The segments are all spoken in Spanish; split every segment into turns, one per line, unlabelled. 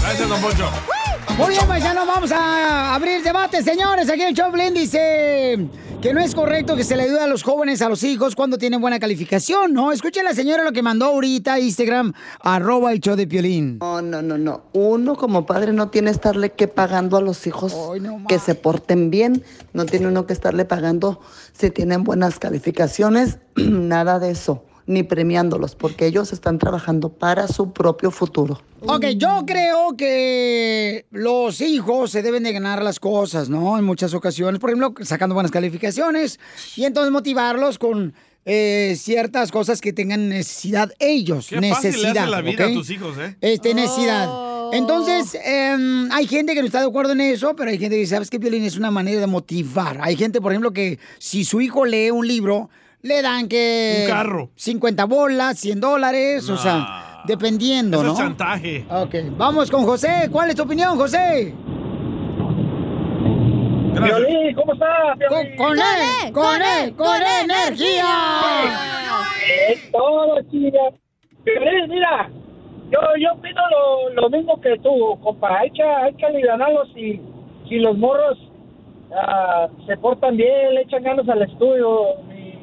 Gracias, don Poncho.
Muy bien, paisanos, vamos a abrir debate, señores. Aquí el Choplin dice que no es correcto que se le ayude a los jóvenes, a los hijos, cuando tienen buena calificación, ¿no? Escuchen la señora lo que mandó ahorita a Instagram, arroba el show de Piolín.
No, no, no, no. Uno como padre no tiene estarle que pagando a los hijos que se porten bien. No tiene uno que estarle pagando si tienen buenas calificaciones, nada de eso, ni premiándolos, porque ellos están trabajando para su propio futuro.
Ok, yo creo que los hijos se deben de ganar las cosas, ¿no? En muchas ocasiones, por ejemplo, sacando buenas calificaciones y entonces motivarlos con eh, ciertas cosas que tengan necesidad ellos.
Qué
necesidad.
fácil le hace la vida
¿ok?
a tus hijos, ¿eh?
Este, necesidad. Entonces, em, hay gente que no está de acuerdo en eso, pero hay gente que dice, sabes que violín es una manera de motivar. Hay gente, por ejemplo, que si su hijo lee un libro, le dan que...
Un carro.
50 bolas, 100 dólares, o sea, dependiendo,
Eso
¿no?
es chantaje.
Ok, vamos con José. ¿Cuál es tu opinión, José?
Violín, ¿cómo estás?
Con, con E, con E, con E, energía.
Es todo, chica. Violín, mira, yo, yo opino lo, lo mismo que tú, compa. Hay que, hay que alivianarlos si, si los morros ah, se portan bien, le echan ganas al estudio. Y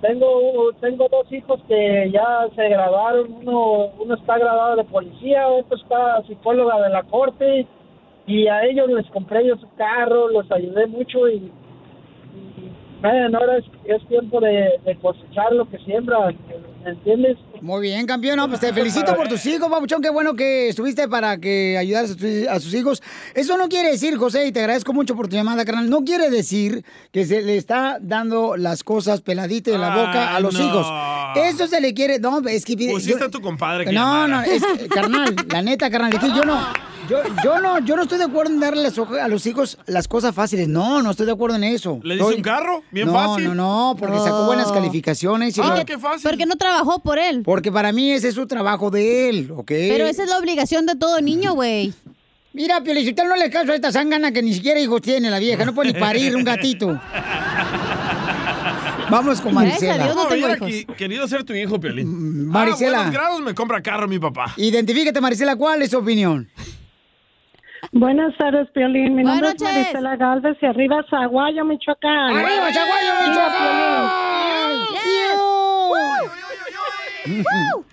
Tengo, tengo dos hijos que ya se graduaron. Uno, uno está graduado de policía, otro pues, está psicóloga de la corte. Y a ellos les compré yo su carro, los ayudé mucho y Man, ahora es, es tiempo de, de cosechar lo que siembran, ¿me ¿entiendes?
Muy bien, campeón. No, pues te felicito por tus hijos, papuchón. Qué bueno que estuviste para que ayudaras a, tus- a sus hijos. Eso no quiere decir, José, y te agradezco mucho por tu llamada, carnal. No quiere decir que se le está dando las cosas peladitas de la boca a
Ah,
los
no.
hijos. Eso se le quiere. No, es que.
Pusiste
yo-
a tu compadre que
No, no,
llamara.
es, eh, carnal, la neta, carnal, es que yo no. Yo, yo no, yo no estoy de acuerdo en darle las ojo- a los hijos las cosas fáciles. No, no estoy de acuerdo en eso.
¿Le dice
Estoy-
un carro? Bien
no,
fácil.
No, no, porque sacó
No.
buenas calificaciones. Y
Ah,
lo-
qué
fácil.
Porque no trabajó por él.
Porque para mí ese es su trabajo de él, ¿ok?
Pero esa es la obligación de todo niño, güey.
Mira, Piolicitán, no le caso a esta sangana que ni siquiera hijos tiene la vieja. No puede ni parir un gatito. Vamos con Maricela.
¿Cómo hubiera qui- querido ser tu hijo, Piolín?
Maricela.
Ah, buenos grados me compra carro mi papá.
Identifícate, Maricela, ¿cuál es tu opinión?
Buenas tardes, Piolín. Mi nombre
Buenas
es
noches.
Maricela Galvez y arriba Zaguayo, Michoacán.
¡Arriba, Chaguayo,
Mira,
Michoacán!
Piolín,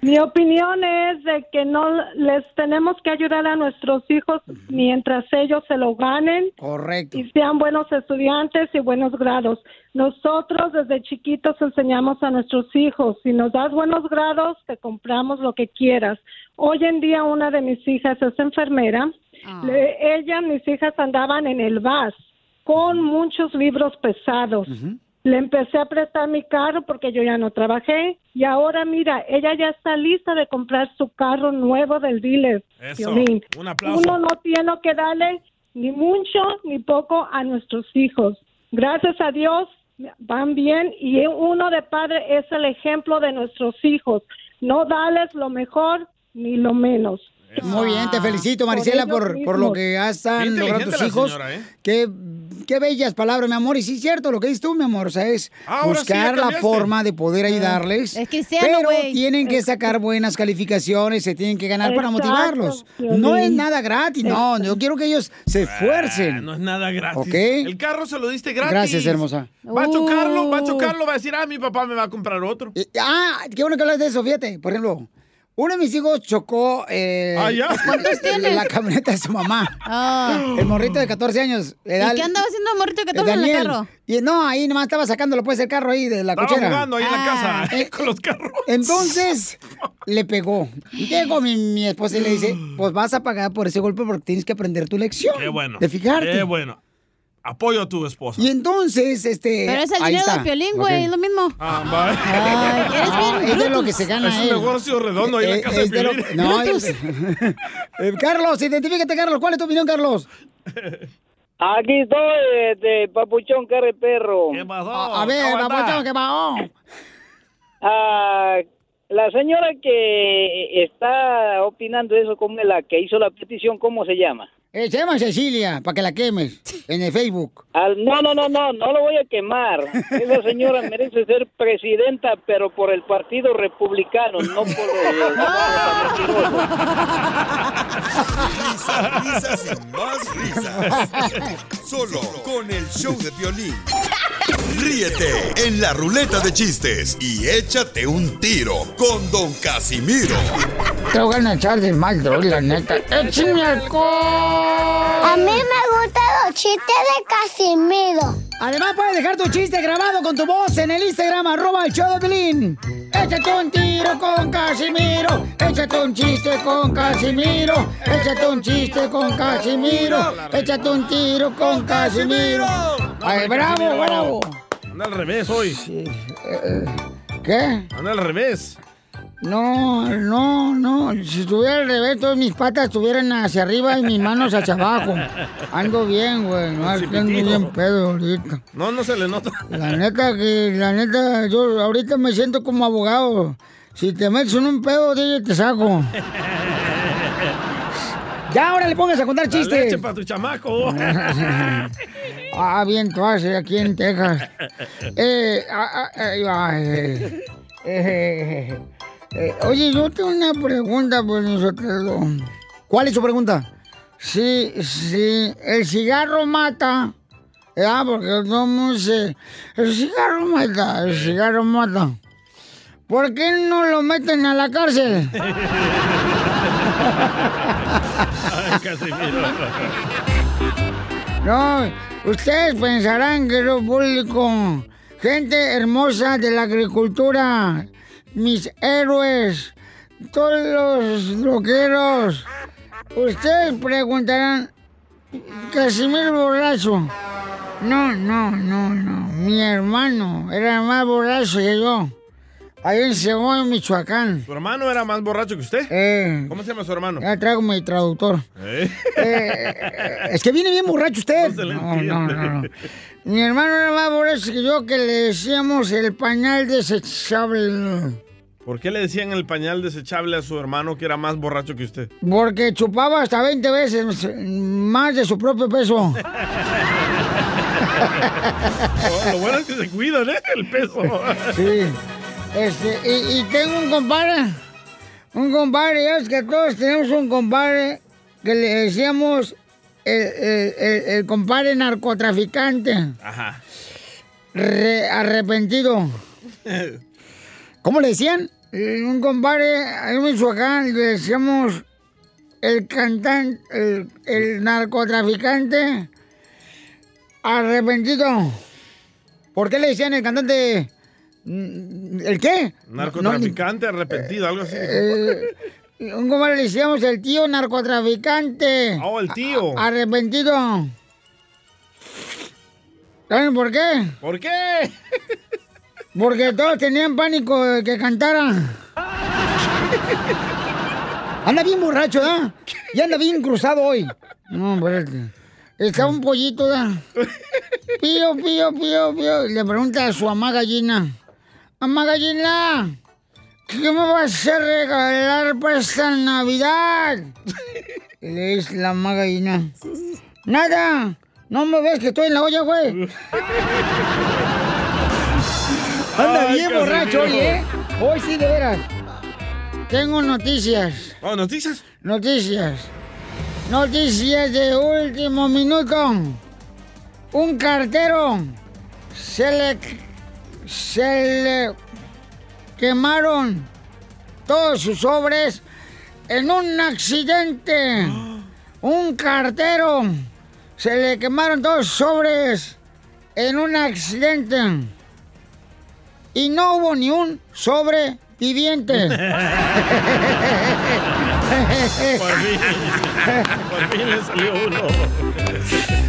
Mi opinión es de que no les tenemos que ayudar a nuestros hijos mientras ellos se lo ganen.
Correcto.
Y sean buenos estudiantes y buenos grados. Nosotros desde chiquitos enseñamos a nuestros hijos, si nos das buenos grados, te compramos lo que quieras. Hoy en día una de mis hijas es enfermera.
Ah.
Le- ella, mis hijas andaban en el VAS con muchos libros pesados. Le empecé a prestar mi carro porque yo ya no trabajé y ahora mira, ella ya está lista de comprar su carro nuevo del dealer.
Eso.
Piolín.
Un aplauso.
Uno no tiene que darle ni mucho ni poco a nuestros hijos. Gracias a Dios van bien y uno de padre es el ejemplo de nuestros hijos. No darles lo mejor ni lo menos.
Ah.
Muy bien, te felicito,
Ah, Por
Maricela,
ellos
por, por
mismos.
lo que has
Qué
han logrado
inteligente
tus
la
hijos.
señora, ¿eh?
Qué Qué bellas palabras, mi amor. Y sí, es cierto lo que dices tú, mi amor. O sea, es
Ahora sí,
buscar
ya
la
cambiaste.
forma de poder ayudarles.
Es cristiano,
Pero
güey.
tienen que sacar buenas calificaciones, se tienen que ganar para
Exacto,
motivarlos.
Piolín.
No es nada gratis, no. Yo quiero que ellos se
Ah,
esfuercen.
no es nada gratis.
Ok.
El carro se lo diste gratis.
Gracias, hermosa.
Va a chocarlo, va a
Uh.
chocarlo, va a decir, ah, mi papá me va a comprar otro.
Ah, qué bueno que hablas de eso, fíjate. Por ejemplo, uno de mis hijos chocó eh,
Ah, ¿ya? ¿Cuántos tienes?
la camioneta de su mamá. El morrito de 14 años.
¿Y qué andaba haciendo el morrito que toma en el
Eh, Daniel.
carro?
Y no, ahí nomás estaba sacándolo, pues, el carro ahí de la
Estaba
cochera.
jugando ahí en la casa,
con los carros. Entonces, le pegó. Llegó mi, mi esposa y le dice, pues vas a pagar por ese golpe porque tienes que aprender tu lección.
Qué bueno.
De fijarte.
Qué bueno. Apoyo a tu esposa.
Y entonces, este...
Pero es el
ahí
dinero
está.
del piolín, güey,
Ok.
es lo mismo.
Ah, bye.
Ay, eres bien
es de lo que se gana
Es un
él.
negocio redondo ahí en la
Eh,
casa de
es de lo-
Piolín.
No, es- Eh, Carlos, identifícate, Carlos. ¿Cuál es tu opinión, Carlos?
Aquí estoy, este, papuchón carre perro. ¿Qué
pasó?
A, a ver, papuchón, ¿qué pasó?
Ah, la señora que está opinando eso, como la que hizo la petición, ¿cómo se llama?
Eh, se llama Cecilia, para que la quemes en el Facebook.
Al- no, no, no, no, no lo voy a quemar. Esa señora merece ser presidenta, pero por el Partido Republicano, no por
Risas, risas y más risas. Solo con el show de violín. Ríete en la ruleta de chistes y échate un tiro con Don Casimiro.
Te voy a echar de mal, la neta. ¡Échame
A mí me gustan los chistes de Casimiro.
Además, puedes dejar tu chiste grabado con tu voz en el Instagram, arroba el show de Pelín. Échate un tiro con Casimiro. Échate un chiste con Casimiro. Échate un chiste con Casimiro. Échate un tiro con Casimiro. ¡Ay, bravo, bravo! eh,
Anda al revés hoy.
¿Qué?
Anda al revés.
No, no, no. Si estuviera al revés, todas mis patas estuvieran hacia arriba y mis manos hacia abajo. Ando bien, güey. No, ando bien pedo ahorita.
No, no se le nota.
La neta, que la neta, yo ahorita me siento como abogado. Si te metes en un pedo, DJ, te saco. Ya, ahora le pongas a contar
La leche
chistes.
para tu chamaco.
Ah, bien, tú haces aquí en Texas. Eh, ah, ah, ahí va, eh, eh, eh, oye, yo tengo una pregunta por nosotros. ¿Cuál es su pregunta? Sí, sí, el cigarro mata. Ah, porque todo el mundo dice, el cigarro mata, el cigarro mata. ¿Por qué no lo meten a la cárcel?
Ay, Casimiro.
No, ustedes pensarán, querido público, gente hermosa de la agricultura, mis héroes, todos los loqueros, ustedes preguntarán, Casimiro borracho. No, no, no, no, mi hermano era más borracho que yo, ahí en Segovia, Michoacán.
¿Tu hermano era más borracho que usted?
Eh.
¿Cómo se llama su hermano?
Ya traigo mi traductor.
¿Eh?
eh, Es que viene bien borracho usted.
se le
No,
entiende.
no, no, no. Mi hermano era más borracho que yo que le decíamos el pañal desechable.
¿Por qué le decían el pañal desechable a su hermano que era más borracho que usted?
Porque chupaba hasta 20 veces más de su propio peso.
Oh, lo bueno es que se cuidan, ¿eh? El peso.
Sí. Este, y, y tengo un compadre. Un compadre, ya ves que todos tenemos un compadre que le decíamos el, el- el- el compadre narcotraficante.
Ajá.
Re- arrepentido. ¿Cómo le decían? Eh, Un compadre, ahí en Michoacán, le decíamos el cantante, el, el narcotraficante arrepentido. ¿Por qué le decían el cantante? mm, ¿El qué?
Narcotraficante arrepentido, algo así.
Eh, un compadre le decíamos el tío narcotraficante.
Oh, el tío.
a- arrepentido. ¿Saben por qué?
¿Por qué?
Porque todos tenían pánico de que cantara. Anda bien borracho, ¿da? Y anda bien cruzado hoy. No, espérate. Está un pollito, ¿da? Pío, pío, pío, pío. Y Le pregunta a su mamá gallina. Mamá gallina, ¿qué me vas a regalar para esta Navidad? Y Le dice la mamá gallina. Nada, No me ves que estoy en la olla, güey. Anda
Ay,
bien
Casimiro.
borracho hoy, ¿eh? Hoy sí, de veras. Tengo noticias.
Oh, ¿noticias?
Noticias. Noticias de último minuto. Un cartero se le se le quemaron todos sus sobres en un accidente. Un cartero se le quemaron todos sus sobres en un accidente. Y no hubo ni un sobre viviente.
Por fin. Por fin le salió uno.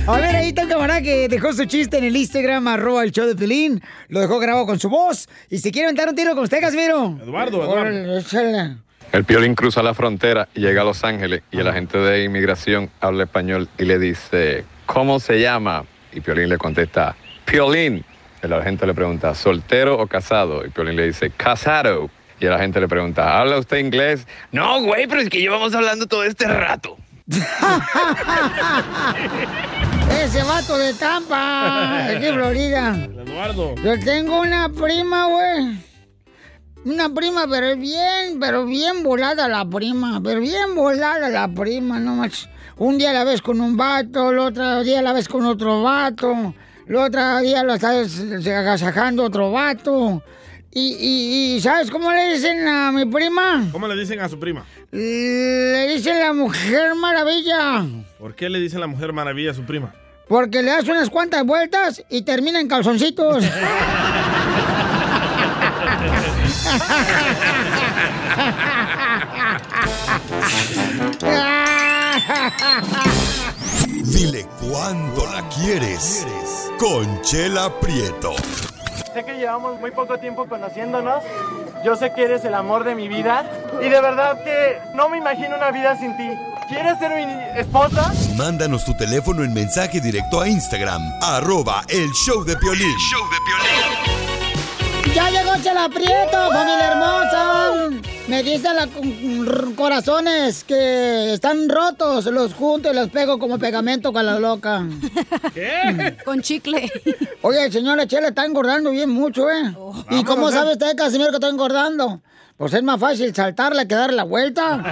A ver, ahí está el camarada que dejó su chiste en el Instagram, arroba el show de Pelín. Lo dejó grabado con su voz. Y si quiere aventar un tiro con usted, Casimiro.
Eduardo, Eduardo.
Órale, échale.
El piolín cruza la frontera y llega a Los Ángeles y el agente de inmigración habla español y le dice, ¿cómo se llama? Y piolín le contesta, piolín. El agente le pregunta, ¿soltero o casado? Y piolín le dice, casado. Y el agente le pregunta, ¿habla usted inglés? No, güey, pero es que llevamos hablando todo este rato.
Ese vato de Tampa, aquí en Florida.
Eduardo.
Yo tengo una prima, güey. Una prima, pero bien, pero bien volada la prima. Pero bien volada la prima, no más. Un día la ves con un vato, el otro día la ves con otro vato, el otro día la estás agasajando otro vato. Y, y, y ¿sabes cómo le dicen a mi prima?
¿Cómo le dicen a su prima?
Le dicen la mujer maravilla.
¿Por qué le dicen la mujer maravilla a su prima?
Porque le das unas cuantas vueltas y termina en calzoncitos.
Dile cuándo la quieres. Conchela Prieto.
Sé que llevamos muy poco tiempo conociéndonos. Yo sé que eres el amor de mi vida. Y de verdad que no me imagino una vida sin ti. ¿Quieres ser mi esposa?
Mándanos tu teléfono en mensaje directo a Instagram, arroba el show de Piolín.
¡Ya llegó Chela Prieto, familia hermosa! Me dicen los corazones que están rotos, los junto y los pego como pegamento con la loca. ¿Qué? Con chicle. Oye, señora Chela está engordando bien mucho, ¿eh? ¿Y
Vámonos,
cómo
eh.
sabe usted, Casimiro, que está engordando? Pues es más fácil saltarla que dar la vuelta.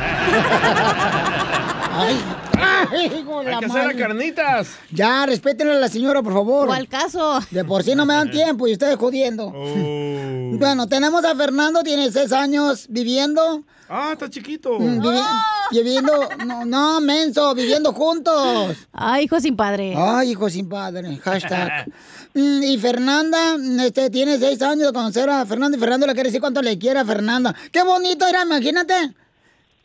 Ay, ay, hijo de
Hay
la
que hacer a
madre.
carnitas.
Ya, respétenle a la señora, por favor. al caso? De por sí no me
Eh.
dan tiempo y ustedes jodiendo.
Oh.
Bueno, tenemos a Fernando, tiene seis años viviendo.
Ah, está chiquito.
Mm, vivi- Viviendo, no, no, menso, viviendo juntos. Ay, hijo sin padre. Ay, hijo sin padre, hashtag. Mm, Y Fernanda, este, tiene seis años de conocer a Fernando y Fernando le quiere decir cuánto le quiere a Fernanda. ¡Qué bonito era, imagínate!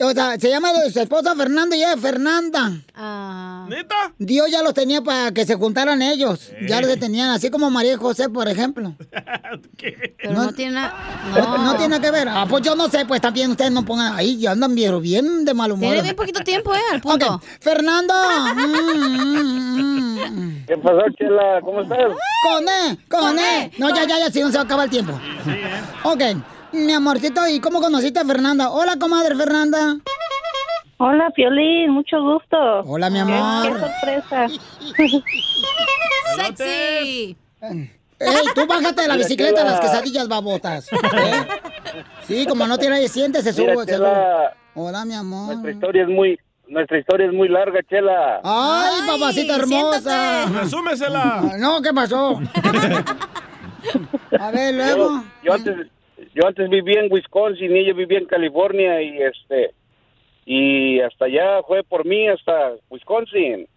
O sea, se llama de su esposa Fernando y ella es Fernanda.
Ah.
¿Neta? Dios ya los tenía para que se juntaran ellos. Ya los tenían, así como María y José, por ejemplo.
Pero no, tiene nada.
No, no tiene que ver. Ah, pues yo no sé, pues también ustedes no pongan ahí, ya andan bien, bien de mal humor.
Tiene bien poquito tiempo, ¿eh? Al punto.
Ok, Fernando. mm,
¿Qué pasó, Chela? ¿Cómo estás?
Con E, con E. No, ya, ya, ya, si no se acaba el tiempo.
¿eh?
Ok, mi amorcito, ¿y cómo conociste a Fernanda? Hola, comadre Fernanda.
Hola, Piolín, mucho gusto.
Hola, mi amor.
Qué sorpresa.
¡Sexy!
Ey, tú bájate de la
Mira,
bicicleta,
Chela.
las quesadillas babotas. ¿eh? Sí, como no tiene asiento, se
Mira,
sube, se sube.
Chela,
Hola, mi amor.
nuestra historia es muy, nuestra historia es muy larga, Chela.
Ay, papacita hermosa.
siéntate.
Resúmesela. No, ¿qué pasó? A ver, luego.
Yo antes, yo antes vivía en Wisconsin y ella vivía en California y este y hasta allá fue por mí hasta Wisconsin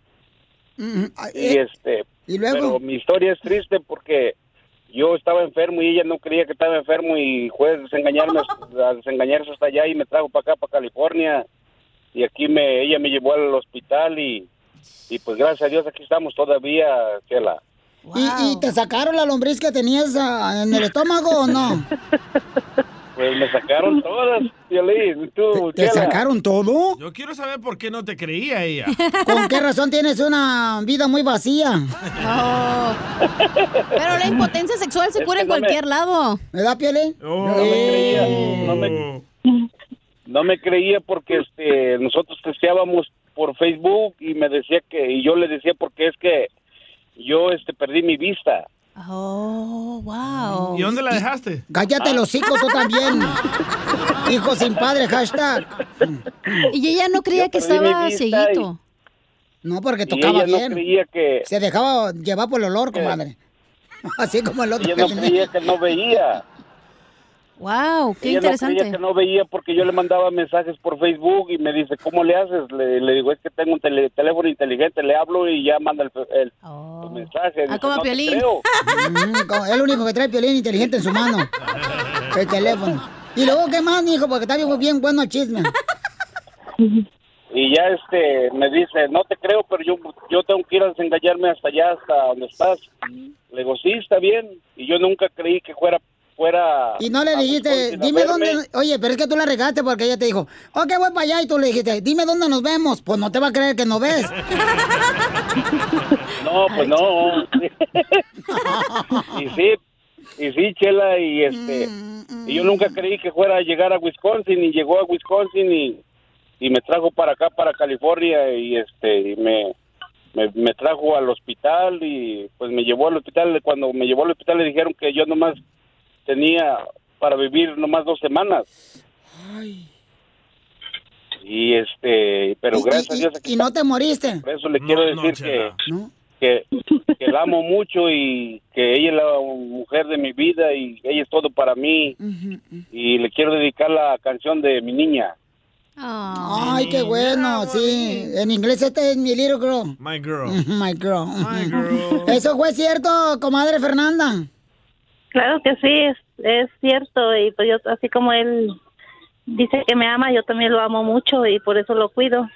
Mm, ay,
y
eh,
este
¿Y luego?
pero mi historia es triste porque yo estaba enfermo y ella no creía que estaba enfermo y fue a desengañarme a desengañarse hasta allá y me trajo para acá para California y aquí me ella me llevó al hospital y y pues gracias a Dios aquí estamos todavía Chela
¿Y, y te sacaron la lombriz que tenías ah, en el estómago o no?
pues me sacaron todas Piolín, tú
¿Te
Chela.
sacaron todo?
Yo quiero saber por qué no te creía ella.
¿Con qué razón tienes una vida muy vacía?
Pero la impotencia sexual se
Es
cura
que
en
no me-
cualquier lado.
¿Me da piel?
Oh, No me creía, no me, no me creía porque este, nosotros testeábamos por Facebook y me decía que, y yo le decía porque es que yo este, perdí mi vista.
Oh, wow.
¿Y dónde la dejaste? Ah.
Cállate los hijos tú también. Hijo sin padre, hashtag.
Y ella no creía que
perdí mi
estaba
vista
cieguito.
No, porque
Y
tocaba
ella no
bien.
creía que-
Se dejaba llevar por el olor, comadre. Así como el otro
Ella no
que le-
creía que no veía.
Wow, qué
ella no
interesante.
creía que no veía porque yo le mandaba mensajes por Facebook y me dice, ¿cómo le haces? Le, le digo, es que tengo un tele- teléfono inteligente, le hablo y ya manda el, el-
Oh.
los
Ah,
mensajes.
Ah,
Dice, "No te creo".
Mm, como- es el único que trae piolín inteligente en su mano. El teléfono. Y luego, ¿qué más, mijo? Porque está bien, bien bueno el chisme.
Y ya este me dice, no te creo, pero yo, yo tengo que ir a desengañarme hasta allá, hasta donde estás. Le digo, sí, está bien. Y yo nunca creí que fuera... fuera
Y no le
a
dijiste,
Wisconsin a
dime
verme".
dónde. Oye, pero es que tú la regaste porque ella te dijo, ok, voy para allá. Y tú le dijiste, dime dónde nos vemos. Pues no te va a creer que no ves.
No, pues no. y sí, y sí, Chela, y este, y yo
Mm,
nunca creí que fuera a llegar a Wisconsin y llegó a Wisconsin y, y me trajo para acá, para California y este, y me, me, me trajo al hospital y pues me llevó al hospital. Cuando me llevó al hospital le dijeron que yo nomás tenía para vivir nomás dos semanas y este, pero gracias a Dios aquí
Y no te moriste.
por eso le quiero
no,
decir que,
Chela.
que, que la amo mucho y que ella es la mujer de mi vida y ella es todo para mí. Y le quiero dedicar la canción de mi niña.
Ay, qué bueno, sí. En inglés este es mi little girl.
My girl.
My girl. Eso fue cierto, comadre Fernanda.
Claro que sí, es, es cierto. Y pues yo, así como él dice que me ama, yo también lo amo mucho y por eso lo cuido.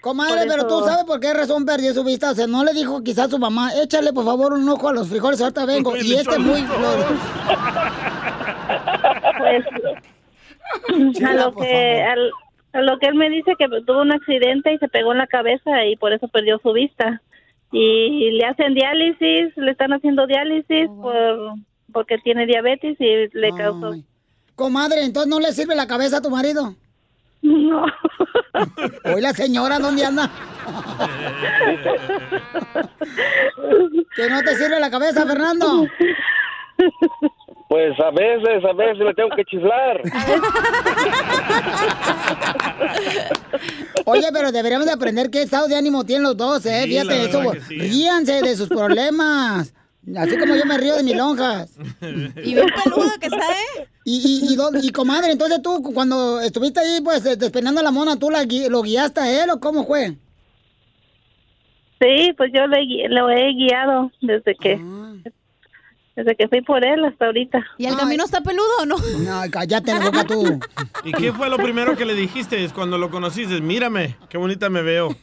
Comadre,
Por
pero tú
eso-
sabes por qué razón perdió su vista. O sea, no le dijo quizás su mamá, échale por favor un ojo a los frijoles, ahorita
Pues
vengo. Y este muy...
a
Chela,
lo
por
que al- a lo que él me dice que tuvo un accidente y se pegó en la cabeza y por eso perdió su vista y le hacen diálisis le están haciendo
Oh,
diálisis por porque tiene diabetes y le causó
Comadre, entonces no le sirve la cabeza a tu marido.
No.
Hoy la señora, ¿dónde anda? que no te sirve la cabeza, Fernando.
Pues a veces, a veces le tengo que chiflar.
Oye, pero deberíamos de aprender qué estado de ánimo tienen los dos, ¿eh?
Sí, la
Fíjate,
verdad
eso,
que sí.
ríanse de sus problemas. Así como yo me río de mis lonjas.
Y
bien peludo que está, ¿eh? Y, y, y, don- y, comadre, entonces tú cu- cuando estuviste ahí, pues, eh, despeinando a la mona, ¿tú la gui- lo guiaste a él o cómo fue?
sí pues yo le gui- lo he guiado desde que
Ah.
desde que fui por él hasta ahorita
¿Y el camino está peludo o no?
No, cállate la boca tú.
¿Y qué fue lo primero que le dijiste es cuando lo conociste? Mírame, qué bonita me veo.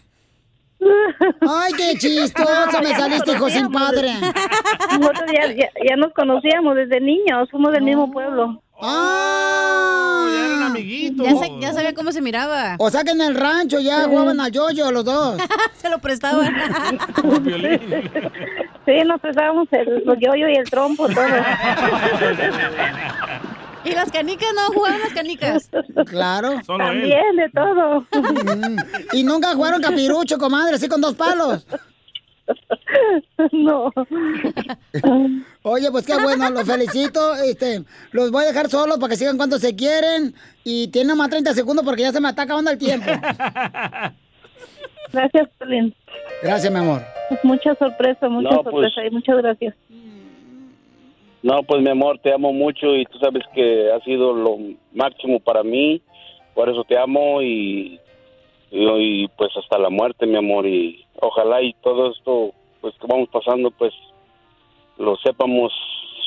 Ay, qué chistoso me saliste, hijo sin padre.
Nosotros ya, ya, ya nos conocíamos desde niños somos del mismo pueblo
Ah.
Oh,
ya
eran amiguitos
Ya, sa- ya sabía cómo se miraba.
O sea que en el rancho ya jugaban al yoyo los dos.
Se lo prestaban.
sí nos prestábamos el los yoyo y el trompo todo
¿Y las canicas no jugaban las canicas?
Claro.
Solo él. También,
de todo.
Mm. y nunca jugaron capirucho, comadre, así con dos palos.
No.
Oye, pues qué bueno, los felicito. Este, los voy a dejar solos para que sigan cuando se quieren. Y tienen más 30 segundos porque ya se me está acabando el tiempo.
Gracias, Piolín.
Gracias, mi amor.
pues Mucha sorpresa, mucha
No, pues.
sorpresa y muchas gracias.
No, pues mi amor, te amo mucho y tú sabes que ha sido lo máximo para mí. Por eso te amo y, y, y, pues hasta la muerte, mi amor. Y ojalá y todo esto pues que vamos pasando pues lo sepamos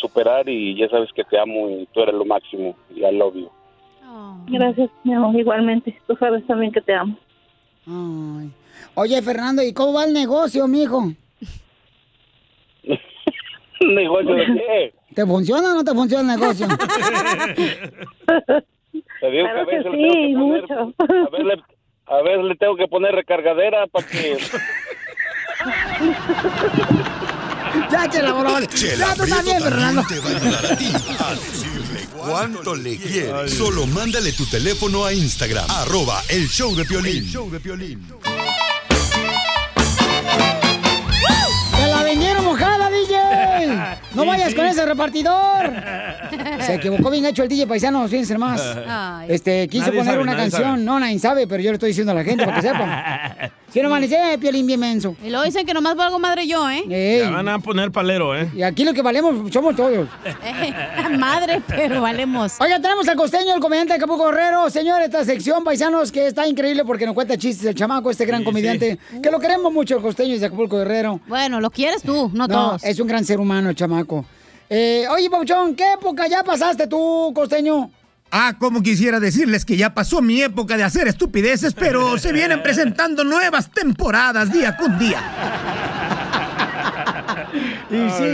superar y ya sabes que te amo y tú eres lo máximo y I love you.
Gracias, mi amor, igualmente. Tú sabes también que te amo.
Ay. Oye, Fernando, ¿y cómo va el negocio, mijo?
¿Negocio de qué?
¿Te funciona o no te funciona el negocio?
Te digo
Claro
que a
que
veces le
sí,
tengo que poner,
mucho.
a ver, le- a ver, le tengo que poner recargadera para que
Ya, chela, por favor.
Chela
Ya, tú también, Fernando.
Te va a ayudar a ti a decirle cuánto le quieres. Solo mándale tu teléfono a Instagram, arroba el show de Piolín.
¡Te la vendieron, mujer! ¡No
Sí,
vayas
sí.
con ese repartidor! Se equivocó bien hecho el DJ paisano, fíjense más.
Ay.
Este, quiso
Nadie
poner
sabe,
una
nadie
canción,
sabe.
no, nadie sabe, pero yo le estoy diciendo a la gente para que sepa. Si no amanece, piolín bien menso.
Y luego dicen que nomás valgo madre yo, ¿eh?
Ya van a poner palero, ¿eh?
Y aquí lo que valemos somos todos.
Eh, madre, pero valemos.
Oiga, tenemos al costeño, el comediante de Capuco Guerrero. Señor, esta sección, paisanos, que está increíble porque nos cuenta chistes el chamaco, este gran comediante, que lo queremos mucho, el costeño de Acapulco Guerrero.
Bueno, lo quieres tú, no, todos.
es un gran ser humano el chamaco. Eh, oye, Pauchón, ¿qué época ya pasaste tú, costeño?
Ah, como quisiera decirles que ya pasó mi época de hacer estupideces, pero se vienen presentando nuevas temporadas día con día.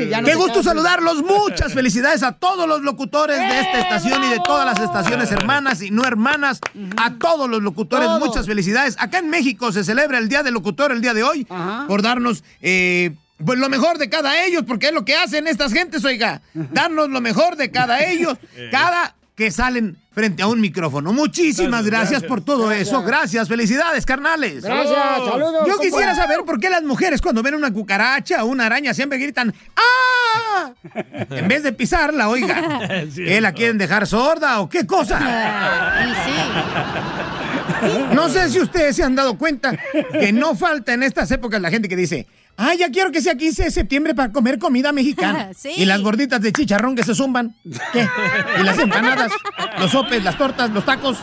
ya no
Qué
te
gusto
quedas-
saludarlos, muchas felicidades a todos los locutores de esta
¡Eh,
estación y de todas las estaciones hermanas y no hermanas, a todos los locutores,
Todos.
muchas felicidades. Acá en México se celebra el Día del Locutor el día de hoy por darnos eh, pues lo mejor de cada ellos, porque es lo que hacen estas gentes, oiga, darnos lo mejor de cada ellos,
Eh.
cada que salen frente a un micrófono. Muchísimas gracias, por todo eso. Gracias, felicidades, carnales.
Oh.
Gracias, saludos,
Yo quisiera
compadre.
saber por qué las mujeres cuando ven una cucaracha o una araña siempre gritan ¡Ah! En vez de pisarla, oiga. ¿Qué la quieren dejar sorda o qué cosa? No sé si ustedes se han dado cuenta que no falta en estas épocas la gente que dice, ah, ya quiero que sea 15 de septiembre para comer comida mexicana.
Sí.
Y las gorditas de chicharrón que se zumban. ¿Qué? Y las empanadas, los sopes, las tortas, los tacos.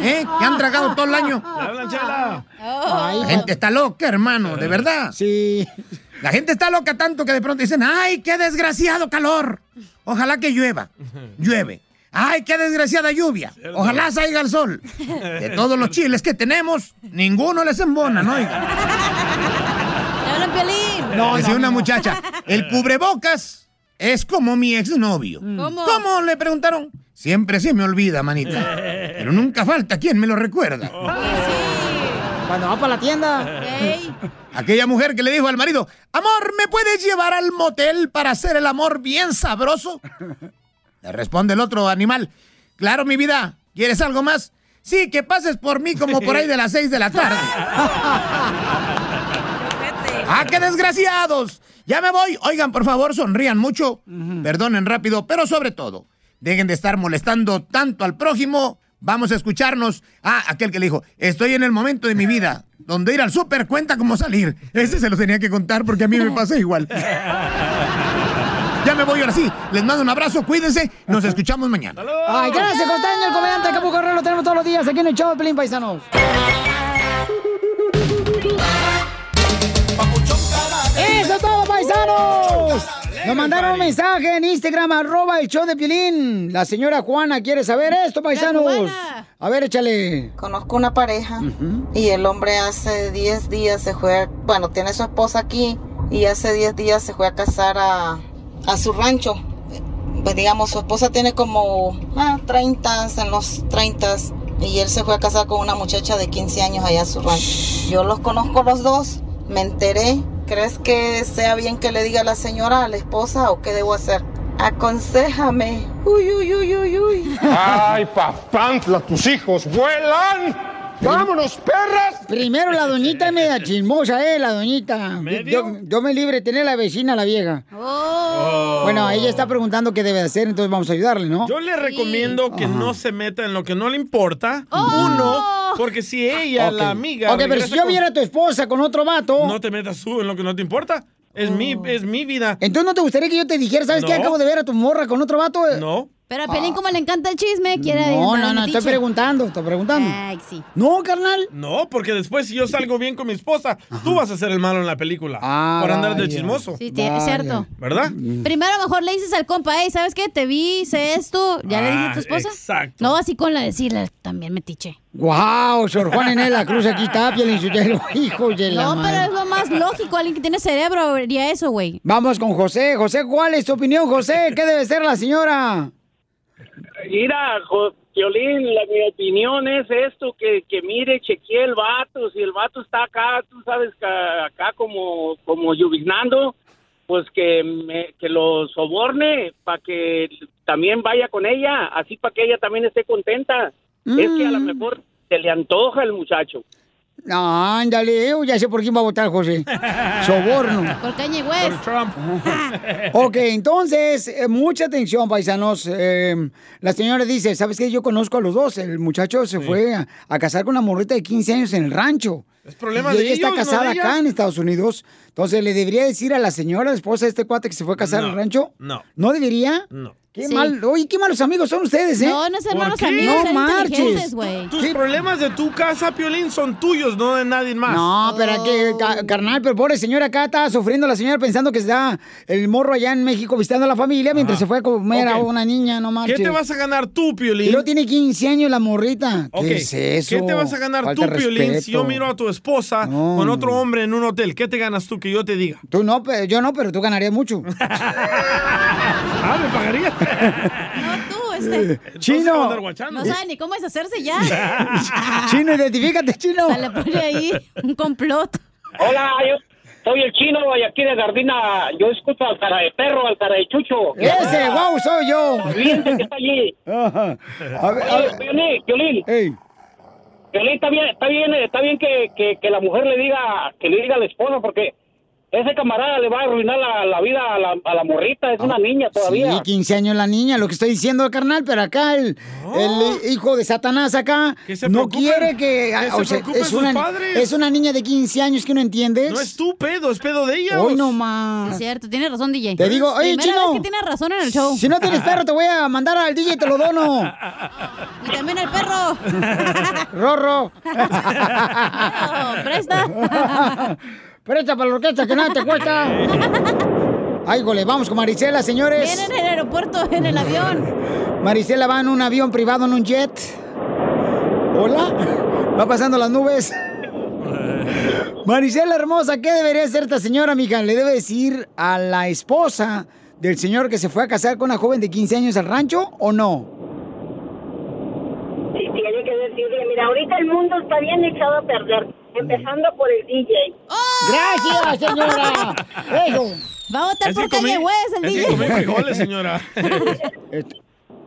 ¿Eh? Que han tragado todo el año. La gente está loca, hermano, de verdad.
Sí.
La gente está loca tanto que de pronto dicen, ay, qué desgraciado calor. Ojalá que llueva. Llueve. Ay, qué desgraciada lluvia. Ojalá salga el sol. De todos los chiles que tenemos, ninguno les embona, ¿no? Oiga. No, decía una muchacha, el cubrebocas es como mi exnovio.
¿Cómo?
¿Cómo? Le preguntaron. Siempre se me olvida, manita. Pero nunca falta quien me lo recuerda.
Cuando va para la tienda.
Aquella mujer que le dijo al marido, amor, ¿me puedes llevar al motel para hacer el amor bien sabroso? Le responde el otro animal, claro, mi vida, ¿quieres algo más? Sí, que pases por mí como por ahí de las seis de la tarde. ¡Ah, qué desgraciados! Ya me voy. Oigan, por favor, sonrían mucho, perdonen rápido, pero sobre todo, dejen de estar molestando tanto al prójimo. Vamos a escucharnos. Ah, aquel que le dijo, estoy en el momento de mi vida donde ir al súper cuenta como salir. Ese se lo tenía que contar porque a mí me pasa igual. Ya me voy ahora sí. Les mando un abrazo, cuídense. Nos escuchamos mañana.
Ay, gracias, costeño, el comediante de Acapulco Guerrero. Lo tenemos todos los días aquí en el show de Pelín Paisanos. ¡Eso es todo, paisanos! Nos mandaron un mensaje en Instagram, arroba el show de Piolín. La señora Juana quiere saber esto, paisanos. A ver, échale.
Conozco una pareja y el hombre hace 10 días se fue, a- bueno, tiene su esposa aquí y hace 10 días se fue a casar a, a su rancho. Pues digamos, su esposa tiene como ah, 30, en los 30 y él se fue a casar con una muchacha de 15 años allá a su rancho. Yo los conozco los dos, me enteré. ¿Crees que sea bien que le diga a la señora, a la esposa o qué debo hacer? Aconsejame. Uy, uy, uy, uy, uy.
¡Ay, papantla! ¡Tus hijos vuelan!
¡Vámonos, perras! Primero la doñita media chismosa, eh, la doñita. Yo- Yo, yo me libre de tener la vecina, la vieja. Oh. Bueno, ella está preguntando qué debe hacer, entonces vamos a ayudarle, ¿no?
Oh. Yo le recomiendo que no se meta en lo que no le importa.
Oh.
Uno, porque si ella, la
Ok.
amiga.
Ok, pero
regresa
si yo
con-
viera a tu esposa con otro vato.
No te metas tú en lo que no te importa. Es, mi,
Oh.
es mi vida.
Entonces no te gustaría que yo te dijera, ¿sabes qué?
No.
Acabo de ver a tu morra con otro vato. eh.
No.
Pero a Pelín, como le encanta el chisme, quiere.
No, no,
andar de
no, estoy
metiche.
preguntando, estoy preguntando.
Ay, sí.
No, carnal.
No, porque después si yo salgo bien con mi esposa, tú vas a ser el malo en la película. por andar
Ah,
de
vaya.
chismoso.
Sí, tie- es cierto.
¿Verdad?
Mm.
Primero mejor le dices al compa, hey, ¿sabes qué? Te vi, hice esto, ya le dije a
Ah,
tu esposa.
exacto.
No, así con la decirle, también metiche.
Wow, Sor Juan Inés de la Cruz aquí está, el insultero, hijo de la
No,
madre.
pero es lo más lógico, alguien que tiene cerebro haría eso, güey.
Vamos con José. José, ¿cuál es tu opinión, José? ¿Qué debe ser la señora?
Mira, jo- Piolín, la, mi opinión es esto, que, que mire, chequeé el vato, si el vato está acá, tú sabes, que acá como, como lluviznando, pues que, me- que lo soborne para que también vaya con ella,
Mm.
así para que ella también esté contenta. Es que a lo mejor se le antoja el muchacho.
No, ándale, yo ya sé por quién va a votar José. Soborno.
Por Kanye West.
Ok, entonces, eh, mucha atención, paisanos. Eh, la señora dice, ¿sabes qué? Yo conozco a los dos. El muchacho se fue a, a casar con una morrita de 15 años en el rancho. Es
problema
y
de
ella está
ellos, no
casada
de ella.
acá en Estados Unidos. Entonces, ¿le debería decir a la señora, esposa de este cuate que se fue a casar
No.
al rancho?
No.
¿No debería?
No.
Qué
Sí.
mal, oye, qué malos amigos son ustedes, ¿eh?
No, no son ¿Por malos qué? amigos,
no
son
marches.
inteligentes, güey.
Tus problemas de tu casa, Piolín, son tuyos, no de nadie más.
No, pero que, ca- carnal, pero pobre señora acá está sufriendo la señora pensando que está el morro allá en México visitando a la familia mientras se fue a comer a
Ok.
una niña, no
¿Qué
marches.
te vas a ganar tú, Piolín?
Y luego tiene 15 años la morrita.
Ok,
¿Qué es eso?
¿Qué te vas a ganar
Falta
tú, Piolín, si yo
respeto.
miro a tu esposa con otro hombre en un hotel? ¿Qué te ganas tú que yo te diga?
Tú no, pero yo no, pero tú ganarías mucho.
Ah, me pagaría.
Tú, este.
Eh, Chino.
No sabe ni cómo deshacerse ya. Ah,
Chino, identifícate, chino.
Se le pone ahí un complot.
Hola, yo soy el chino y aquí de Gardina. Yo escucho al cara de perro, al cara de chucho.
Ese, wow, soy yo.
Valiente que está allí.
Ajá. A ver, a
Oye,
ver.
Piolín, Piolín. Piolín, está bien, está bien, está bien que, que, que la mujer le diga, que le diga a la esposa, porque ese camarada le va a arruinar la, la vida a la, a la morrita, es una niña todavía.
Ah, Sí, 15 años la niña, lo que estoy diciendo, carnal, pero acá el, el hijo de Satanás acá
Que se
no
preocupen,
quiere que... ah,
que
o
se
sea,
preocupen
es,
sus
una,
padres.
es una niña de 15 años que no entiendes.
No es tu pedo, es pedo de ella.
Hoy no más.
Es cierto, tienes razón, DJ.
Te digo, oye,
Primera
chino.
vez que tienes razón en el show.
Si no tienes perro, te voy a mandar al DJ y te lo dono.
Y también el perro.
Rorro.
presta.
presta para la orquesta que nada te cuesta. Ay, gole, vamos con Marisela, señores.
Viene en el aeropuerto, en el avión.
Marisela va en un avión privado, en un jet. Hola. Va pasando las nubes. Marisela hermosa, ¿qué debería hacer esta señora, mija? Le debe decir a la esposa del señor que se fue a casar con una joven de 15 años al rancho o no?
Tiene que decirle, mira, ahorita el mundo está bien echado a perder, empezando por el DJ.
¡Gracias, señora! Eso.
Va a votar
Es
por
que comí-
Kanye West, el
es que
DJ.
comí
frijoles, señora.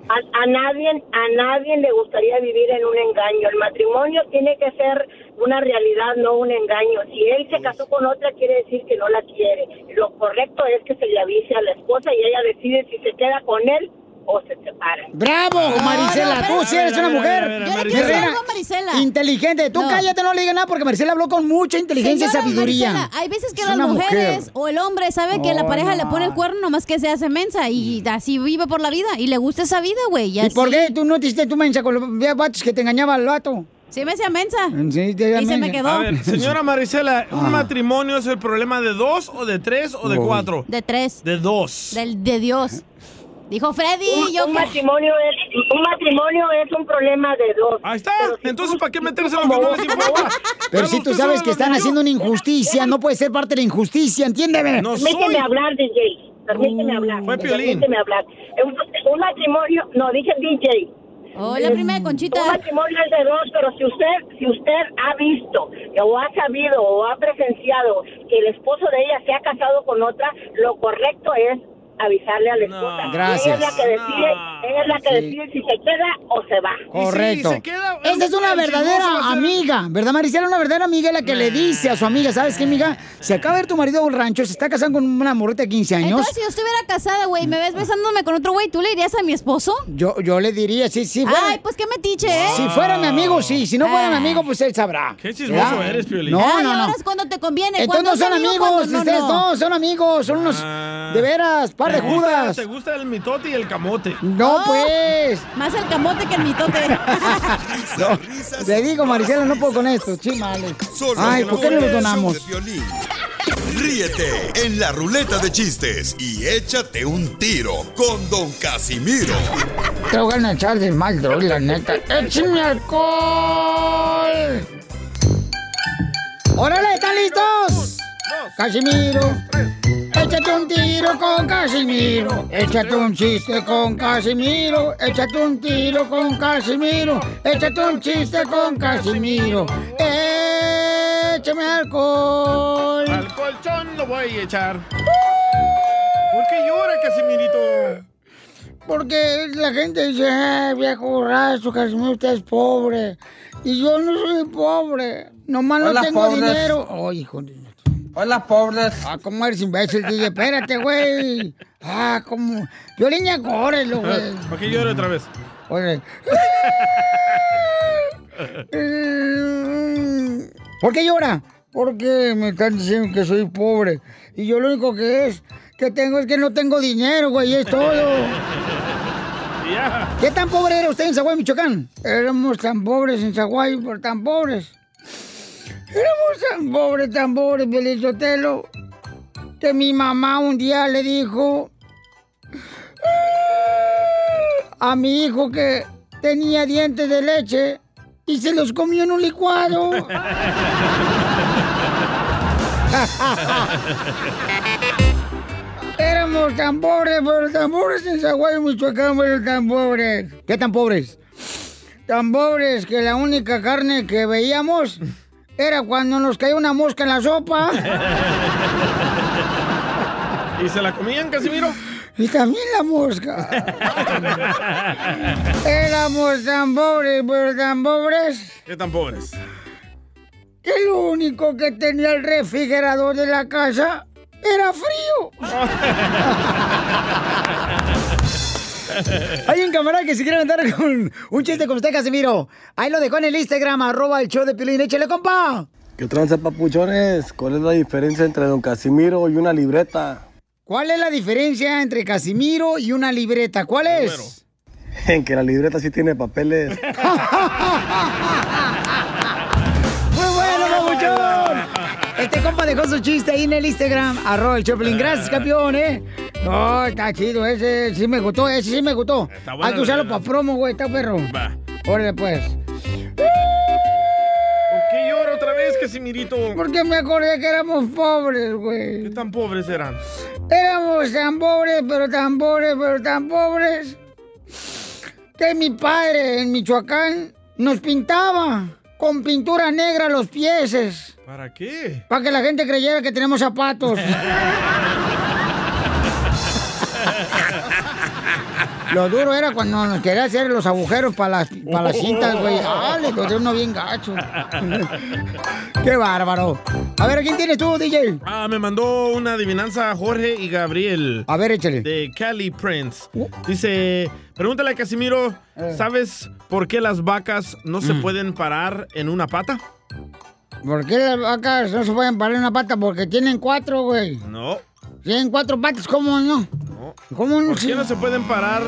A, a nadie, a nadie le gustaría vivir en un engaño. El matrimonio tiene que ser una realidad, no un engaño. Si él se casó con otra, quiere decir que no la quiere. Lo correcto es que se le avise a la esposa y ella decide si se queda con él o se separa.
¡Bravo, Marisela!
Ah, no,
Tú
espérate.
sí eres una
A ver, a ver,
mujer.
a ver, a ver, Yo le quiero
guerrera,
decir algo
a Marisela.
Inteligente. Tú
No.
cállate, no le digas nada porque Marisela habló con mucha inteligencia
Señora
y sabiduría.
Marisela, hay veces que
Es
las
una mujer.
mujeres o el hombre sabe que la
Oh,
pareja
no.
le pone el cuerno nomás que se hace mensa y así vive por la vida y le gusta esa vida, güey.
Mm. ¿Y por qué tú no te hiciste tu mensa con los vatos que te engañaba al vato?
Sí, me hacía mensa.
Sí, te hacía
Y se me
mensa.
quedó.
A ver, señora Marisela,
Ah.
¿un matrimonio es el problema de dos o de tres o de
Uy.
cuatro?
De tres.
De dos.
Del, de Dios. Dijo Freddy,
Un,
yo
un matrimonio es un matrimonio es un problema de dos.
Ahí está. Entonces, ¿para qué meterse
en
lo que no les importa?
Pero si tú sabes que están haciendo una injusticia, no puede ser parte de la injusticia, entiéndeme.
Permíteme hablar, DJ. Permíteme hablar. Permíteme hablar. Un, un matrimonio, no, dije DJ.
Hola, prima de Conchita.
Un matrimonio es de dos, pero si usted, si usted ha visto o ha sabido o ha presenciado que el esposo de ella se ha casado con otra, lo correcto es avisarle a la esposa.
Gracias.
Ella es la que decide, ella es la que
Sí.
decide si se queda o se va.
Correcto. Esa es una
el chismoso va a
verdadera
ser-
amiga, ¿verdad, Marisela? Una verdadera amiga es la que le dice a su amiga, ¿sabes qué, amiga? Se acaba de ver tu marido a un rancho, se está casando con una morrita de 15 años.
Entonces, si yo estuviera casada, güey, y me
Mm.
ves besándome con otro güey, ¿tú le dirías a mi esposo?
Yo, yo le diría, sí, sí, fuera-
Ay, pues qué metiche, ¿eh? Ah.
Si fuera mi amigo, sí. Si no fuera mi amigo, pues él sabrá.
Qué chismoso
¿Ya?
eres, Piolín.
No,
Ay,
no,
Ah, ahora
no.
es cuando te conviene.
Entonces
cuando
no
es
son
amigo,
amigos,
cuando no,
ustedes
no.
no, son amigos, son unos de veras, par de
Ah. ¿Te gusta-
judas.
¿Te gusta el mitote y el camote?
No, pues.
Oh, Más el camote que el mitote.
No, Le digo, Maricela, no puedo con esto, chimales.
Solo
Ay, ¿por qué no
con
lo
el show
donamos?
de Piolín. Ríete en la ruleta de chistes y échate un tiro con Don Casimiro.
Te voy a echar de mal, droga, la neta. ¡Échame alcohol! ¡Órale, están listos! Casimiro, échate un tiro con Casimiro. Échate un chiste con Casimiro. Échate un tiro con Casimiro. Échate un chiste con Casimiro. Échame alcohol.
Al colchón lo voy a echar. ¿Por qué llora, Casimirito?
Porque la gente dice, "Ay, viejo borracho, Casimiro, usted es pobre. Y yo no soy pobre. Nomás no
Hola,
tengo
pobres.
dinero. Ay, hijo de... Hola, pobres. Ah, cómo eres imbécil, DJ. Espérate, güey. Ah, cómo... Yo niña, córrelo, güey.
¿Para qué llore otra vez?
Oye. Eh, ¿Por qué llora? Porque me están diciendo que soy pobre. Y yo lo único que es que tengo es que no tengo dinero, güey, es todo. ¿Qué tan pobre era usted en Zaguay, Michoacán? Éramos tan pobres en Zaguay, por tan pobres. Éramos tan pobres, tan pobres, Pelizotelo, que mi mamá un día le dijo "Ah, a mi hijo que tenía dientes de leche y se los comió en un licuado. Éramos tan pobres, pero tan pobres en Zaguayo, Michoacán, pero tan pobres. ¿Qué tan pobres? Tan pobres que la única carne que veíamos era cuando nos caía una mosca en la sopa.
¿Y se la comían, Casimiro?
Y también la mosca. Éramos tan pobres, pero tan pobres.
¿Qué tan pobres?
que lo único que tenía el refrigerador de la casa era frío. Hay un camarada que se quiere aventar con un chiste con usted, Casimiro. Ahí lo dejó en el Instagram, arroba el show de Pilín. Échale, compa.
¿Qué tranza, papuchones? ¿Cuál es la diferencia entre don Casimiro y una libreta?
¿Cuál es la diferencia entre Casimiro y una libreta? ¿Cuál es?
En que la libreta sí tiene papeles.
Muy bueno, babuchón. Este compa dejó su chiste ahí en el Instagram, arroba el Choplin.
Ah.
Gracias, campeón, ¿eh? No, está chido, ese sí me gustó, ese sí me gustó.
bueno,
Hay que usarlo
bueno.
para promo, güey, está perro.
Va.
Órale, pues.
¿Por qué llora otra vez, Casimirito?
Porque me acordé que éramos pobres, güey.
¿Qué tan pobres eran?
Éramos tan pobres, pero tan pobres, pero tan pobres, que mi padre en Michoacán nos pintaba con pintura negra los pies.
¿Para qué?
Para que la gente creyera que tenemos zapatos. Lo duro era cuando nos quería hacer los agujeros para las, para las cintas, güey. ¡Ah, le corté uno bien gacho! ¡Qué bárbaro! A ver, ¿a ¿quién tienes tú, DJ?
Ah, me mandó una adivinanza Jorge y Gabriel.
A ver, échale. Uh.
De Cali Prince. Dice, pregúntale a Casimiro,
Eh.
¿sabes por qué las vacas no
Mm.
se pueden parar en una pata?
¿Por qué las vacas no se pueden parar en una pata? Porque tienen cuatro, güey.
No.
Tienen cuatro patas, ¿cómo no? ¿Cómo no?
¿Por qué no se pueden parar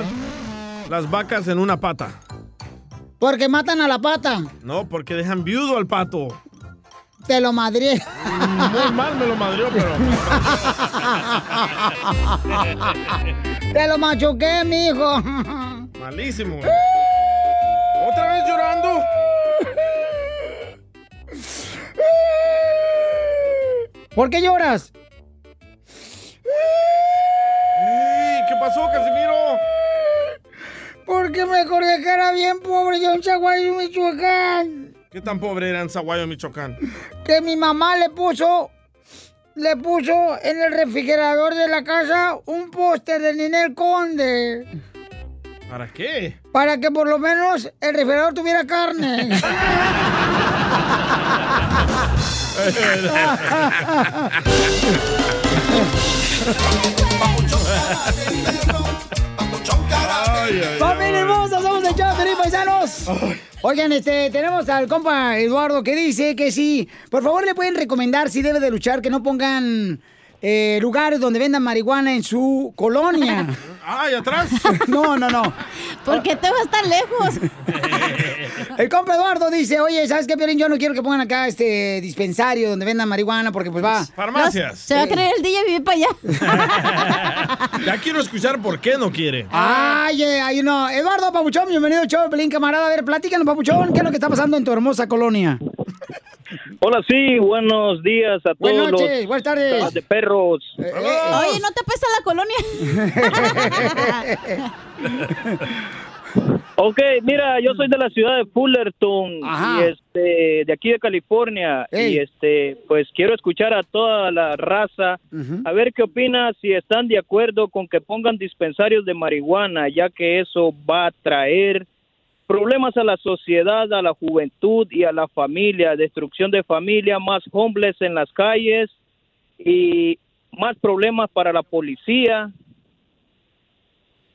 las vacas en una pata?
Porque matan a la pata.
No, porque dejan viudo al pato.
Te lo madrié.
Muy mal me lo madrió, pero...
Te lo machuqué, mijo.
Malísimo. güey. ¿Otra vez llorando?
¿Por qué lloras?
Ey, ¿Qué pasó, Casimiro?
Porque me acordé que era bien pobre yo en Chaguayo, Michoacán.
¿Qué tan pobre era en Zaguayo, Michoacán?
Que mi mamá le puso, le puso en el refrigerador de la casa un póster de Ninel Conde.
¿Para qué?
Para que por lo menos el refrigerador tuviera carne. ¡Familia hermosa! ¡Somos el show, de Piolín, paisanos! Oigan, este, tenemos al compa Eduardo que dice que sí. Por favor, le pueden recomendar si debe de luchar que no pongan eh, lugares donde vendan marihuana en su colonia.
¡Ay, atrás!
No, no, no.
¿Por qué te vas tan lejos?
El compa Eduardo dice, oye, ¿sabes qué, Piolín? Yo no quiero que pongan acá este dispensario donde vendan marihuana porque pues va...
Farmacias. Se va a creer
el DJ vive para allá.
Ya quiero escuchar por qué no quiere.
Ah.
Ay, eh, ay, no. Eduardo Papuchón, bienvenido al show de Pelín, camarada. A ver, platícanos, Papuchón, ¿qué es lo que está pasando en tu hermosa colonia?
Hola, sí, buenos días a
Buenas
todos
noches,
los
buenas tardes.
papás de perros.
Eh,
Oye, ¿no te pesa la colonia?
Ok, mira, yo soy de la ciudad de Fullerton
Ajá.
y este de aquí de California
Ey.
y este pues quiero escuchar a toda la raza a ver qué opinas si están de acuerdo con que pongan dispensarios de marihuana ya que eso va a traer problemas a la sociedad, a la juventud y a la familia, destrucción de familia, más homeless en las calles y más problemas para la policía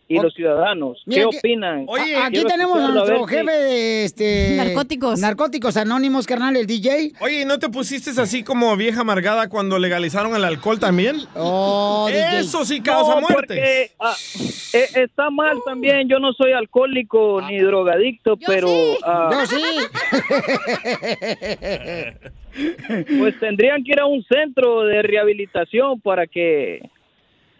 y los ciudadanos.
Mira,
¿Qué
aquí-
opinan?
a- aquí
Quiero
tenemos a
escucharlo, a
nuestro
ver si-
jefe de este
Narcóticos.
Narcóticos Anónimos, carnal, el DJ.
Oye, ¿y ¿no te pusiste así como vieja amargada cuando legalizaron el alcohol también?
DJ.
Eso sí causa
No,
muerte.
porque, ah, eh, está mal también. Yo no soy alcohólico ni drogadicto, pero. ah, Pues tendrían que ir a un centro de rehabilitación para que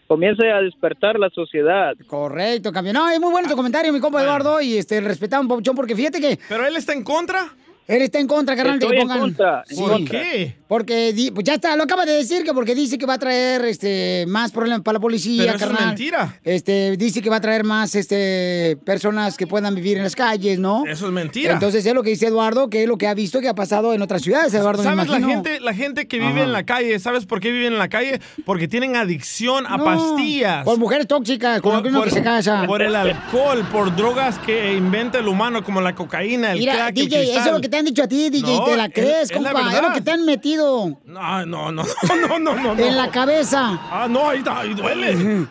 comience a despertar la sociedad.
Correcto, campeón. No, es muy bueno tu comentario, mi compa Eduardo, y este, respetamos, Pauchón, porque fíjate que...
¿Pero él está en contra?
Él está en contra, carnal, de que
Estoy en
pongan...
contra, en
Sí.
contra. ¿Por qué?
Porque, di- pues ya está, lo acaba de decir, que porque dice que va a traer este, más problemas para la policía,
Pero eso es
carnal.
mentira.
Este, dice que va a traer más este, personas que puedan vivir en las calles, ¿no?
Eso es mentira.
Entonces es lo que dice Eduardo, que es lo que ha visto que ha pasado en otras ciudades, Eduardo, me
¿Sabes? La
imagino.
gente, la gente que vive
Ajá.
en la calle, ¿sabes por qué vive en la calle? Porque tienen adicción a
No,
pastillas.
Por mujeres tóxicas, con algunos que se casa.
por el alcohol, por drogas que inventa el humano, como la cocaína, el
Mira,
crack, el
DJ, eso es
cristal.
lo que te han dicho a ti, DJ,
No,
te la
es-
crees,
es la
compa, es lo
verdad.
que te han metido
No, no, no, no, no, no, no.
en la cabeza.
Ah, no, ahí, ahí duele.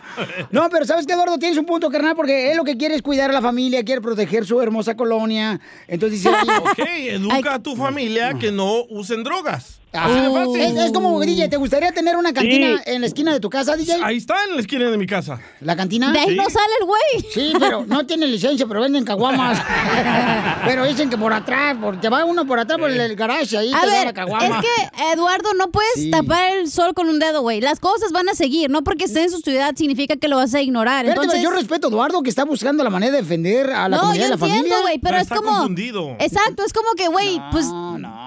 No, pero sabes que Eduardo tienes un punto, carnal, porque él lo que quiere es cuidar a la familia, quiere proteger su hermosa colonia. Entonces dice,
Ok, educa a tu familia que no usen drogas. Así de
Ah,
fácil.
es, es como, DJ, ¿te gustaría tener una cantina
Sí.
en la esquina de tu casa, DJ?
Ahí está en la esquina de mi casa. Eh,
¿La cantina?
De ahí Sí. no sale
el güey. Sí, pero no tiene licencia, pero venden caguamas. pero dicen que por atrás, por, te va uno por atrás por el, el garage, ahí
A
te da la
ver,
caguama.
es que, Eduardo, no puedes tapar el sol con un dedo, güey. Las cosas van a seguir. No porque esté en su ciudad significa que lo vas a ignorar.
Espérate,
Entonces...
pero yo respeto a Eduardo que está buscando la manera de defender a la comunidad y la familia.
güey, pero es como... Exacto, es como que, güey, pues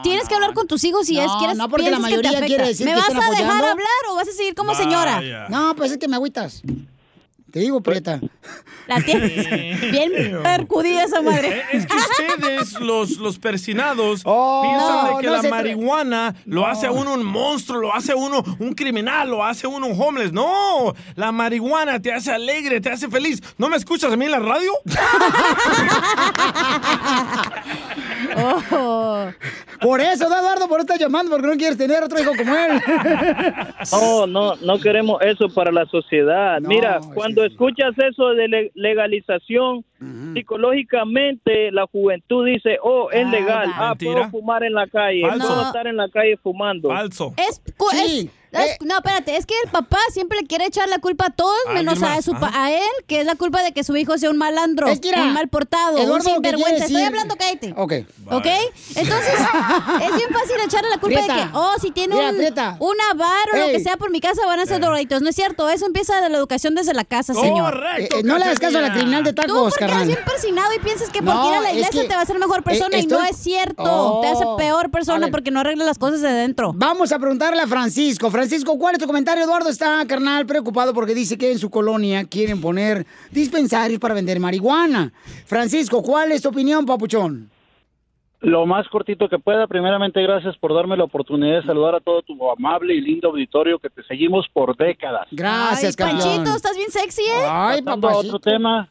tienes que hablar con tus hijos si es
No,
quieres
no, porque la
piensas que te
mayoría quiere
afecta.
decir
¿Me
que
vas
están
a dejar
apoyando?
hablar o vas a seguir como señora?
No, pues es que me agüitas. Te digo, Prieta.
La tienes bien percudida esa madre.
Eh, Es que ustedes, los, los persinados,
Oh,
piensan
no,
de que
no
la
se tra-
marihuana lo hace a uno un monstruo, lo hace a uno un criminal, lo hace a uno un homeless. No, la marihuana te hace alegre, te hace feliz. ¿No me escuchas a mí en la radio?
Por eso, ¿no, Eduardo, por eso estás llamando, porque no quieres tener otro hijo como él.
No, no, no queremos eso para la sociedad. Mira, cuando escuchas eso de le- legalización, psicológicamente la juventud dice, oh, es legal, ah,
Mentira.
puedo fumar en la calle,
Falso.
puedo
No.
estar en la calle fumando.
Falso.
Es, cu- es-
eh.
es- no, espérate, es que el papá siempre le quiere echar la culpa a todos
A
menos
alguien
a,
más,
su pa- a él, que es la culpa de que su hijo sea un malandro,
Es que era-
un mal portado,
Eduardo, lo
un
que quiere
sinvergüenza. Estoy
decir-
hablando, cállate.
Ok.
¿Ok? Entonces, es bien fácil echarle la culpa de
Prieta.
que, oh, si tiene
Mira,
un,
Prieta.
una bar o lo
Ey.
que sea por mi casa van a ser doraditos. No es cierto, eso empieza de la educación desde la casa, señor.
Eh, eh, no le hagas caso a la criminal de
Tú
tacos,
porque eres
carnal.
bien persinado y piensas que
No,
porque ir a la
es
iglesia
que-
te va a hacer mejor persona
eh,
y no
estoy-
es cierto.
Oh.
Te hace peor
A
persona
ver.
porque no arreglas las cosas de dentro.
Vamos a preguntarle a Francisco. Francisco, ¿cuál es tu comentario? Eduardo está, carnal, preocupado porque dice que en su colonia quieren poner dispensarios para vender marihuana. Francisco, ¿cuál es tu opinión, papuchón?
Lo más cortito que pueda. Primeramente, gracias por darme la oportunidad de saludar a todo tu amable y lindo auditorio que te seguimos por décadas.
Gracias,
Ay, Panchito, estás bien sexy, ¿eh?
Ah, Ay,
Pasando a otro tema.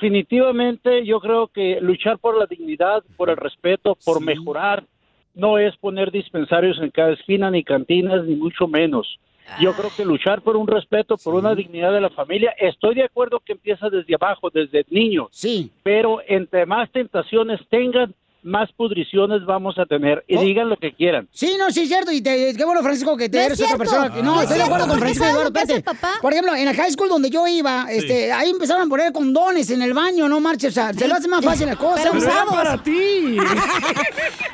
Definitivamente, yo creo que luchar por la dignidad, por el respeto, por mejorar, no es poner dispensarios en cada esquina, ni cantinas, ni mucho menos. Yo creo que luchar por un respeto, por una dignidad de la familia, estoy de acuerdo que empieza desde abajo, desde niño.
Sí.
Pero entre más tentaciones tengan, más pudriciones vamos a tener.
Oh.
Y digan lo que quieran.
Sí, no, sí, es cierto. Y te, qué bueno, Francisco, que te
No es
eres otra
cierto.
persona. que- no,
No es
estoy de acuerdo
cierto,
con
porque
Francisco
¿sabes
Eduardo.
lo que hace
espérate. Por ejemplo, en la high school donde yo iba, este, ahí empezaron a poner condones en el baño, no marches. O sea, se lo hace más fácil la cosa.
Pero Pero era usados. para
ti.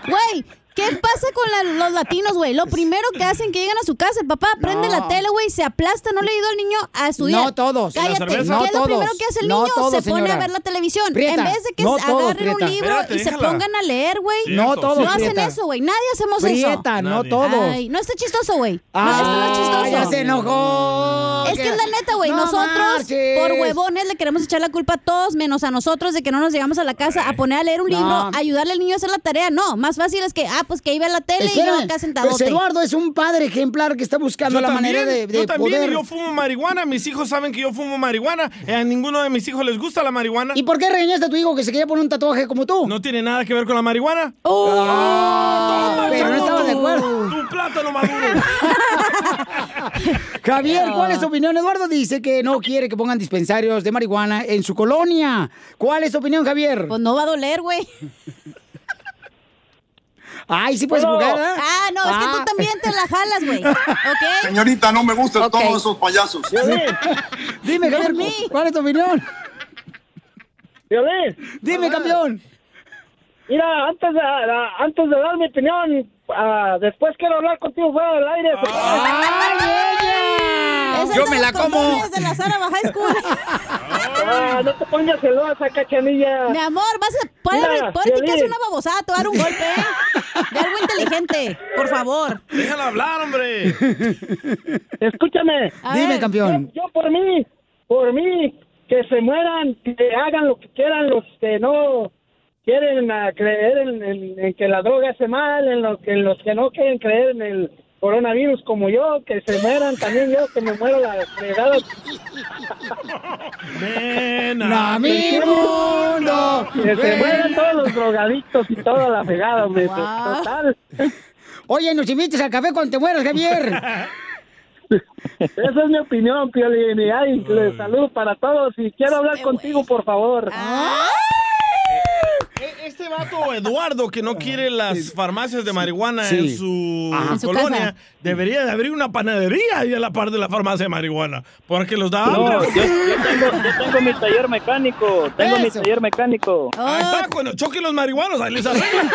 Güey, ¿qué pasa con la- los latinos, güey? Lo primero que hacen que llegan a su casa, el papá prende la tele, güey, se aplasta, no le ayuda al niño a estudiar.
No todos. ¿Y la
Cállate. ¿Qué
cerveza?
es
No
lo
todos.
primero que hace el
No
niño?
todos,
se pone
señora.
a ver la televisión.
Prieta,
en vez de que
no
agarren
todos,
un
Prieta.
libro
Espérate,
y se
déjala.
pongan a leer, güey.
No todos,
No hacen
Prieta.
eso, güey. Nadie hacemos eso.
Prieta, no Nadie. todos.
Ay, no está chistoso, güey. No,
Ah,
esto no es chistoso.
ya se enojó. no,
es que es la neta, güey.
no
nosotros,
marches.
por huevones, le queremos echar la culpa a todos, menos a nosotros, de que no nos llegamos a la casa a poner a leer un
No.
libro, a ayudarle al niño a hacer la tarea. No, más fácil es que, ah, pues que iba a la tele y yo
Esperen,
acá
pues
sentadote.
Eduardo es un padre ejemplar que está buscando la manera de, de
yo también,
poder.
yo fumo marihuana, mis hijos saben que yo fumo marihuana, eh, a ninguno de mis hijos les gusta la marihuana.
¿Y por qué regañaste a tu hijo que se quería poner un tatuaje como tú?
No tiene nada que ver con la marihuana.
¡Oh!
Ah, pero no estaba de acuerdo.
Tu plátano maduro.
Javier, ¿cuál
Ah.
es tu opinión? Eduardo dice que no quiere que pongan dispensarios de marihuana en su colonia. ¿Cuál es tu opinión, Javier? Pues
no va a doler, güey.
Ay, sí puedes
No.
jugar, ¿eh?
Ah, no, es que tú también te la jalas, güey. ¿Ok?
Señorita, no me gustan
Ok.
todos esos payasos.
Dime, Javier, ¿cuál es tu opinión? Dime, campeón.
Mira, antes de,
ah,
a- antes de dar mi opinión, ah, después quiero hablar contigo fuera del aire.
Ah.
porque-
Ah.
Esas
Yo
son
me
las
la como.
colonias de la Sara Baja School.
Ah, no te pongas celosa, cachanilla.
Mi amor, vas a poder,
Mira,
poder que es
Piolín.
una babosada, te voy a dar un golpe, ¿eh? De algo inteligente, por favor.
Déjala hablar, hombre.
Escúchame.
A Dime, ver. campeón.
Yo, yo por mí, por mí, que se mueran, que hagan lo que quieran los que no quieren ah, creer en, en- en que la droga hace mal, en lo que los que no quieren creer en el coronavirus como yo, que se mueran también yo, que me muero la fregada.
Ven
a mi mundo. Que se
ven.
mueran todos los drogadictos y toda la fregada, hombre.
Guau.
Total.
Oye, nos invites al café cuando te mueras, Javier.
Esa es mi opinión, Piolín. Y ay, les saludo para todos. Y quiero hablar contigo, por favor.
Ah, E- Este vato Eduardo que no quiere las farmacias de marihuana
Ah, Sí.
en su
Ajá. En su
colonia,
casa.
debería de abrir una panadería ahí a la par de la farmacia de marihuana, porque los da hambre.
No, yo, yo tengo, yo tengo mi taller mecánico. Tengo mi
Eso.
taller mecánico.
Ahí está, cuando choquen los marihuanos, ahí les arreglan.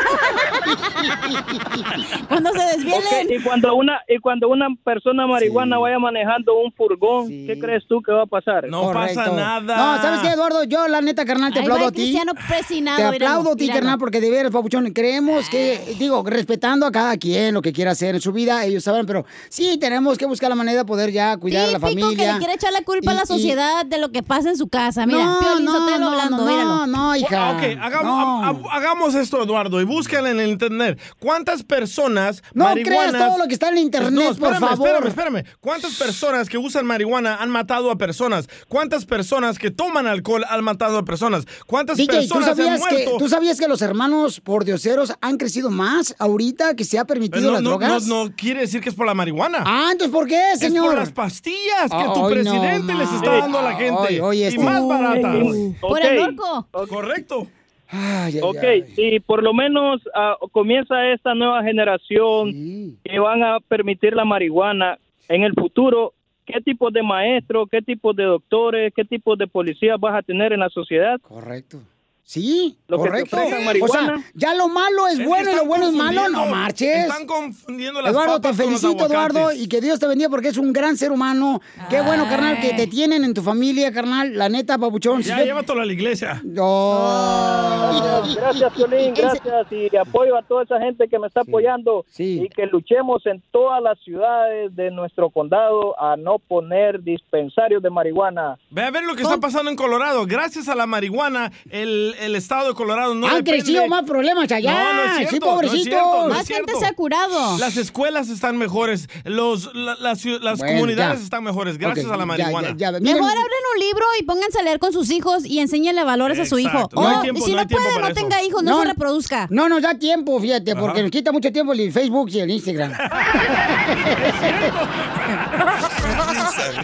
Cuando se desvielen.
y cuando una y cuando una persona marihuana vaya manejando un furgón, ¿qué crees tú que va a pasar?
No
Correcto. No, ¿sabes qué, Eduardo? Yo, la neta, carnal, te
Ahí va
aplaudo
el
a ti.
Cristiano presinado,
te
míralo,
aplaudo a ti,
míralo.
carnal, porque de veras, papuchón, creemos que, digo, respetando a cada quien lo que quiera hacer en su vida, ellos sabrán, pero sí tenemos que buscar la manera de poder ya cuidar a la
Típico
familia.
que le quiere echar la culpa a
Y-
la
y-
sociedad de lo que pasa en su casa. Mira,
No,
Piolín
no,
Sotelo
no,
hablando,
no,
míralo.
no, hija.
Ok, ah, hagamos, ha- ha- hagamos esto, Eduardo, y búscala en el internet. ¿Cuántas personas
No
marihuanas...
creas todo lo que está en el internet,
No,
por
espérame,
favor.
espérame, espérame. ¿Cuántas personas que usan marihuana han matado a personas? ¿Cuántas personas que toman alcohol han matado a personas? ¿Cuántas
DJ, ¿tú
personas han
sabías, que,
muerto?
¿tú sabías que los hermanos por dioseros han crecido más ahorita que se ha permitido
no,
las
no,
drogas?
no- no quiere decir que es por la marihuana.
Ah, entonces, ¿por qué, señor?
Es por las pastillas que tu
Ay, no
presidente les está
más.
dando a la gente.
Ay, oye,
y
este-
más barata.
Uh,
Por el Ok.
Correcto.
ok, si por lo menos ah, comienza esta nueva generación que van a permitir la marihuana en el futuro, ¿qué tipo de maestros, qué tipo de doctores, qué tipo de policías vas a tener en la sociedad?
Correcto. Sí,
Lo que te
Correcto.
ofrezcan
O
marihuana.
sea, ya lo malo es,
que
bueno y lo
están
bueno es malo, no
confundiendo-
marches.
Están confundiendo las
Eduardo, te
papas con los
felicito, Eduardo,
aguacates.
y que Dios te bendiga porque es un gran ser humano. Qué bueno, carnal, que te tienen en tu familia, carnal. La neta, papuchón. si
Ya,
yo- Oh.
llévatelo a la iglesia.
Gracias, Ah, gracias, Piolín, gracias y apoyo a toda esa gente que me está apoyando y que luchemos en todas las ciudades de nuestro condado a no poner dispensarios de marihuana.
Ve a ver lo que está pasando en Colorado. Gracias a la marihuana, el, el estado de Colorado no
Han
depende-
crecido más problemas allá.
No, no es
Sí,
cierto,
pobrecitos.
no es cierto, no es
Más
cierto.
gente se ha curado.
Las escuelas están mejores, los, la- las, ciu- las
Bueno,
comunidades
ya.
están mejores gracias
Ok,
a la
ya, ya,
marihuana.
ya. Miren-
Mejor abren un libro y pónganse a leer con sus hijos y enséñenle valores a su hijo.
Exacto. No hay
O,
tiempo,
y si
no
no,
hay tiempo
puede,
para
no
eso.
tenga hijos, no,
No,
se reproduzca.
No nos da tiempo, fíjate,
Ajá.
porque nos quita mucho tiempo el Facebook y el Instagram.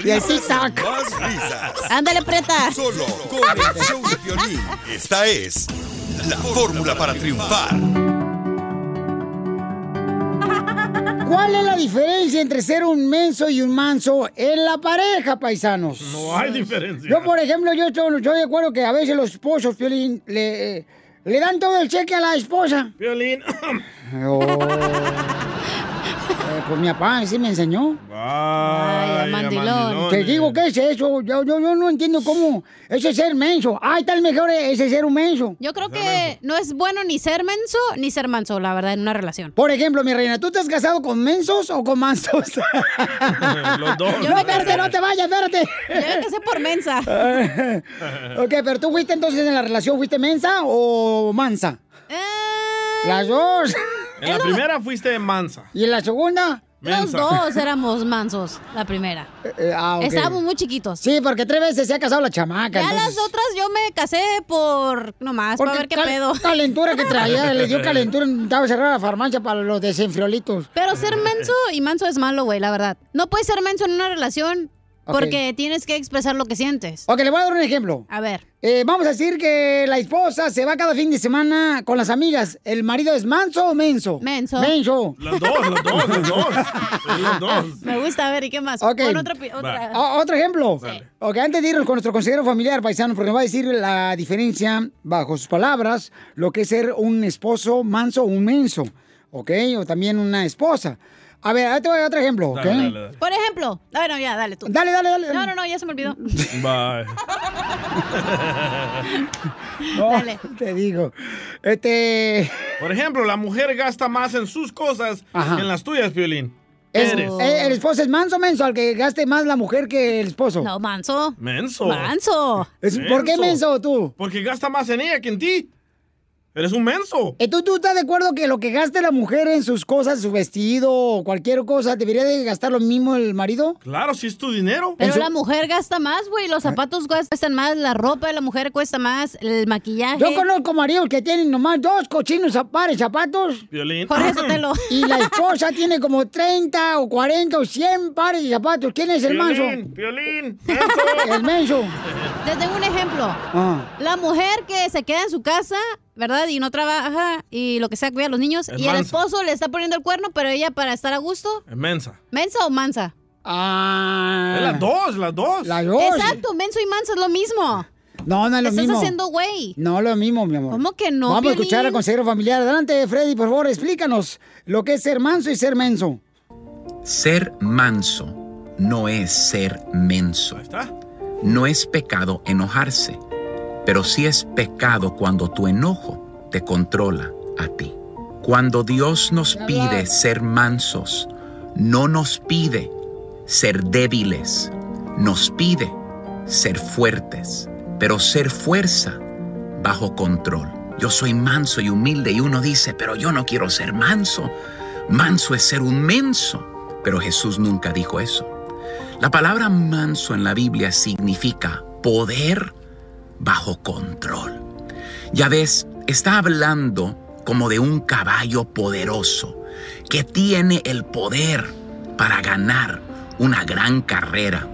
y el TikTok.
Más risas.
Ándale, preta.
Solo con el show de Piolín. Esta es la fórmula para triunfar.
¿Cuál es la diferencia entre ser un menso y un manso en la pareja, paisanos?
No hay diferencia.
Yo, por ejemplo, yo estoy, estoy de acuerdo que a veces los esposos, Piolín, le, eh, le dan todo el cheque a la esposa.
Violín.
Oh. Eh, Pues mi papá, ese me enseñó.
Ay, mandilón.
Te digo, ¿qué es eso? Yo, yo, yo no entiendo cómo. Eso es ser menso. Ay, tal mejor ese ser un menso.
Yo creo que no es bueno ni ser menso ni ser manso, la verdad, en una relación.
Por ejemplo, mi reina, ¿tú te has casado con mensos o con mansos?
Los dos.
no, espérate, no te vayas, espérate.
Yo me casé por mensa.
ok, pero tú fuiste entonces en la relación, ¿fuiste mensa o mansa?
Eh.
Las dos.
En la primera fuiste mansa.
¿Y en la segunda?
Los
Mensa.
dos éramos mansos, la primera.
Ah, ok.
Estábamos muy chiquitos.
Sí, porque tres veces se ha casado la chamaca.
Ya
entonces-
las otras yo me casé por nomás, para
Porque
ver qué
cal-
pedo.
Calentura que traía, le dio calentura, estaba cerrada la farmacia para los desenfriolitos.
Pero ser menso
eh.
y manso es malo, güey, la verdad. No puedes ser menso en una relación
Ok.
porque tienes que expresar lo que sientes.
Ok, le voy a dar un ejemplo.
A ver.
Eh, vamos a decir que la esposa se va cada fin de semana con las amigas. ¿El marido es manso o menso? Menso. Menso.
Los dos, los dos, los dos. Los dos.
Me gusta, a ver, ¿y qué más?
Ok.
Pon otra pi- otra.
O- otro ejemplo. Ok, antes de irnos con nuestro consejero familiar, paisano, porque nos va a decir la diferencia, bajo sus palabras, lo que es ser un esposo manso o un menso. Ok, o también una esposa. A ver, ahí te voy a dar otro ejemplo, ¿ok?
Dale, dale, dale.
Por ejemplo, bueno, ya, dale tú.
Dale, dale, dale.
No, no, no, ya se me olvidó.
Bye.
No, Te digo. Este.
Por ejemplo, la mujer gasta más en sus cosas
Ajá.
que en las tuyas, Violín.
Es-
Eres.
eh, ¿El esposo es manso o menso? Al que gaste más la mujer que el esposo.
No, manso.
Menso.
Manso.
Es- ¿Por qué menso tú?
Porque gasta más en ella que en ti. Eres un menso.
Eh, ¿Tú, ¿Tú estás de acuerdo que lo que gaste la mujer en sus cosas, su vestido o cualquier cosa, debería de gastar lo mismo el marido?
Claro, si es tu dinero.
Pero la mujer gasta más, güey.
Eh.
Los zapatos cuestan más, la ropa de la mujer cuesta más, el maquillaje.
Yo conozco maridos que tienen nomás dos cochinos zap- pares de zapatos.
Violín.
Y la esposa tiene como 30 o 40 o 100 pares de zapatos. ¿Quién es el manso?
Violín, Violín.
El menso.
Te tengo un ejemplo.
Ah.
La mujer que se queda en su casa, ¿verdad? Y no trabaja y lo que sea, cuida a los niños.
Es
y el
mansa.
esposo le está poniendo el cuerno, pero ella para estar a gusto,
Es mensa.
¿mensa o mansa?
Ah.
Es las dos, las dos.
Las dos.
Exacto, menso y mansa es lo mismo.
No, no es lo
Estás
mismo.
haciendo güey.
No, lo mismo, mi amor.
¿Cómo que no,
Vamos a escuchar
Piolín?
al consejero familiar. Adelante, Freddy, por favor, explícanos lo que es ser manso y ser menso.
Ser manso no es ser menso. No es pecado enojarse, pero sí es pecado cuando tu enojo te controla a ti. Cuando Dios nos pide ser mansos, no nos pide ser débiles, nos pide ser fuertes, pero ser fuerza bajo control. Yo soy manso y humilde y uno dice, pero yo no quiero ser manso. Manso es ser un menso. Pero Jesús nunca dijo eso. La palabra manso en la Biblia significa poder bajo control. Ya ves, está hablando como de un caballo poderoso que tiene el poder para ganar una gran carrera.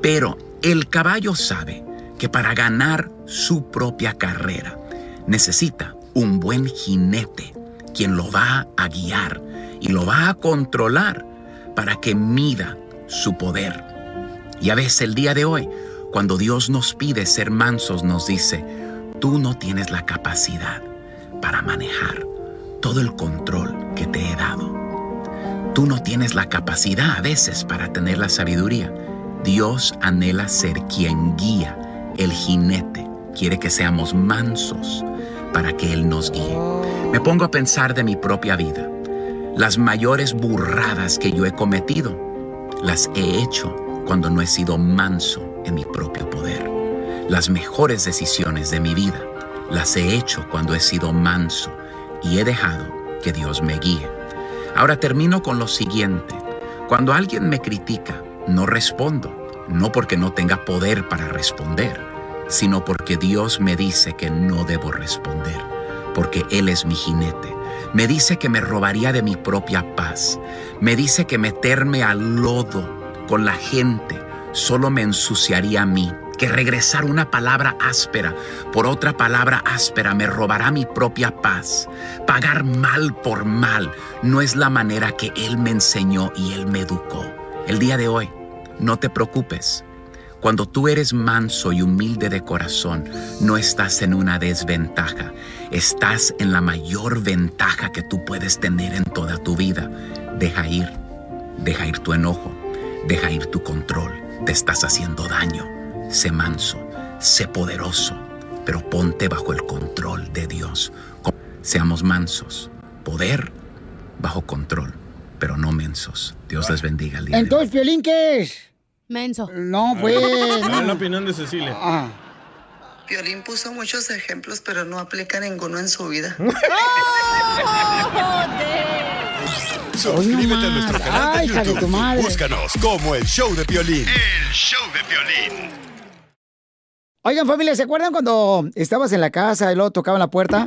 Pero el caballo sabe que para ganar su propia carrera necesita un buen jinete quien lo va a guiar y lo va a controlar para que mida su poder. Ya ves el día de hoy, cuando Dios nos pide ser mansos, nos dice, tú no tienes la capacidad para manejar todo el control que te he dado. Tú no tienes la capacidad a veces para tener la sabiduría. Dios anhela ser quien guía, el jinete. Quiere que seamos mansos para que Él nos guíe. Me pongo a pensar de mi propia vida. Las mayores burradas que yo he cometido las he hecho cuando no he sido manso en mi propio poder. Las mejores decisiones de mi vida las he hecho cuando he sido manso y he dejado que Dios me guíe. Ahora termino con lo siguiente. Cuando alguien me critica, no respondo, no porque no tenga poder para responder, sino porque Dios me dice que no debo responder, porque Él es mi jinete. Me dice que me robaría de mi propia paz. Me dice que meterme al lodo con la gente solo me ensuciaría a mí. Que regresar una palabra áspera por otra palabra áspera me robará mi propia paz. Pagar mal por mal no es la manera que Él me enseñó y Él me educó. El día de hoy, no te preocupes. Cuando tú eres manso y humilde de corazón, no estás en una desventaja, estás en la mayor ventaja que tú puedes tener en toda tu vida. Deja ir, Deja ir tu enojo, deja ir tu control. Te estás haciendo daño. Sé manso, sé poderoso, pero ponte bajo el control de Dios. Co- Seamos mansos. Poder bajo control, pero no mensos. Dios les bendiga el día. de hoy.
Entonces, Piolín, ¿qué es?
Menso.
No, pues.
Ah, la
no.
opinión de Cecilia.
Ah.
Violín puso muchos ejemplos, pero no aplica ninguno en su vida.
Suscríbete a nuestro canal de
Ay, hija de tu
YouTube.
madre.
Búscanos como el show de violín.
Oigan, familia, ¿se acuerdan cuando estabas en la casa y luego tocaban la puerta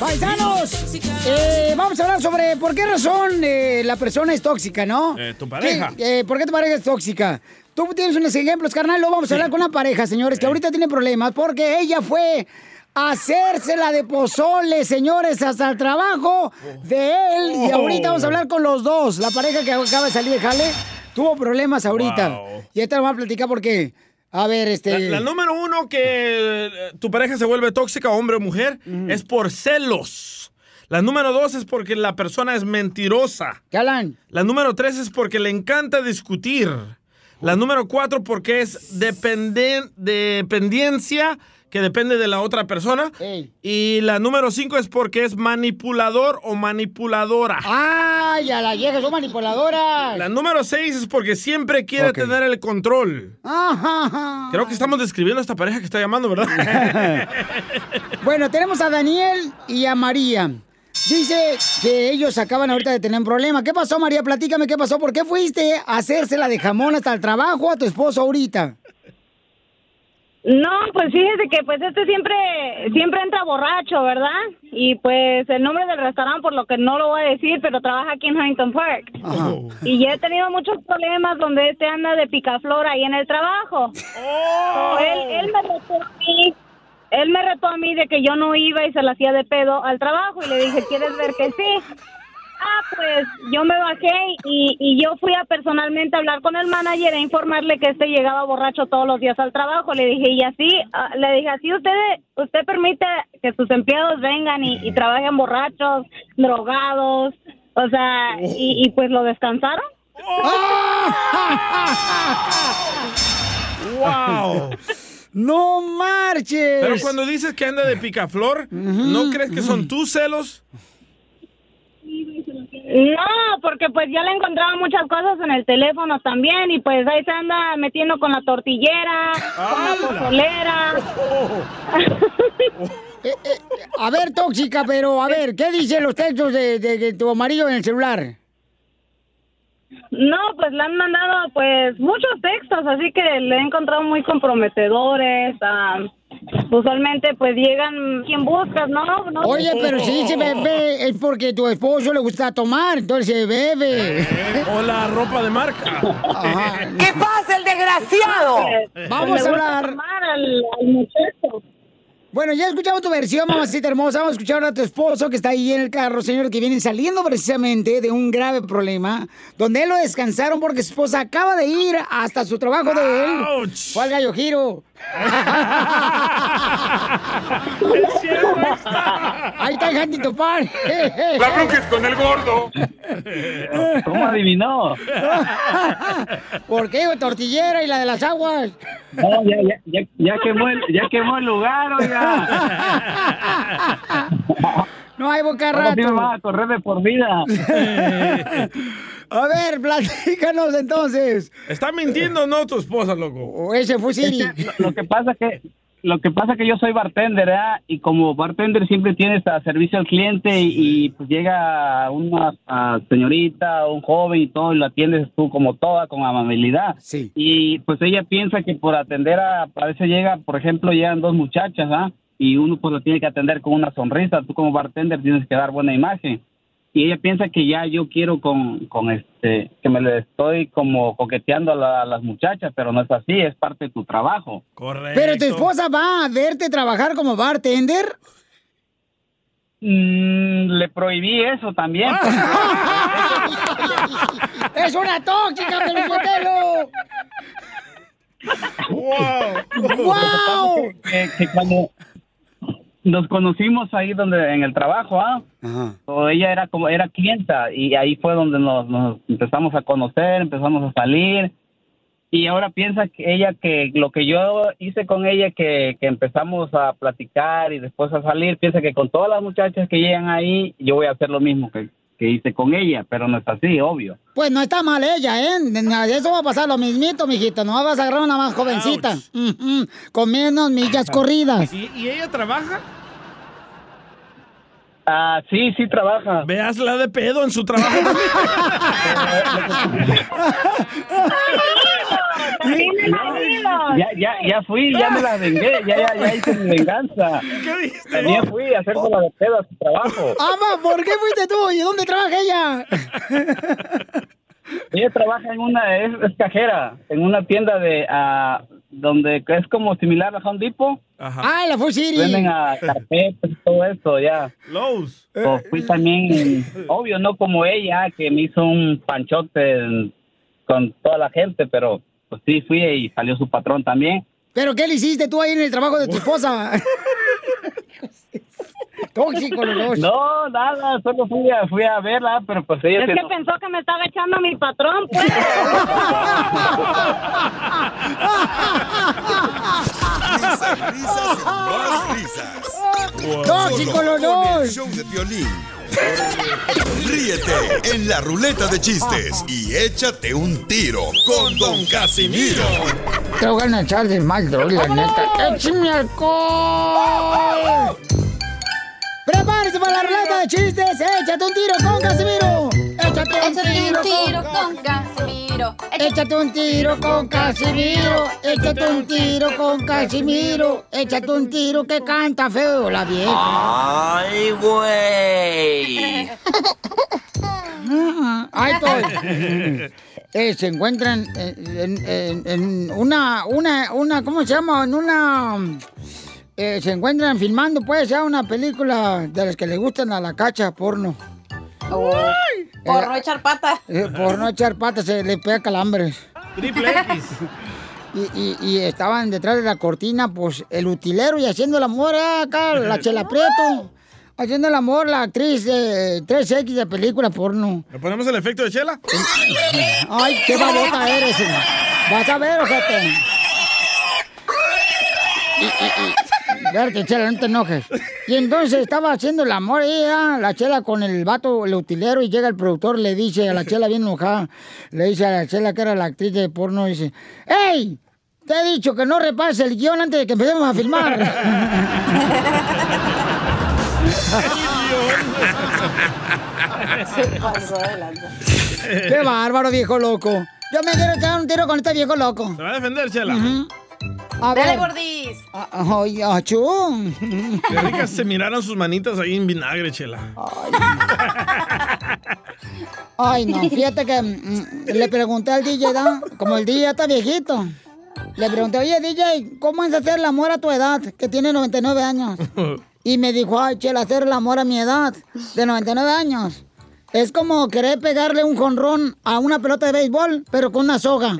Paisanos, eh, vamos a hablar sobre por qué razón eh, la persona es tóxica, ¿no?
Eh, tu pareja.
¿Qué- eh, ¿Por qué tu pareja es tóxica? Tú tienes unos ejemplos, carnal. Lo vamos a hablar con la pareja, señores, que ahorita tiene problemas porque ella fue a hacérsela de pozole, señores, hasta el trabajo de él. Y
Oh.
ahorita vamos a hablar con los dos. La pareja que acaba de salir de Jale tuvo problemas ahorita.
Wow.
Y esta vamos a platicar por qué. A ver,
La,
este.
la número uno que eh, tu pareja se vuelve tóxica, hombre o mujer, es por celos. La número dos es porque la persona es mentirosa. La número tres es porque le encanta discutir. La número cuatro porque es dependen- dependencia que depende de la otra persona. Y la número cinco es porque es manipulador o manipuladora.
¡Ay, a la vieja, son manipuladoras!
La número seis es porque siempre quiere tener el control.
Ajá, ajá.
Creo que estamos describiendo a esta pareja que está llamando, ¿verdad?
Bueno, tenemos a Daniel y a María. Dice que ellos acaban ahorita de tener un problema. ¿Qué pasó, María? Platícame qué pasó. ¿Por qué fuiste a hacérsela de jamón hasta el trabajo a tu esposo ahorita?
No, pues fíjese que pues este siempre siempre entra borracho, ¿verdad? Y pues el nombre del restaurante por lo que no lo voy a decir, pero trabaja aquí en Huntington Park. Y ya he tenido muchos problemas donde este anda de picaflor ahí en el trabajo. So, él, él me retó a mí, él me retó a mí de que yo no iba y se la hacía de pedo al trabajo y le dije, ¿quieres ver que sí? Ah, pues yo me bajé y, y yo fui a personalmente hablar con el manager e informarle que este llegaba borracho todos los días al trabajo. Le dije, y así, ah, le dije, así usted, usted permite que sus empleados vengan y, y trabajen borrachos, drogados, o sea, y, y pues lo descansaron.
¡Wow!
¡No marches!
Pero cuando dices que anda de picaflor, ¿no crees que son tus celos?
No, porque pues yo le encontraba muchas cosas en el teléfono también y pues ahí se anda metiendo con la tortillera, con la pozolera.
A ver, tóxica, pero a ver, ¿qué dicen los textos de, de- de tu amarillo en el celular?
No, pues le han mandado pues muchos textos, así que le he encontrado muy comprometedores. ah, usualmente pues llegan quien buscas, ¿no? no
Oye, pero si dice bebé, es porque tu esposo le gusta tomar, entonces bebe.
O la ropa de marca.
¿Qué pasa, el desgraciado? Vamos a
Le gusta
hablar. Bueno, ya escuchamos tu versión, mamacita hermosa. Vamos a escuchar ahora a tu esposo que está ahí en el carro, señor, que vienen saliendo precisamente de un grave problema, donde él lo descansaron porque su esposa acaba de ir hasta su trabajo de él. Fue al gallo giro. Ahí está el Huntington Park.
La bronca es con el gordo.
Oh.
¿Cómo adivinó?
¿Por qué? güey? Tortillera y la de las aguas.
No, ya, ya, ya, ya quemó el, ya quemó el lugar, oiga.
No hay boca
Ahora sí me
rato.
vas a correr de por vida.
A ver, platícanos entonces.
Está mintiendo, ¿no? Tu esposa, loco.
O ese fue Siri.
Es que lo, lo que pasa que lo que pasa que yo soy bartender, ¿verdad? Y como bartender siempre tienes a servicio al cliente y, y, pues llega una a señorita, un joven y todo, y lo atiendes tú como toda, con amabilidad.
Sí.
Y pues ella piensa que por atender a, a veces llega, por ejemplo, llegan dos muchachas, ¿ah? Y uno pues lo tiene que atender con una sonrisa, tú como bartender tienes que dar buena imagen. Y ella piensa que ya yo quiero con, con este, que me le estoy como coqueteando a, la- a las muchachas, pero no es así, es parte de tu trabajo.
Correcto.
Pero tu esposa va a verte trabajar como bartender.
Mm, le prohibí eso también.
¡Es una tóxica, Pelizotelo!
¡Wow!
¡Wow!
que, que cuando nos conocimos ahí donde en el trabajo, ¿ah? O ella era como era clienta y ahí fue donde nos, nos empezamos a conocer, empezamos a salir y ahora piensa que ella que lo que yo hice con ella que, que empezamos a platicar y después a salir, piensa que con todas las muchachas que llegan ahí yo voy a hacer lo mismo que, que hice con ella, pero no es así, obvio.
Pues no está mal ella, ¿eh? De- Eso va a pasar lo mismito, mijito. No vas a agarrar una más jovencita. Mm, mm, Con menos millas corridas.
¿Y, y ella trabaja?
Ah, sí, sí trabaja.
Veas la de pedo en su trabajo
también. ya, ya, ya fui, ya me la vengué, ya, ya, ya hice mi venganza.
Este,
También fui a hacer con la de pedo a su trabajo.
Ama, ¿por qué fuiste tú? ¿Y dónde trabaja ella?
Ella trabaja en una, es, es cajera, en una tienda de, ah, donde es como similar a Home Depot.
Ah, la Food City.
Venden a carpetas y todo eso, ya.
Lowe's.
Pues fui también, obvio, no como ella, que me hizo un panchote en- con toda la gente, pero pues sí fui y salió su patrón también.
¿Pero qué le hiciste tú ahí en el trabajo de tu esposa? Tóxico los dos.
No, nada, solo fui a, fui a verla, pero pues ella
Es
se
que pensó que me estaba echando mi patrón, pues.
Risas, risas y más risas. Tóxico, Solo los con el dos. show de violín. Ríete en la ruleta de chistes y échate un tiro con Don Casimiro.
Te voy a echar de mal, la neta. ¡Échame alcohol! ¡Prepárense para la ruleta de chistes! ¡Échate un tiro con Casimiro! ¡Échate un tiro, con...
Casimiro.
¡Échate un tiro con Casimiro! ¡Échate un tiro con Casimiro! ¡Échate un tiro que canta feo la vieja!
哎
¡Ay, güey!
¡Ay, todo! Eh, se encuentran eh, en, en- en una, una, una, ¿cómo se llama? En una, mm, eh, se encuentran filmando, pues, ya una película de las que le gustan a la cacha, porno.
Por no echar pata.
Eh, por no echar patas, se le pega calambres.
Triple X.
Y, y- y estaban detrás de la cortina, pues, el utilero y haciendo el amor ah, acá, la chela prieto. Haciendo el amor, la actriz de 3X de película porno.
¿Le ponemos el efecto de chela?
Ay, qué babota eres. eh. Vas a ver, ojete. Y- y- y- Verte, chela, no te enojes. Y entonces estaba haciendo el amor ella, la chela con el vato, el utilero, y llega el productor, le dice a la chela bien enojada, le dice a la chela que era la actriz de porno, dice, ¡Ey! Te he dicho que no repases el guión antes de que empecemos a filmar.
Se pasó de lanza.
¡Qué bárbaro, viejo loco! Yo me quiero echar un tiro con este viejo loco.
Se va a defender, chela.
A
Dale,
ver. Ah,
gordis.
Ay, achú.
Qué ricas se miraron sus manitas ahí en vinagre, chela.
Ay, no, fíjate que mm, le pregunté al DJ, ¿da? como el DJ ya está viejito, le pregunté, oye DJ, ¿cómo es hacer el amor a tu edad, que tiene 99 años? Y me dijo, ay, chela, hacer el amor a mi edad, de 99 años. Es como querer pegarle un jonrón a una pelota de béisbol, pero con una soga.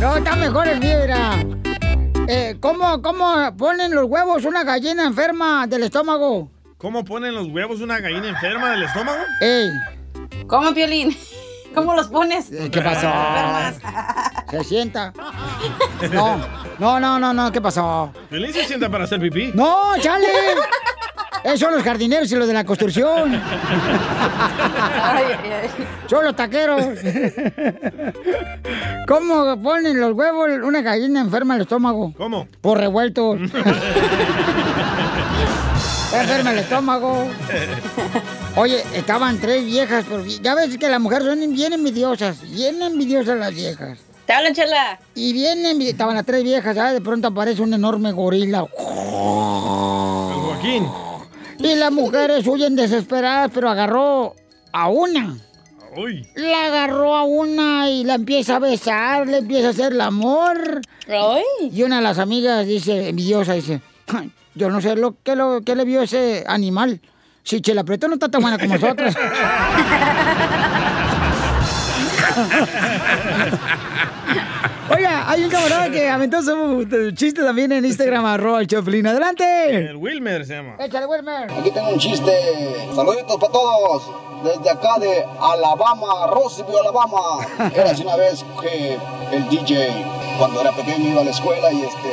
No, está mejor el vibra. Eh, ¿cómo, ¿Cómo ponen los huevos una gallina enferma del estómago?
¿Cómo ponen los huevos una gallina enferma del estómago?
¡Ey!
¿Cómo, Piolín? ¿Cómo los pones?
Eh, ¿Qué pasó? Se sienta. No, no, no, no, no, ¿qué pasó?
Violín se sienta para hacer pipí.
¡No, chale! Esos son los jardineros y los de la construcción. Son los taqueros. ¿Cómo ponen los huevos una gallina enferma el estómago?
¿Cómo?
Por revuelto. Está enferma el estómago. Oye, estaban tres viejas. Por... Ya ves que las mujeres son bien envidiosas. Bien envidiosas las viejas.
Te hablan, chela.
Y vienen, envi- estaban las tres viejas, ¿sabes? De pronto aparece un enorme gorila.
Pues, Joaquín.
Y las mujeres huyen desesperadas, pero agarró a una.
Uy.
La agarró a una y la empieza a besar, le empieza a hacer el amor. Y una de las amigas dice, envidiosa, dice, "Ay, yo no sé lo que, lo que le vio ese animal. Si Chela Prieto no está tan buena como nosotros. Oiga, hay un camarada que aventó su eh, chiste también en Instagram, arroba el Choplin. ¡Adelante!
El Wilmer se llama.
Échale, Wilmer.
Aquí tengo un chiste. Saluditos para todos. Desde acá de Alabama, Roseville, Alabama. Era así una vez que el DJ, cuando era pequeño, iba a la escuela y este,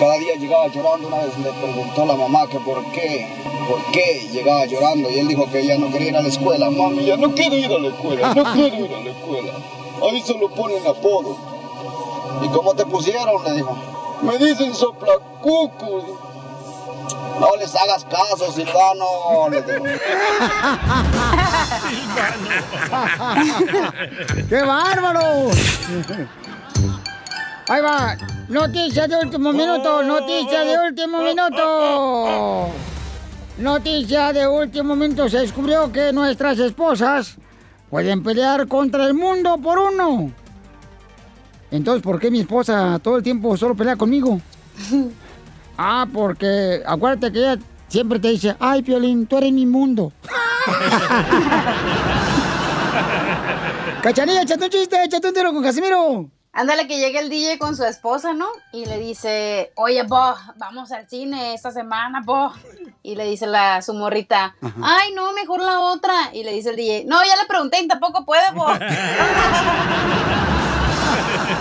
cada día llegaba llorando. Una vez le preguntó a la mamá que por qué, por qué llegaba llorando. Y él dijo que ella no quería ir a la escuela. Mami, ya no quiero ir a la escuela, no quiero ir a la escuela. Ahí se lo ponen apodo. ¿Y cómo te pusieron? Le dijo. Me dicen soplacucus. No les hagas caso, Silvano. le digo.
¡Qué bárbaro! Ahí va. Noticia de último minuto. Noticia de último minuto. Noticia de último minuto. Se descubrió que nuestras esposas pueden pelear contra el mundo por uno. Entonces, ¿por qué mi esposa todo el tiempo solo pelea conmigo? Ah, porque acuérdate que ella siempre te dice, ay, Piolín, tú eres mi mundo. Cachanilla, échate un chiste, échate un tiro con Casimiro.
Ándale que llegue el DJ con su esposa, ¿no? Y le dice, oye, Bo, vamos al cine esta semana, Bo. Y le dice la, su morrita,
Ajá.
ay, no, mejor la otra. Y le dice el DJ, no, ya le pregunté y tampoco puede, Bo.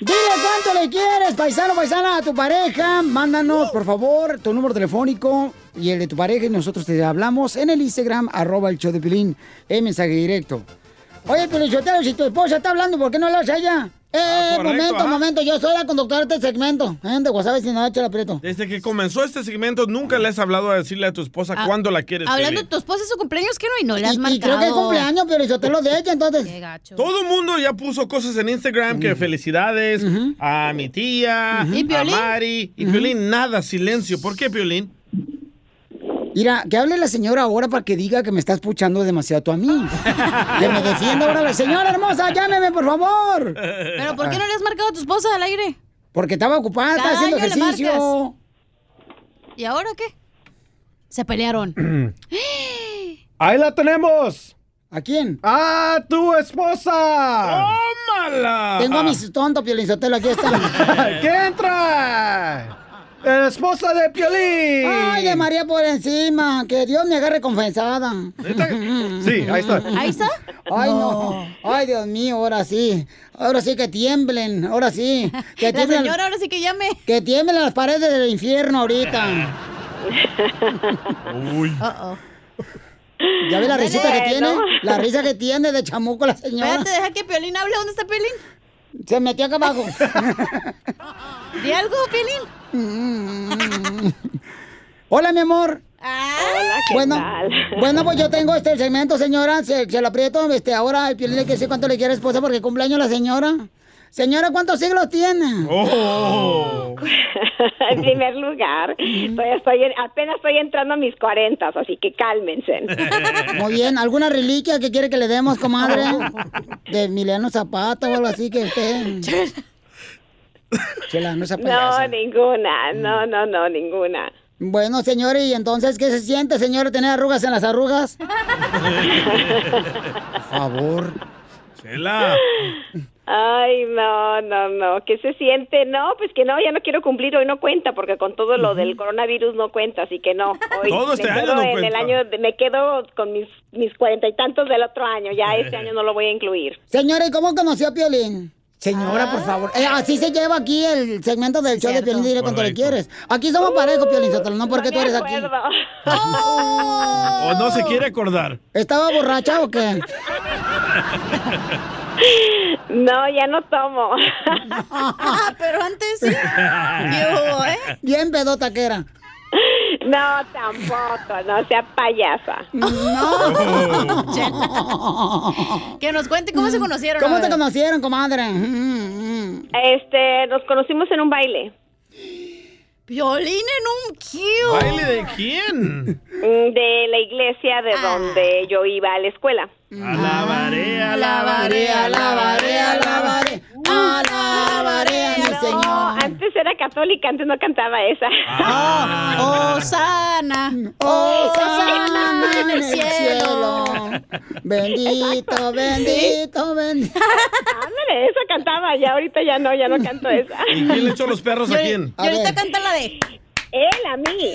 Dile cuánto le quieres, paisano, paisana, a tu pareja. Mándanos, por favor, tu número telefónico y el de tu pareja y nosotros te hablamos en el Instagram, arroba el show de Pilín, en mensaje directo. Oye, Pelichotero, si tu esposa está hablando, ¿por qué no hablas a ella? Eh,
correcto,
momento,
ah.
momento, yo soy la conductora de este segmento. Eh, De WhatsApp, si nada, chela aprieto.
Desde que comenzó este segmento, nunca le has hablado a decirle a tu esposa
Ah,
cuándo la quieres
Hablando de
Piolín.
tu esposa y Pues su cumpleaños, que no, y no le has
Y,
marcado.
y creo que es cumpleaños, Pelichotero, de ella, entonces.
Todo el mundo ya puso cosas en Instagram que felicidades a mi tía,
Ujú. ¿Y
a
Piolín?
Mari. Y
Ujú.
Piolín, nada, silencio. ¿Por qué, Piolín?
Mira, que hable la señora ahora para que diga que me estás puchando demasiado tú a mí. que me defienda ahora la señora hermosa, llámeme, por favor.
Pero
Ah.
¿por qué no le has marcado a tu esposa al aire?
Porque estaba ocupada, estaba
Cada
haciendo
año le
ejercicio.
¿Y ahora qué? Se pelearon.
Ahí la tenemos.
¿A quién? ¡Oh!
¡A tu esposa!
¡Tómala!
Tengo a mis tonto Piolinzotelo, aquí está.
¿Qué entra? ¡La esposa de Piolín!
Ay, de María por encima, que Dios me agarre confesada.
Sí, ahí está.
¿Ahí está? Ay, no. Ay, Dios mío, ahora sí. Ahora sí que tiemblen, ahora sí. Que
La señora ahora sí que llame.
Que tiemblen las paredes del infierno ahorita.
Uy.
Uh-oh.
¿Ya ve la
Dale,
risita que tiene?
¿no?
La risa que tiene de chamuco la señora.
Espérate, deja que Piolín hable. ¿Dónde está Piolín?
Se metió acá abajo.
Di algo, Piolín.
Hola, mi amor.
Hola,
Ah, ¿qué
bueno,
tal?
bueno, pues yo tengo este segmento, señora. Se, se lo aprieto. Este, ahora el piolín le quiere decir cuánto le quiere a esposa porque cumpleaños la señora. Señora, ¿cuántos siglos tiene?
en primer lugar, todavía estoy en- apenas estoy entrando a mis cuarentas, así que cálmense.
Muy bien. ¿Alguna reliquia que quiere que le demos, comadre? De Emiliano Zapata o algo así que usted. Chela, no sea
No,
payasa.
Mm.
ninguna, no, no, no, ninguna.
Bueno, señor, ¿y entonces qué se siente, señor, tener arrugas en las arrugas? Por favor.
Chela.
Ay, no, no, no. ¿Qué se siente? No, pues que no, ya no quiero cumplir. Hoy no cuenta, porque con todo lo del coronavirus no cuenta, así que no. Hoy
Todo
me
este año
quedo
no
en
cuenta.
el año, de- me quedo con mis mis cuarenta y tantos del otro año. Ya este año no lo voy a incluir.
Señora, ¿y cómo conoció a Piolín? Señora,
Ah.
por favor. Eh, así se lleva aquí el segmento del show de Piolín Dile cuando le quieres. Aquí somos parejos, Piolín Sotelo, no porque tú eres aquí.
O no se quiere acordar.
¿Estaba borracha o qué?
No, ya no tomo.
Ah, Pero antes sí.
eh?
Bien pedota que era.
No, tampoco, no sea payasa.
No. que nos cuente cómo se conocieron.
Mm. ¿Cómo
a
te
ver.
conocieron, comadre? Mm.
Este, nos conocimos en un baile.
Violín en un cue.
¿Baile de quién?
Mm, De la iglesia
Ah.
de donde yo iba a la escuela.
Mm. Alabaré,
alabaré, alabaré, alabaré, Mm. alabaré a mi Señor.
Antes era católica, antes no cantaba esa.
Ah.
Oh,
Osana.
Osana en el Oh, cielo. Bendito, bendito, bendito.
Ándale, esa cantaba, ya ahorita ya no, ya no canto esa.
¿Y quién le echó los perros a quién?
Y ahorita canta la de él a mí.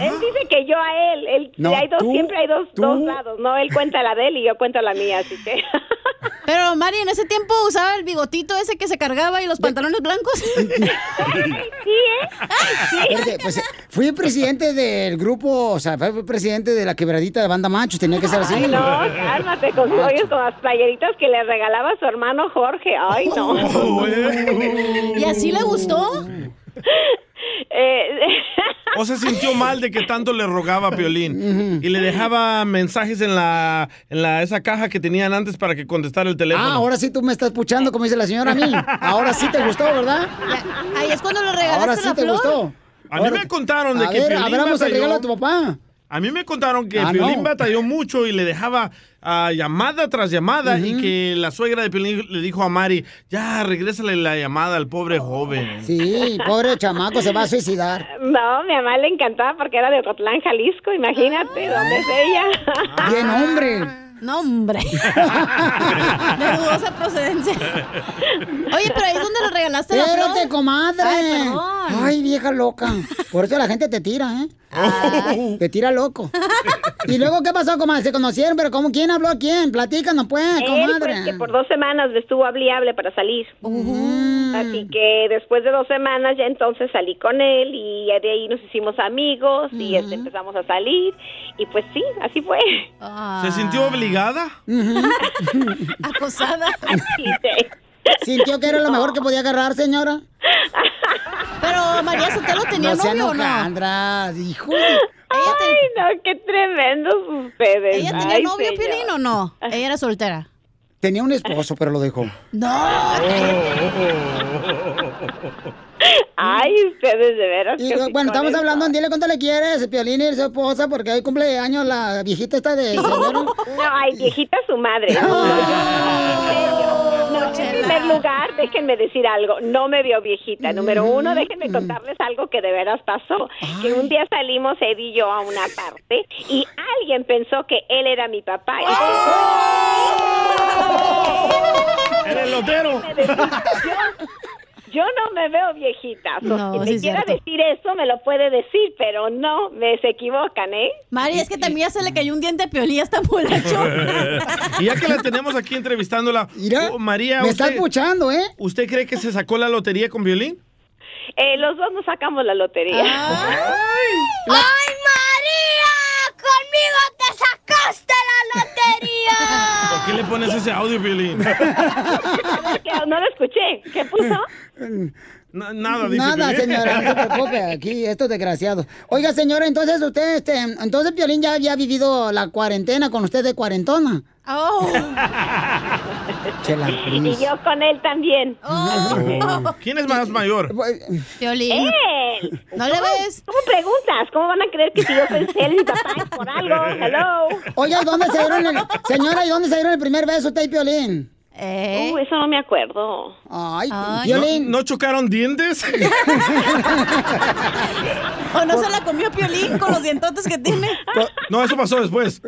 Él dice que yo a él, él
No,
hay dos,
tú,
siempre hay dos,
tú.
dos lados, no él cuenta la de él y yo cuento la mía, así que
Pero Mari, en ese tiempo usaba el bigotito ese que se cargaba y los pantalones blancos.
¿eh?
Porque, pues, fui presidente del grupo, o sea, fui presidente de la quebradita de banda machos, tenía que ser así.
Ay, no, cálmate con, oye, con las playeritas que le regalaba a su hermano Jorge. Ay, no.
¿Y así le gustó?
O se sintió mal de que tanto le rogaba a Piolín y le dejaba mensajes en la, en la esa caja que tenían antes para que contestara el teléfono.
Ah, ahora sí tú me estás puchando, como dice la señora a mí. Ahora sí te gustó, ¿verdad?
Ahí es cuando le regalaste
Ahora sí
la
te
flor.
gustó.
A mí me contaron de
a
que
ver,
Piolín
abramos el
batalló.
regalo a tu papá.
A mí me contaron que
Ah,
Piolín
no.
batalló mucho y le dejaba ah, llamada tras llamada y que la suegra de Piolín le dijo a Mari, ya, regrésale la llamada al pobre joven.
Oh, Sí, pobre chamaco, se va a suicidar.
No, mi mamá le encantaba porque era de Ocotlán, Jalisco, imagínate, ¿dónde es ella?
Bien, hombre.
Ah. No, hombre. De dudosa procedencia. Oye, pero ahí es donde le regalaste la flor.
Espérate, comadre.
Ay,
Ay,
perdón.
vieja loca. Por eso la gente te tira, ¿eh?
Ah.
Te tira loco. ¿Y luego qué pasó, comadre? Se conocieron, pero ¿cómo? ¿Quién habló a quién? Platícanos, pues,
Él, pues, que
comadre.
por dos semanas me estuvo hable y hable para salir. Así que después de dos semanas ya entonces salí con él y ya de ahí nos hicimos amigos y este, empezamos a salir. Y pues sí, así fue.
¿Se sintió obligada?
Acosada.
¿Sintió que era lo mejor que podía agarrar, señora?
Pero María Sotelo tenía
No se
novio o no?
Alejandra, hijo.
Ay, no, qué tremendos ustedes.
¿Ella tenía
Ay,
novio,
señor.
Piolín, o no? Ella era soltera.
Tenía un esposo, pero lo dejó.
No.
Ay, ustedes de veras.
Y, eh,
que sí
bueno,
con
estamos
eso.
hablando en Dile cuánto le quieres, Piolín y su esposa, porque hoy cumple años la viejita esta de... señora.
No, ay, viejita su madre. No, en primer lugar, déjenme decir algo. No me vio viejita. Número
Mm.
uno, déjenme contarles algo que de veras pasó. Que un día salimos Ed y yo a una parte y alguien pensó que él era mi papá.
¡Oh! Era el lotero.
Yo no me veo viejita. So,
No,
si me
sí es
quiera
cierto.
decir eso, me lo puede decir, pero no, me se equivocan, ¿eh?
Mari, es que también ya se le cayó un diente a Piolín, ya está borracho.
y ya que la tenemos aquí entrevistándola, oh, María,
me
usted,
estás puchando, ¿eh?
¿usted cree que se sacó la lotería con Violín?
Eh, los dos nos sacamos la lotería.
¡Ay, María! ¡Conmigo te sacaste la lotería!
¿Por qué le pones ese audio, Violín?
no lo escuché. ¿Qué puso?
nada, dice
Nada,
Piolín.
señora, no se preocupe, aquí estos desgraciados. Oiga, señora, entonces usted, este, entonces Piolín ya había vivido la cuarentena con usted de cuarentona.
Oh.
Chela,
Y
please.
yo con él también.
Oh.
¿Quién es más mayor?
Piolín.
¡Él!
¿No le
¿Cómo-
ves?
¿Cómo preguntas? ¿Cómo van a creer que si yo soy él, mi papá es por algo? Hello.
Oiga, ¿y dónde se dieron el, señora, ¿y dónde se dieron el primer beso usted y Piolín?
Eh.
Uh, eso no me acuerdo.
Ay,
¿No, no chocaron dientes?
¿O no se la comió Piolín con los dientotes que tiene?
no, eso pasó después.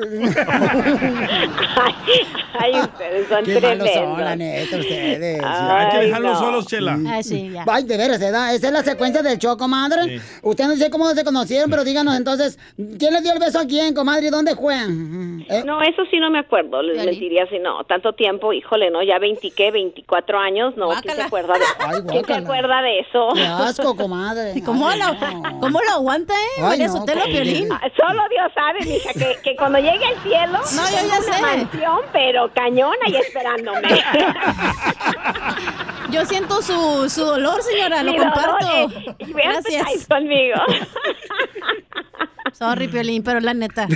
Ay, ustedes son
Qué malos
tremendos.
son, la neta, ustedes.
Hay que dejarlos solos, Chela.
Ah, sí, ya.
Ay, de veras, ¿verdad? Esa es la secuencia del show, comadre. Usted no sé cómo se conocieron, pero díganos entonces, ¿quién le dio el beso a quién, comadre? ¿Y dónde juegan?
No, eso sí no me acuerdo. Les, les diría si no, tanto tiempo, híjole, ¿no? Ya 20, ¿qué? 24 años, ¿no? ¿Quién se acuerda de, ¿quién se
guácala.
acuerda de eso?
Qué asco, comadre.
¿Y cómo, lo, cómo lo aguanta, eh?
Ay,
María
no,
Sotelo,
comadre.
Piolín.
Ah, Solo Dios sabe, mija, que, que cuando llegue al cielo,
No, yo ya
tengo una
sé.
mansión, pero cañona y esperándome.
Yo siento su, su dolor, señora, lo
Mi dolor,
comparto.
eh, y vean, pues, ahí
Gracias.
conmigo.
Sorry, Piolín, pero la neta.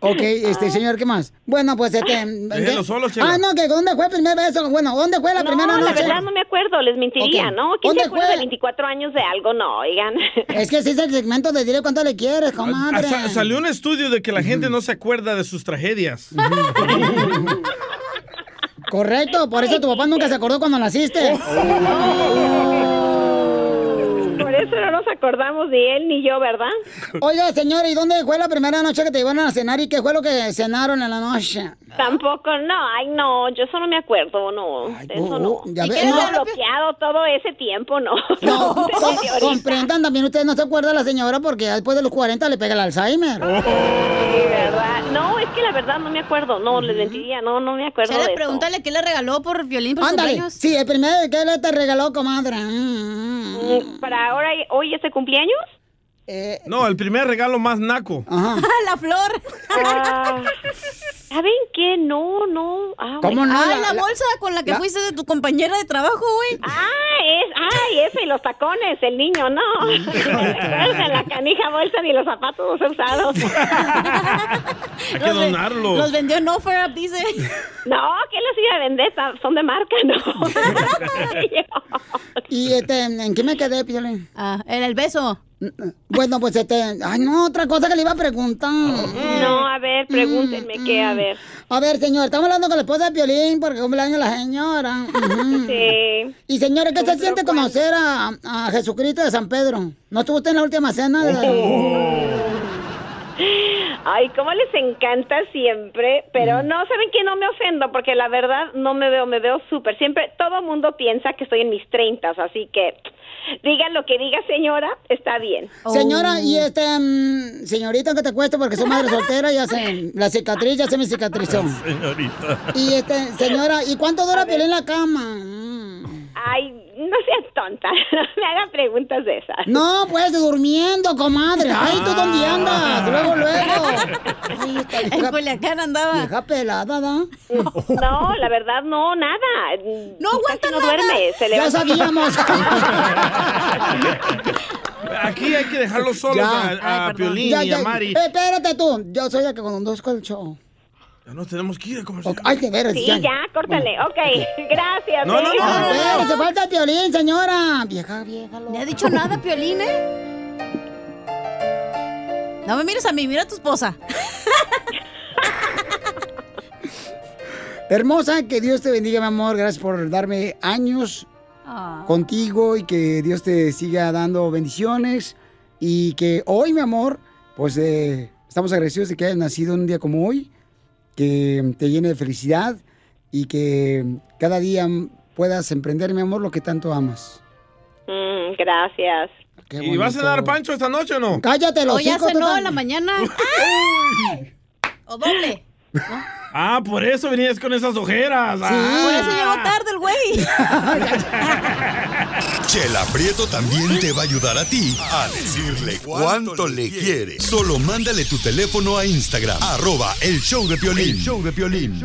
Ok,
Ah.
este señor, ¿qué más? Bueno, pues este. ¿qué?
solo, Chela.
ah, no, que ¿dónde fue el primer beso? Bueno, ¿dónde fue la
No,
primera
la
noche?
verdad no me acuerdo, les mentiría,
Ok.
¿no? ¿Quién
¿Dónde
se acuerda
fue?
de 24 años de algo? No, oigan.
Es que si es el segmento de dile cuánto le quieres,
Ah,
comadre.
sa- salió un estudio de que la gente no se acuerda de sus tragedias.
Correcto, por eso tu papá nunca se acordó cuando naciste. Oh.
Por eso no nos acordamos ni él ni yo, ¿verdad?
Oiga, señora, ¿y dónde fue la primera noche que te llevaron a cenar y qué fue lo que cenaron en la noche?
Tampoco, no, ay, no, yo eso no me acuerdo, no. eso no.
oh, ya
¿Y
ve-
qué
no.
era bloqueado todo ese tiempo, no.
No,
Desde
com-
ahorita.
comprendan también, ustedes no se acuerdan la señora porque ya después de los 40 le pega el Alzheimer.
Sí, ¿verdad? No, es que la verdad no me acuerdo, no, les mentiría, no, no me acuerdo
Chela,
de eso.
pregúntale qué le regaló por Piolín por
Ándale,
cumpleaños.
sí, el primer que le te regaló, comadre.
Mm, ¿Para ahora, hoy este cumpleaños?
Eh,
No, el primer regalo más naco.
la flor.
¿Saben qué? No, no. Ah,
¿Cómo no?
Ah,
La-
la,
la-
bolsa con la que
la-
fuiste de tu compañera de trabajo, güey.
Ah, es, ay, ese y los tacones, el niño, no. ¿Te acuerdas de la canija bolsa ni los zapatos usados?
Hay que donarlo.
Los vendió en Offer Up, dice.
No, ¿qué les iba a vender? Son- Son de marca, no.
¿Y este, en qué me quedé, Piolín? Mm,
Ah, en el beso.
Bueno, pues este, ay no, otra cosa que le iba a preguntar. mm,
No, a ver, pregúntenme qué, a ver.
A ver, señor, estamos hablando con la esposa de Piolín porque cumpleaños la señora. Ujú.
Sí.
Y señora, ¿qué se siente conocer a, a Jesucristo de San Pedro? ¿No estuvo usted en la última cena? de-
Ay, cómo les encanta siempre, pero no, ¿saben que No me ofendo, porque la verdad no me veo, me veo súper. Siempre todo mundo piensa que estoy en mis treintas, así que digan lo que diga señora, está bien.
Señora, y este, mm, señorita, que te cuesta porque soy madre soltera, ya se, la cicatriz, ya se me cicatrizó.
Señorita.
Y este, señora, ¿y cuánto dura Piolín en la cama?
Ay, no seas tonta, no me hagan preguntas de esas.
No, pues durmiendo, comadre. Ay, ¿tú dónde
Ah.
andas? Ah, Luego, luego.
En
pues,
Culiacán andaba.
Vieja pelada, ¿da?
No, la verdad, no, nada. No aguanta no duerme, se
Ya
levanta-
sabíamos.
Aquí hay que dejarlo solo a, a Piolín
Ya,
y
ya.
a Mari.
Eh, Espérate tú. Yo soy la que conduzco el show.
Ya nos tenemos que ir a comer.
Ok, Ay, de veras.
Sí, ya, córtale. Ok, gracias.
No,
¿eh?
no, no, no, no, no.
Pero se falta el Piolín, señora. Vieja, vieja.
¿Le ha dicho nada, Piolín, eh? No me mires a mí, mira a tu esposa.
Hermosa, que Dios te bendiga, mi amor. Gracias por darme años
Ah.
contigo y que Dios te siga dando bendiciones. Y que hoy, mi amor, pues eh, estamos agradecidos de que hayas nacido en un día como hoy, que te llene de felicidad y que cada día puedas emprender, mi amor, lo que tanto amas.
Mm, gracias.
¿Y vas a cenar pancho esta noche o no?
Cállate, los
O ya
hijos, tú
cenó
tam-
en la mañana. ¡Ah! O doble.
Ah, por eso venías con esas ojeras. ah.
Por eso llegó tarde el güey.
Chela Prieto también te va a ayudar a ti a decirle cuánto le quiere. Solo mándale tu teléfono a Instagram, arroba el show de Piolín.
El
show de Piolín.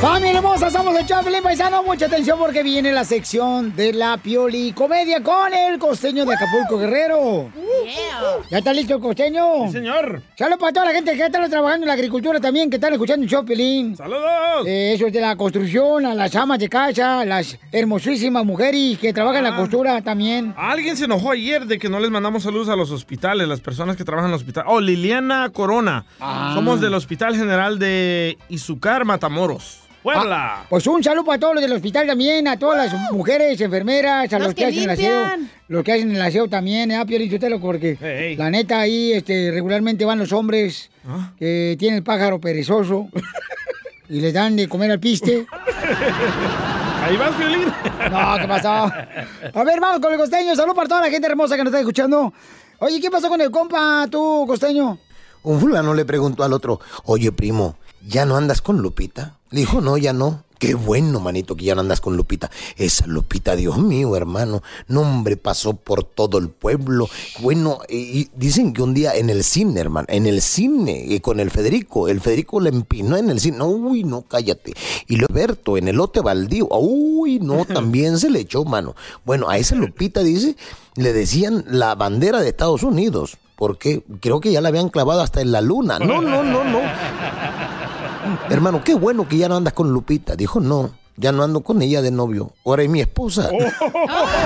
Familia hermosa, somos el Chaplin Paisano. Mucha atención porque viene la sección de la Pioli Comedia con el costeño de Acapulco Guerrero. ¿Ya está listo el costeño?
señor.
Saludos para toda la gente que está trabajando en la agricultura también, que están escuchando el show, Piolín.
¡Saludos!
eso es de la construcción, a las amas de casa, a las hermosísimas mujeres que trabajan en
Ah.
la costura también.
Alguien se enojó ayer de que no les mandamos saludos a los hospitales, las personas que trabajan en los hospitales. Oh, Liliana Corona. Somos del Hospital General de Izucar, Matamoros. ¡Puebla!
Ah, pues un saludo para todos los del hospital también, a todas las mujeres, enfermeras, a
Las
los, que,
que
hacen el aseo.
limpian.
Los que hacen el aseo también, ¿eh? Piolín Sotelo, porque la neta ahí este, regularmente van los hombres que tienen el pájaro perezoso y les dan de comer al piste.
Ahí vas, Violín.
No, ¿qué pasó? A ver, vamos con el costeño. Salud para toda la gente hermosa que nos está escuchando. Oye, ¿qué pasó con el compa, tú, costeño?
Un fulano le preguntó al otro, oye primo, ¿ya no andas con Lupita? Le dijo, no, ya no. Qué bueno, manito, que ya no andas con Lupita. Esa Lupita, Dios mío, hermano. No, hombre, pasó por todo el pueblo. Bueno, y, y dicen que un día en el cine, hermano, en el cine, y con el Federico, el Federico le empinó en el cine. No, uy, no, cállate. Y Roberto, en el lote baldío, uy, no, también se le echó mano. Bueno, a esa Lupita, dice, le decían la bandera de Estados Unidos. Porque creo que ya la habían clavado hasta en la luna. No, no, no, no. Hermano, qué bueno que ya no andas con Lupita. Dijo, no, ya no ando con ella de novio. Ahora es mi esposa.
Oh.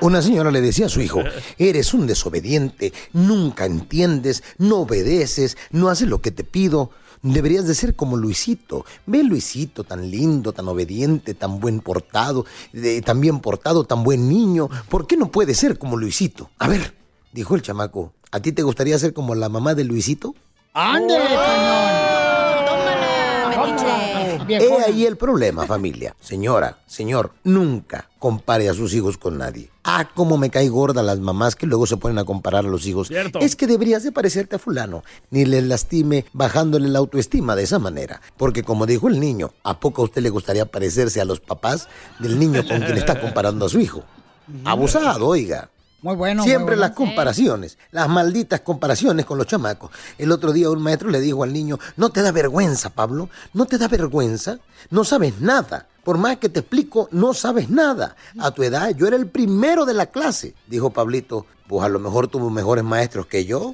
Una señora le decía a su hijo, eres un desobediente, nunca entiendes, no obedeces, no haces lo que te pido. Deberías de ser como Luisito. Ve Luisito, tan lindo, tan obediente, tan buen portado, eh, tan bien portado, tan buen niño. ¿Por qué no puede ser como Luisito? A ver, dijo el chamaco, ¿a ti te gustaría ser como la mamá de Luisito?
¡Ándale,
cañón! He ahí el problema, familia. Señora, señor, nunca compare a sus hijos con nadie. Ah, cómo me cae gorda las mamás que luego se ponen a comparar a los hijos. Es que deberías de parecerte a fulano, ni les lastime bajándole la autoestima de esa manera. Porque como dijo el niño, ¿a poco a usted le gustaría parecerse a los papás del niño con quien está comparando a su hijo? Abusado, oiga.
Muy bueno. muy
Siempre
bueno.
las comparaciones, las malditas comparaciones con los chamacos. El otro día un maestro le dijo al niño, no te da vergüenza, Pablo, no te da vergüenza, no sabes nada. Por más que te explico, no sabes nada. A tu edad yo era el primero de la clase, dijo Pablito. Pues a lo mejor tuvo mejores maestros que yo.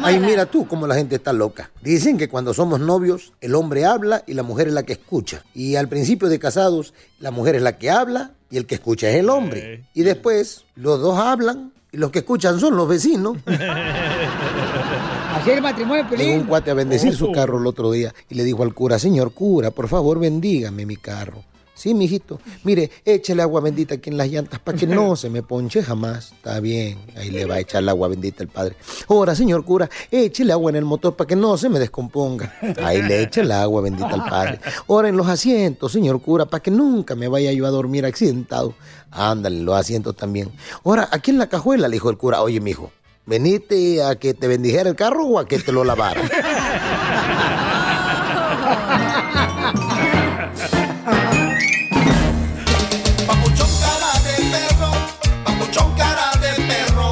Ay, mira tú cómo la gente está loca. Dicen que cuando somos novios, el hombre habla y la mujer es la que escucha. Y al principio de casados, la mujer es la que habla y el que escucha es el hombre. Y después, los dos hablan y los que escuchan son los vecinos.
Así es el matrimonio,
Llegó
Piolín.
un cuate a bendecir su carro el otro día y le dijo al cura, señor cura, por favor bendígame mi carro. Sí, mijito. Mire, échale agua bendita aquí en las llantas para que no se me ponche jamás. Está bien. Ahí le va a echar la agua bendita el padre. Ahora, señor cura, échele agua en el motor para que no se me descomponga. Ahí le echa el agua bendita al padre. Ahora en los asientos, señor cura, para que nunca me vaya yo a dormir accidentado. Ándale, los asientos también. Ahora, aquí en la cajuela le dijo el cura, oye, mijo, ¿veniste a que te bendijera el carro o a que te lo lavara?
Papuchón cara de perro.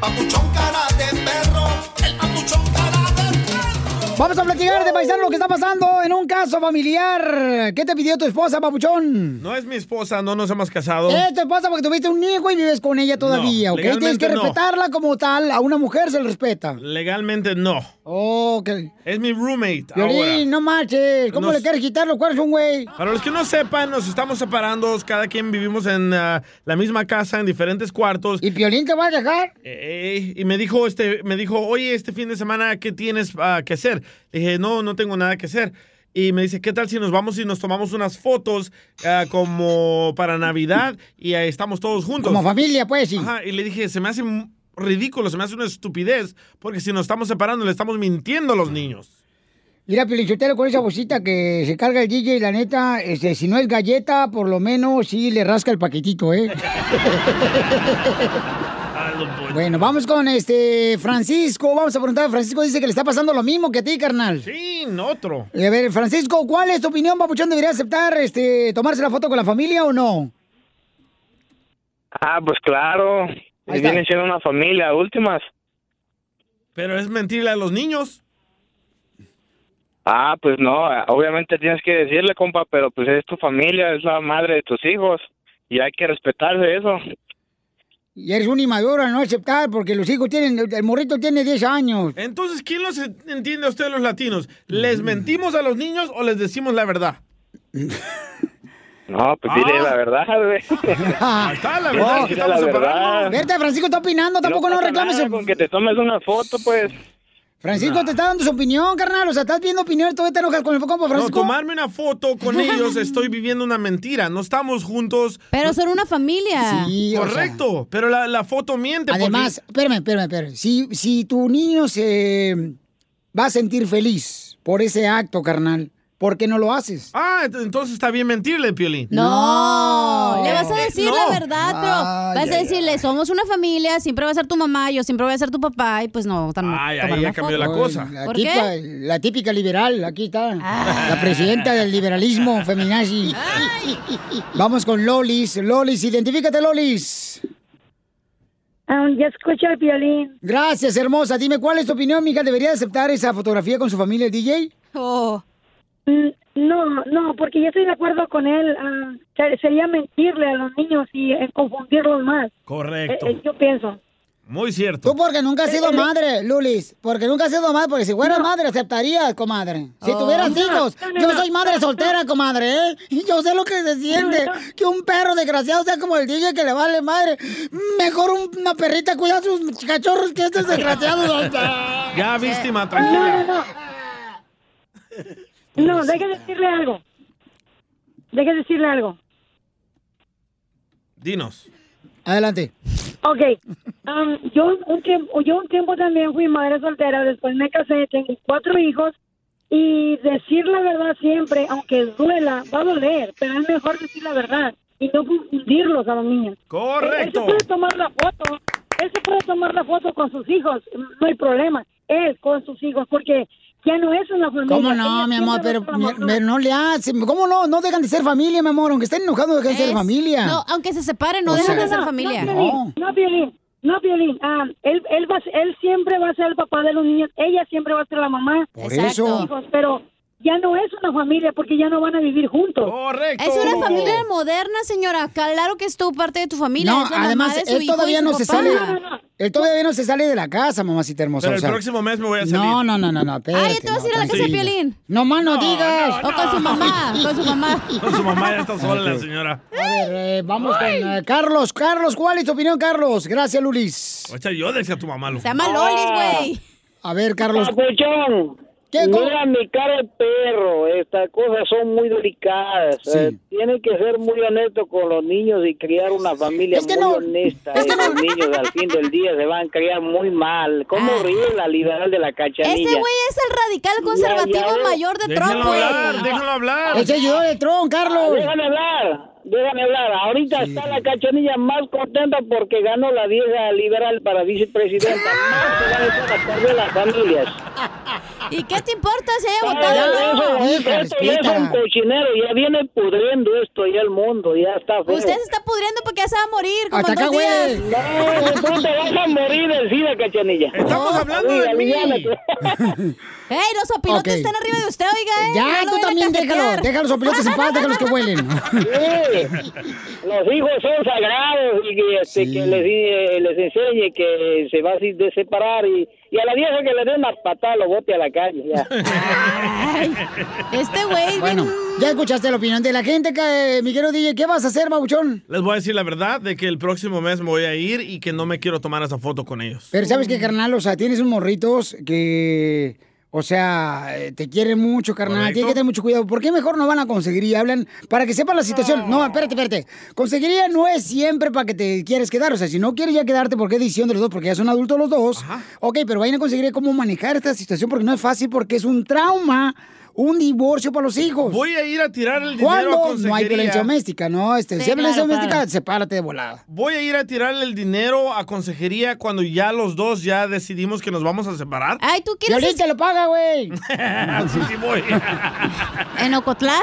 Papuchón cara de perro. El papuchón cara de
Vamos a platicar de paisano lo que está pasando en un caso familiar. ¿Qué te pidió tu esposa, papuchón?
No es mi esposa, no nos hemos casado.
Eh, tu esposa porque tuviste un hijo y vives con ella todavía,
No,
¿ok? Tienes que
legalmente no.
respetarla como tal. A una mujer se le respeta.
Legalmente no. Es mi roommate ahora.
Violín, no marches. ¿Cómo
Nos-
le quieres quitar los cuernos a un güey?
Para los que no sepan, nos estamos separando, cada quien vivimos en ah, la misma casa, en diferentes cuartos.
¿Y Piolín te va a dejar?
y me dijo, este, me dijo, oye, este fin de semana, ¿qué tienes ah, que hacer? Le dije, no, no tengo nada que hacer. Y me dice, ¿qué tal si nos vamos y nos tomamos unas fotos ah, como para Navidad y ahí estamos todos juntos?
Como familia, pues, sí.
Ajá, y le dije, se me hace m- ridículo, se me hace una estupidez, porque si nos estamos separando le estamos mintiendo a los niños.
Mira, Pelichotero, con esa bolsita que se carga el DJ, la neta, este, si no es galleta, por lo menos sí le rasca el paquetito, ¿eh? bueno, vamos con este Francisco. Vamos a preguntar a Francisco. Dice que le está pasando lo mismo que a ti, carnal.
Sí, otro.
A ver, Francisco, ¿cuál es tu opinión, papuchón? ¿Debería aceptar este, tomarse la foto con la familia o no?
Ah, pues claro.
está.
Vienen siendo una familia, últimas.
Pero es mentirle a los niños.
Ah, pues no, obviamente tienes que decirle, compa, pero pues es tu familia, es la madre de tus hijos.
Y hay que respetarse eso.
Y eres un inmaduro al no aceptar porque los hijos tienen, el morrito tiene 10 años.
Entonces, ¿quién los entiende a ustedes los latinos?
Mm.
¿Les mentimos a los niños o les decimos la verdad?
No, pues dile
Ah.
la verdad, güey.
Ahí
está la
verdad,
que
Dile Ah, la
estamos
verdad.
Verte, Francisco está opinando, tampoco no,
pasa
reclames.
nada
el-
Con que te tomes una foto, pues.
Francisco te está dando su opinión, carnal. O sea, estás viendo opinión y todavía te enojas con el compa
No,
Francisco.
tomarme una foto con ellos, estoy viviendo una mentira. No estamos juntos.
Pero son una familia.
Correcto, pero la, la foto miente. porque-
Además, espérame, espérame, espérame. Si, si tu niño se va a sentir feliz por ese acto, carnal, ¿por qué no lo haces?
Ah, ent- entonces está bien mentirle, Piolín.
No, le vas a decir
No.
la verdad, pero
Ay,
vas a
ay,
decirle, somos una familia, siempre va a ser tu mamá, yo siempre voy a ser tu papá, y pues no, tan
Ay,
tomar
ahí
una
ya cambió la
foto.
cosa.
La,
¿Por
tipa-
qué? Ah.
la típica liberal, aquí está. La presidenta del liberalismo feminazi. Vamos con Lolis. Lolis, identifícate, Lolis.
Ah, ya escucho el violín.
Gracias, hermosa. Dime, ¿cuál es tu opinión, mija? ¿Debería aceptar esa fotografía con su familia, el DJ?
Mm, No, no, porque yo estoy de acuerdo con él. ah, se- sería mentirle a los niños y eh, confundirlos más.
Correcto.
Eh, eh, yo pienso.
Muy cierto.
Tú porque nunca has
Eh,
sido madre, Lulis. Porque nunca has sido madre, porque si fueras madre aceptarías, comadre. Si
Oh.
tuvieras
No,
hijos,
no, no,
yo
no,
soy madre
no, no.
soltera, comadre, ¿eh? Y yo sé lo que se siente.
No,
Que un perro desgraciado sea como el DJ que le vale madre. Mejor un- una perrita cuida a sus cachorros que estos desgraciados.
Ya, víctima, tranquila.
No, no, no. No, déjame decirle algo. Déjame decirle algo.
Dinos.
Adelante.
Ok, am, yo, un tiempo, yo un tiempo también fui madre soltera, después me casé, tengo cuatro hijos y decir la verdad siempre, aunque duela, va a doler, pero es mejor decir la verdad y no confundirlos a los niños.
Correcto.
Él se puede tomar la foto, él se puede tomar la foto con sus hijos, no hay problema, él con sus hijos, porque ya no es una familia.
¿Cómo no,
ella
mi amor?
siempre
Pero,
va a ser mamá.
mi- pero no le hacen. ¿Cómo no? No dejan de ser familia, mi amor. Aunque estén enojados, no dejan de ser
Es-
familia.
no,
Aunque se separen,
O
no dejan
sea-
de ser familia.
no,
Piolín, No, Piolín, no, Piolín. Ah, él, él, va, a ser- él siempre va a ser el papá de los niños, ella siempre va a ser la mamá.
Por Exacto. eso.
Hijos, pero ya no es una familia porque ya no van a vivir juntos.
Correcto.
Es una familia moderna, señora. Claro que es tu parte de tu familia.
No,
es la mamá
además,
de su
él
hijo
todavía
y su
no se
papá.
sale. Él todavía no se sale de la casa, mamacita hermosa.
Pero
o
el
sea.
próximo mes me voy a salir.
No, no, no, no, no.
Ah,
Espérate,
ya te vas
no,
a ir a la casa de
tranquila.
Piolín.
No más no, digas.
O con su mamá, con su mamá.
No, su mamá ya está sola, la señora.
A ver, eh, vamos con eh, Carlos. Carlos, ¿cuál es tu opinión, Carlos? Gracias, Lulis.
O sea, yo decía a tu mamá. loco.
A ver, Ah, Carlos.
Ah,
Papuchón,
¿Qué co-
mira mi cara de perro, estas cosas son muy delicadas. Eh, tiene que ser muy honesto con los niños y criar una familia muy honesta. y Los niños al fin del día se van a criar muy mal. ¿Cómo
Ah.
ríe la liberal de la
Este
cachanilla?
güey es el radical conservativo
Ya, ya,
mayor de
déjalo
Trump, güey.
hablar, déjalo hablar.
Ese ayudó de Tron, Carlos.
Ah, Déjame hablar, déjame hablar. Ahorita está la cachanilla más contenta porque ganó la vieja liberal para vicepresidenta. Más se van a echar a perder las familias.
¿Y qué te importa si haya
Ya,
votado?
eso, esto ya es un cochinero, ya viene pudriendo esto ya el mundo, ya está feo.
Usted se está pudriendo porque ya se va a morir. Como en dos
No,
días.
tú te vas a morir del SIDA, cachanilla. Estamos hablando de mí.
¡Ey, los opilotes
Ok.
están arriba de usted, oiga! eh.
Ya,
No
tú
lo
también
vayan a
déjalo.
cajetear.
Déjalo los pilotos en paz, déjalos que huelen.
Los hijos son sagrados y que, este, que les, eh, les enseñe que se va a si- de separar y, y a la vieja que le dé una patada lo bote a la calle. Ya.
Este güey.
Bueno, ya escuchaste la opinión de la gente, que, eh, mi querido DJ. ¿Qué vas a hacer, babuchón?
Les voy a decir la verdad de que el próximo mes me voy a ir y que no me quiero tomar esa foto con ellos.
Pero sabes qué, carnal, o sea, tienes unos morritos que, o sea, eh, te quieren mucho, carnal. Tienes que tener mucho cuidado. ¿Por qué mejor no van a conseguir y hablan para que sepan la situación? No, espérate, espérate. Conseguiría no es siempre para que te quieres quedar. O sea, si no quieres ya quedarte, ¿por qué decisión de los dos? Porque ya son adultos los dos. Ok, pero vayan a conseguir cómo manejar esta situación porque no es fácil porque es un trauma. Un divorcio para los hijos.
Voy a ir a tirar el dinero a
¿Cuándo? No hay
consejería.
violencia doméstica, ¿no? Este,
Sí,
si hay violencia
claro, claro.
doméstica, sepárate de volada.
Voy a ir a tirarle el dinero a consejería cuando ya los dos ya decidimos que nos vamos a separar.
Ay, ¿tú
quieres? Violín te lo paga, güey.
Así sí voy.
¿En Ocotlán?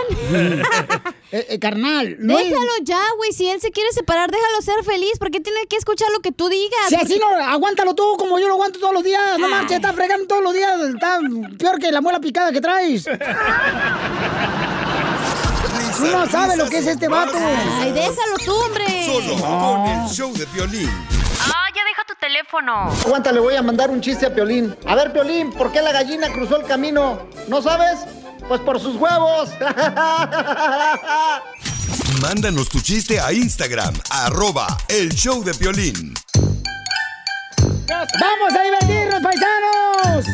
Eh, eh, carnal, no hay-
déjalo ya, güey. Si él se quiere separar, déjalo ser feliz. ¿Por qué tiene que escuchar lo que tú digas?
Si así no, aguántalo tú, como yo lo aguanto todos los días. No marches, está fregando todos los días. Está peor que la muela picada que traes. Tú no sabes lo que es este vato.
Ay, déjalo tú, hombre.
Solo con el show de violín.
Ah, ya deja tu teléfono.
Aguanta, le voy a mandar un chiste a Piolín. A ver, Piolín, ¿por qué la gallina cruzó el camino? ¿No sabes? Pues por sus huevos.
Mándanos tu chiste a Instagram, arroba el show de violín.
¡Vamos a divertirnos, paisanos!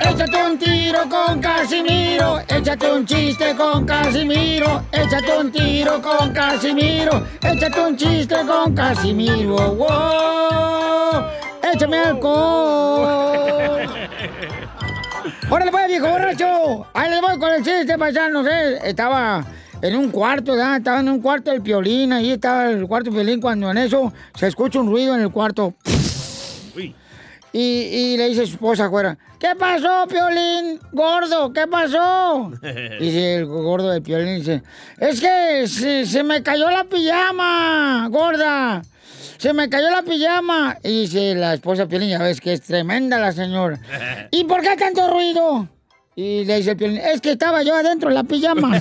Échate un tiro con Casimiro, échate un chiste con Casimiro, échate un tiro con Casimiro, échate un chiste con Casimiro, wow, échame alcohol. ¡Órale, pues, viejo borracho! Ahí les voy con el chiste, paisanos, eh. Estaba en un cuarto, ¿verdad? Estaba en un cuarto el piolín, ahí estaba el cuarto piolín, cuando en eso se escucha un ruido en el cuarto. Y, y le dice a su esposa afuera, ¿qué pasó, Piolín? Gordo, ¿qué pasó? Dice el gordo del Piolín, dice, es que se, se me cayó la pijama, gorda. Se me cayó la pijama. Y dice la esposa de Piolín, ya ves que es tremenda la señora. ¿Y por qué tanto ruido? Y le dice el Piolín, es que estaba yo adentro de la pijama.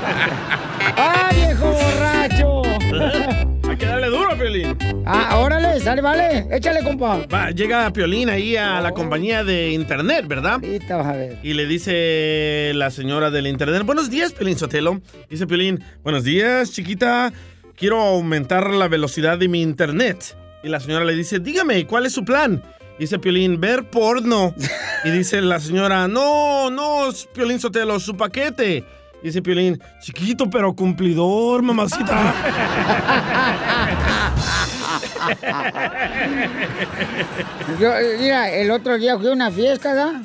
¡Ah, viejo borracho!
Hay que darle duro a Piolín.
Ah, órale, sale, vale. Échale, compa.
Va, llega Piolín ahí a la compañía de internet, ¿verdad?
Ahorita vas a ver.
Y le dice la señora del internet, buenos días, Piolín Sotelo. Dice Piolín, buenos días, chiquita. Quiero aumentar la velocidad de mi internet. Y la señora le dice, dígame, ¿cuál es su plan? Dice Piolín, ver porno. Y dice la señora, no, no, Piolín Sotelo, su paquete. Dice Piolín, chiquito pero cumplidor, mamacita.
Yo, eh, mira, el otro día fui a una fiesta, ¿da?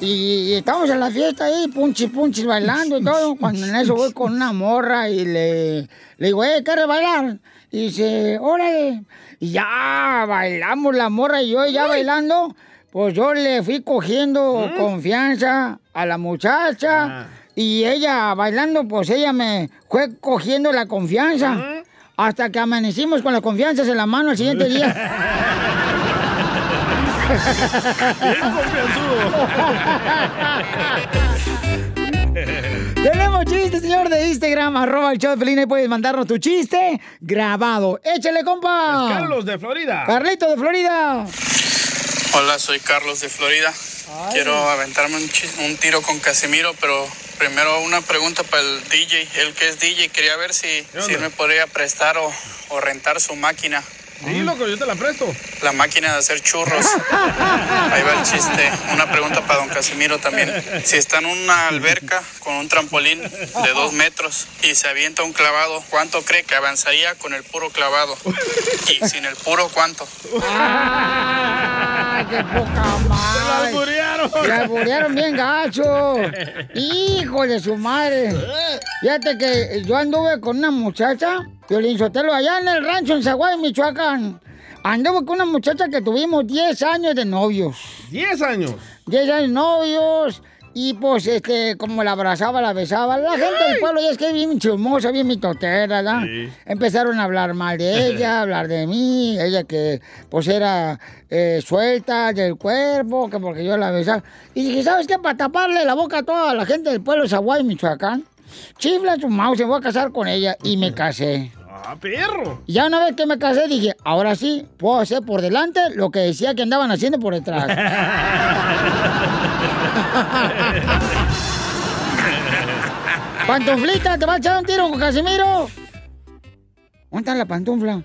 Y, y estamos en la fiesta ahí, punchi, punchi, bailando y todo. Cuando en eso voy con una morra y le, le digo, eh, ¿quieres bailar? Y dice, órale. Y ya bailamos la morra y yo ya bailando. Pues yo le fui cogiendo confianza a la muchacha. Y ella bailando, pues ella me fue cogiendo la confianza. Hasta que amanecimos con las confianzas en la mano el siguiente día. Tenemos chiste, señor, de Instagram, arroba el show de Pelín, ahí puedes mandarnos tu chiste grabado. Échale, compa.
Carlos de Florida.
Carlito de Florida.
Hola, soy Carlos de Florida. Quiero aventarme un, chi- un tiro con Casimiro, pero primero una pregunta para el DJ. El que es DJ, quería ver si, si me podría prestar o, o rentar su máquina.
Sí, loco, yo te la presto.
La máquina de hacer churros. Ahí va el chiste. Una pregunta para don Casimiro también. Si está en una alberca con un trampolín de dos metros y se avienta un clavado, ¿cuánto cree que avanzaría con el puro clavado? Y sin el puro, ¿cuánto?
¡Ay, qué poca madre!
alburearon!
¡La alburearon bien gacho! ¡Hijo de su madre! Fíjate que yo anduve con una muchacha, Violín Sotelo, allá en el rancho en Zaguay, Michoacán. Anduve con una muchacha que tuvimos 10 años de novios.
¿10 años?
10 años de novios. Y pues, este, como la abrazaba, la besaba. La gente del pueblo ya es que bien chismosa, bien mitotera, ¿verdad?
Sí.
Empezaron a hablar mal de ella, hablar de mí, ella que pues era eh, suelta del cuerpo, que porque yo la besaba. Y dije, ¿sabes qué? Para taparle la boca a toda la gente del pueblo de Zaguay, Michoacán, chifla tu mouse, me voy a casar con ella. Y me casé.
¡Ah, perro!
Y Ya una vez que me casé, dije, ahora sí, puedo hacer por delante lo que decía que andaban haciendo por detrás. ¡Pantuflita, te va a echar un tiro con Casimiro! ¿Dónde está la pantufla?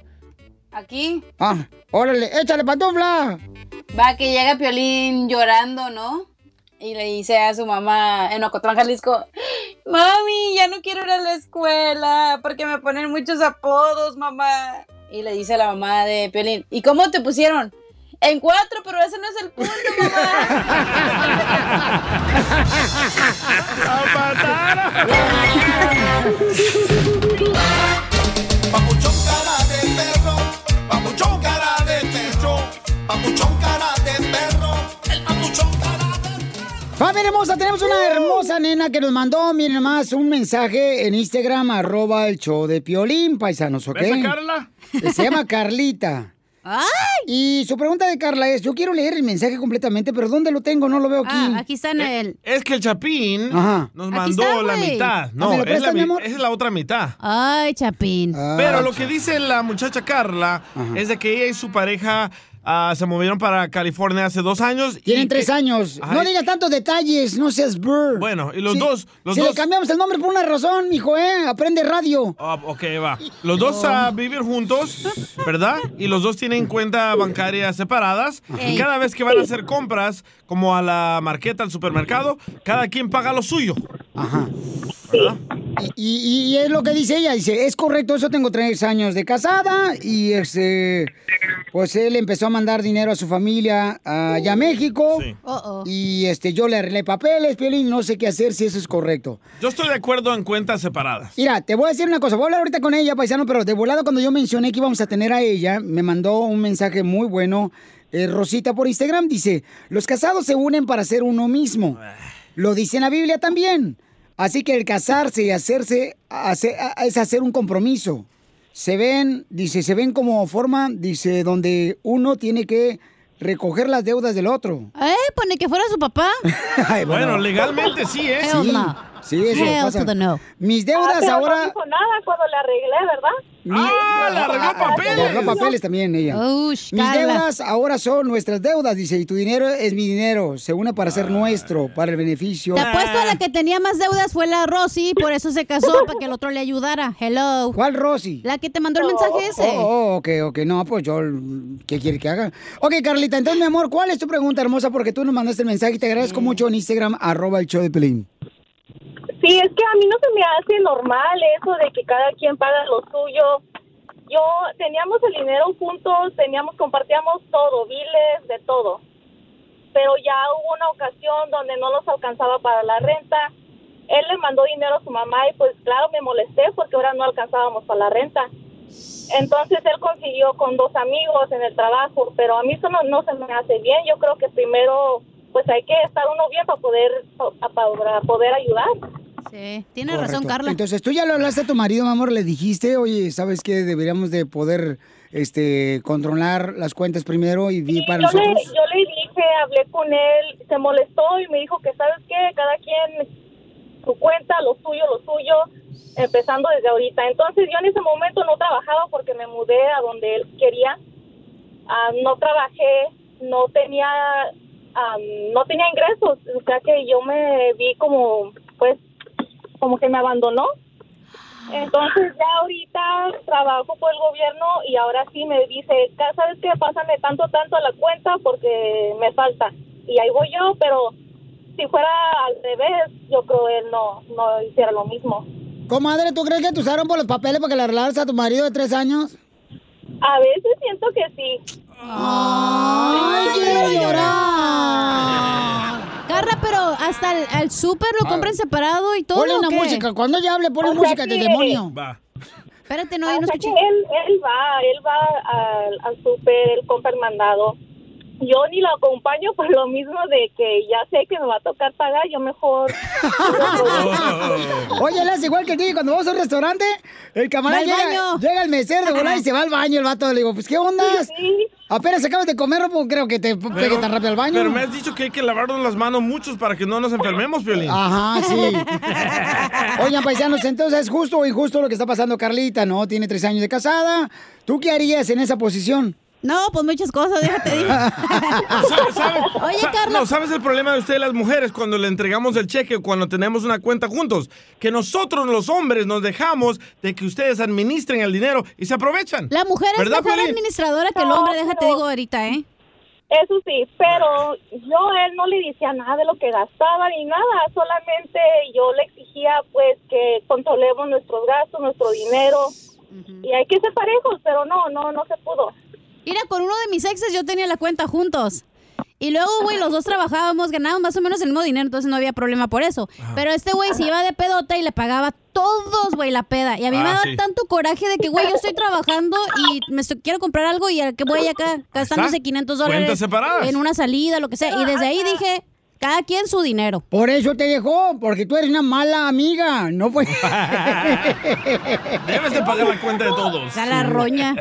Aquí
Ah, órale, échale pantufla.
va que llega Piolín llorando, ¿no? Y le dice a su mamá en Ocotlán, Jalisco, Mami, ya no quiero ir a la escuela porque me ponen muchos apodos, mamá. Y le dice la mamá de Piolín, ¿y cómo te pusieron? En cuatro, pero ese no es el punto,
Papuchón cara de perro, papuchón cara de perro, el papuchón cara
Familia hermosa, tenemos una
Uh.
hermosa nena que nos mandó, miren más, un mensaje en Instagram, arroba el show de Piolín, paisanos, ¿ok?
¿Ves a Carla?
Se llama Carlita. Y su pregunta de Carla es, yo quiero leer el mensaje completamente, pero ¿dónde lo tengo? No lo veo aquí. ¿Eh?
Ah, aquí está en el...
Es que el Chapín nos
Aquí
mandó
está,
la
güey.
Ah,
mitad. No,
¿me lo
es, la,
prestas, mi
mi-
amor? Ah,
es la otra mitad.
Ay, Chapín.
Pero lo que dice la muchacha Carla es de que ella y su pareja ah, se movieron para California hace dos años. y
Tienen tres
que-
años.
Ajá,
No
y-
digas tantos detalles, no seas burr.
Bueno, y los
Sí,
dos, los
si
dos.
le cambiamos el nombre por una razón, mijo, ¿eh? Aprende radio.
Ah, ok, va. Los dos a vivir juntos, ¿verdad? Y los dos tienen cuenta bancaria separadas. Y
Ey.
cada vez que van a hacer compras, como a la marqueta, al supermercado, cada quien paga lo suyo.
Y, y- y es lo que dice ella, dice, es correcto, eso tengo tres años de casada y este, pues él empezó a mandar dinero a su familia allá a México y este, yo le arreglé papeles, Piolín, no sé qué hacer si eso es correcto.
Yo estoy de acuerdo en cuentas separadas.
Mira, te voy a decir una cosa, voy a hablar ahorita con ella, paisano, pero de volada cuando yo mencioné que íbamos a tener a ella, me mandó un mensaje muy bueno. eh, Rosita por Instagram dice, los casados se unen para ser uno mismo. Lo dice en la Biblia también. Así que el casarse y hacerse hace- a- es hacer un compromiso. Se ven, dice, se ven como forma, dice, donde uno tiene que recoger las deudas del otro.
Eh, pone que fuera su papá.
Ay,
Bueno, legalmente sí, ¿eh?
Sí, sí, eso
Hell
pasa.
to the no.
Mis deudas
Ah, pero
ahora...
No dijo nada cuando la arreglé, ¿verdad?
¡Ah,
la arregló papeles!
La arregló papeles también ella.
Ush,
Mis
Carla.
deudas ahora son nuestras deudas, dice, y tu dinero es mi dinero. Se une para ser nuestro, para el beneficio.
Te apuesto a la que tenía más deudas fue la Rosy, por eso se casó, para que el otro le ayudara. Hello.
¿Cuál Rosy?
La que te mandó el mensaje ese.
Oh, oh, ok, ok. No, pues yo, ¿qué quiere que haga? Ok, Carlita, entonces, mi amor, ¿cuál es tu pregunta, hermosa? Porque tú nos mandaste el mensaje y te agradezco mucho en Instagram, arroba el show de Pelín.
Sí, es que a mí no se me hace normal eso de que cada quien paga lo suyo. Yo teníamos el dinero juntos, teníamos, compartíamos todo, biles, de todo. Pero ya hubo una ocasión donde no nos alcanzaba para la renta. Él le mandó dinero a su mamá y pues claro, me molesté porque ahora no alcanzábamos para la renta. Entonces él consiguió con dos amigos en el trabajo, pero a mí eso no, no se me hace bien. Yo creo que primero pues hay que estar uno bien para poder, pa- para poder ayudar.
Sí, tiene
Correcto.
razón, Carla.
Entonces, tú ya lo hablaste a tu marido, mi amor, le dijiste, oye, ¿sabes qué? Deberíamos de poder este, controlar las cuentas primero y vivir para
yo le,
nosotros.
yo le dije, hablé con él, se molestó y me dijo que, ¿sabes qué? Cada quien su cuenta, lo suyo, lo suyo, empezando desde ahorita. Entonces yo en ese momento no trabajaba porque me mudé a donde él quería. Ah, no trabajé, no tenía, ah, no tenía ingresos, o sea que yo me vi como, pues, como que me abandonó. Entonces ya ahorita trabajo por el gobierno y ahora sí me dice, "Ca- ¿sabes qué? Pásame tanto, tanto a la cuenta porque me falta. Y ahí voy yo, pero si fuera al revés, yo creo él no, no hiciera lo mismo.
Comadre, ¿tú crees que te usaron por los papeles para que le arreglaras a tu marido de tres años?
A veces siento que sí.
Ay, quiero llorar. Carla, pero hasta el, al súper lo compran separado y todo.
Ponle
¿o
una
qué?
música, cuando ella hable, ponle
O sea
música de
que-
demonio.
Espérate, no, yo no
Ah, O sea
escuché.
que él, él va, él va al, al súper, él compra el mandado. Yo ni lo acompaño por lo mismo de que ya sé que me va a tocar pagar, yo mejor...
Oye, él es igual que ti, cuando vamos a un restaurante, el camarada
Va al
llega, llega al mesero de volar y se va al baño el vato. Le digo, pues, ¿qué onda? Apenas acabas de comer, no puedo- creo que te pegue tan rápido al baño.
Pero me has dicho que hay que lavarnos las manos muchos para que no nos enfermemos, Violín.
Ajá, sí. Oigan, paisanos, entonces es justo o injusto lo que está pasando Carlita, ¿no? Tiene tres años de casada. ¿Tú qué harías en esa posición?
No, pues muchas cosas, déjate ir.
¿Sabes? ¿Sabes?
Oye,
Sa-
Carla.
No, ¿sabes el problema de ustedes las mujeres cuando le entregamos el cheque o cuando tenemos una cuenta juntos? Que nosotros los hombres nos dejamos de que ustedes administren el dinero y se aprovechan.
La mujer es
¿Verdad,
mejor
Piolín?
administradora que el hombre, déjate digo ahorita, ¿eh?
Eso sí, pero yo a él no le decía nada de lo que gastaba ni nada, solamente yo le exigía pues que controlemos nuestros gastos, nuestro dinero y hay que ser parejos, pero no, no, no se pudo.
Mira, con uno de mis exes yo tenía la cuenta juntos. Y luego, güey, los dos trabajábamos, ganábamos más o menos el mismo dinero, entonces no había problema por eso. Pero este güey se iba de pedota y le pagaba todos, güey, la peda. Y a mí me
Ah,
daba
sí.
tanto coraje de que, güey, yo estoy trabajando y me estoy- quiero comprar algo y al que voy acá gastándose 500 dólares
Cuentas separadas.
en una salida, lo que sea. Y desde ahí dije, Cada quien su dinero.
Por eso te dejó, porque tú eres una mala amiga. No fue.
Debes de pagar la cuenta de todos.
A la roña.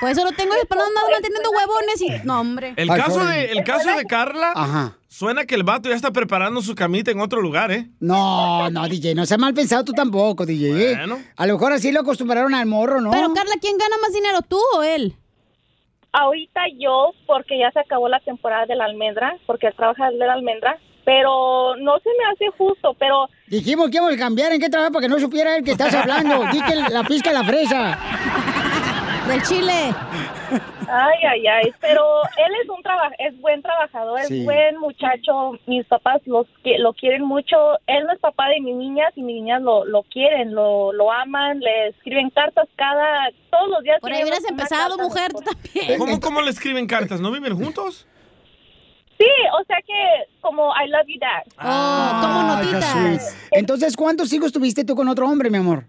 Por eso lo tengo esperando andar manteniendo huevones y. No, hombre.
El caso, de, el caso de Carla, suena que el vato ya está preparando su camita en otro lugar, ¿eh?
No, no, DJ, no sea mal pensado tú tampoco, DJ. ¿eh?
Bueno.
A lo mejor así lo acostumbraron al morro, ¿no?
Pero Carla, ¿quién gana más dinero, tú o él?
Ahorita yo, porque ya se acabó la temporada de la almendra, porque él trabaja de la almendra, pero no se me hace justo, pero
Dijimos que íbamos a cambiar en qué trabajo para que no supiera él que estás hablando. Di que la pizca de la fresa.
Del chile.
Ay, ay, ay, pero él es un traba- es buen trabajador, es
Sí.
buen muchacho. Mis papás los que lo quieren mucho. Él no es papá de mis niñas y mis niñas lo, lo quieren, lo, lo aman, le escriben cartas cada todos los días.
Por ahí
escriben
hubieras
una
empezado,
carta.
mujer, tú también.
¿Cómo, ¿Cómo le escriben cartas? ¿No viven juntos?
Sí, o sea que como I love you dad.
Ah, Jesús. Entonces, ¿cuántos hijos tuviste tú con otro hombre, mi amor?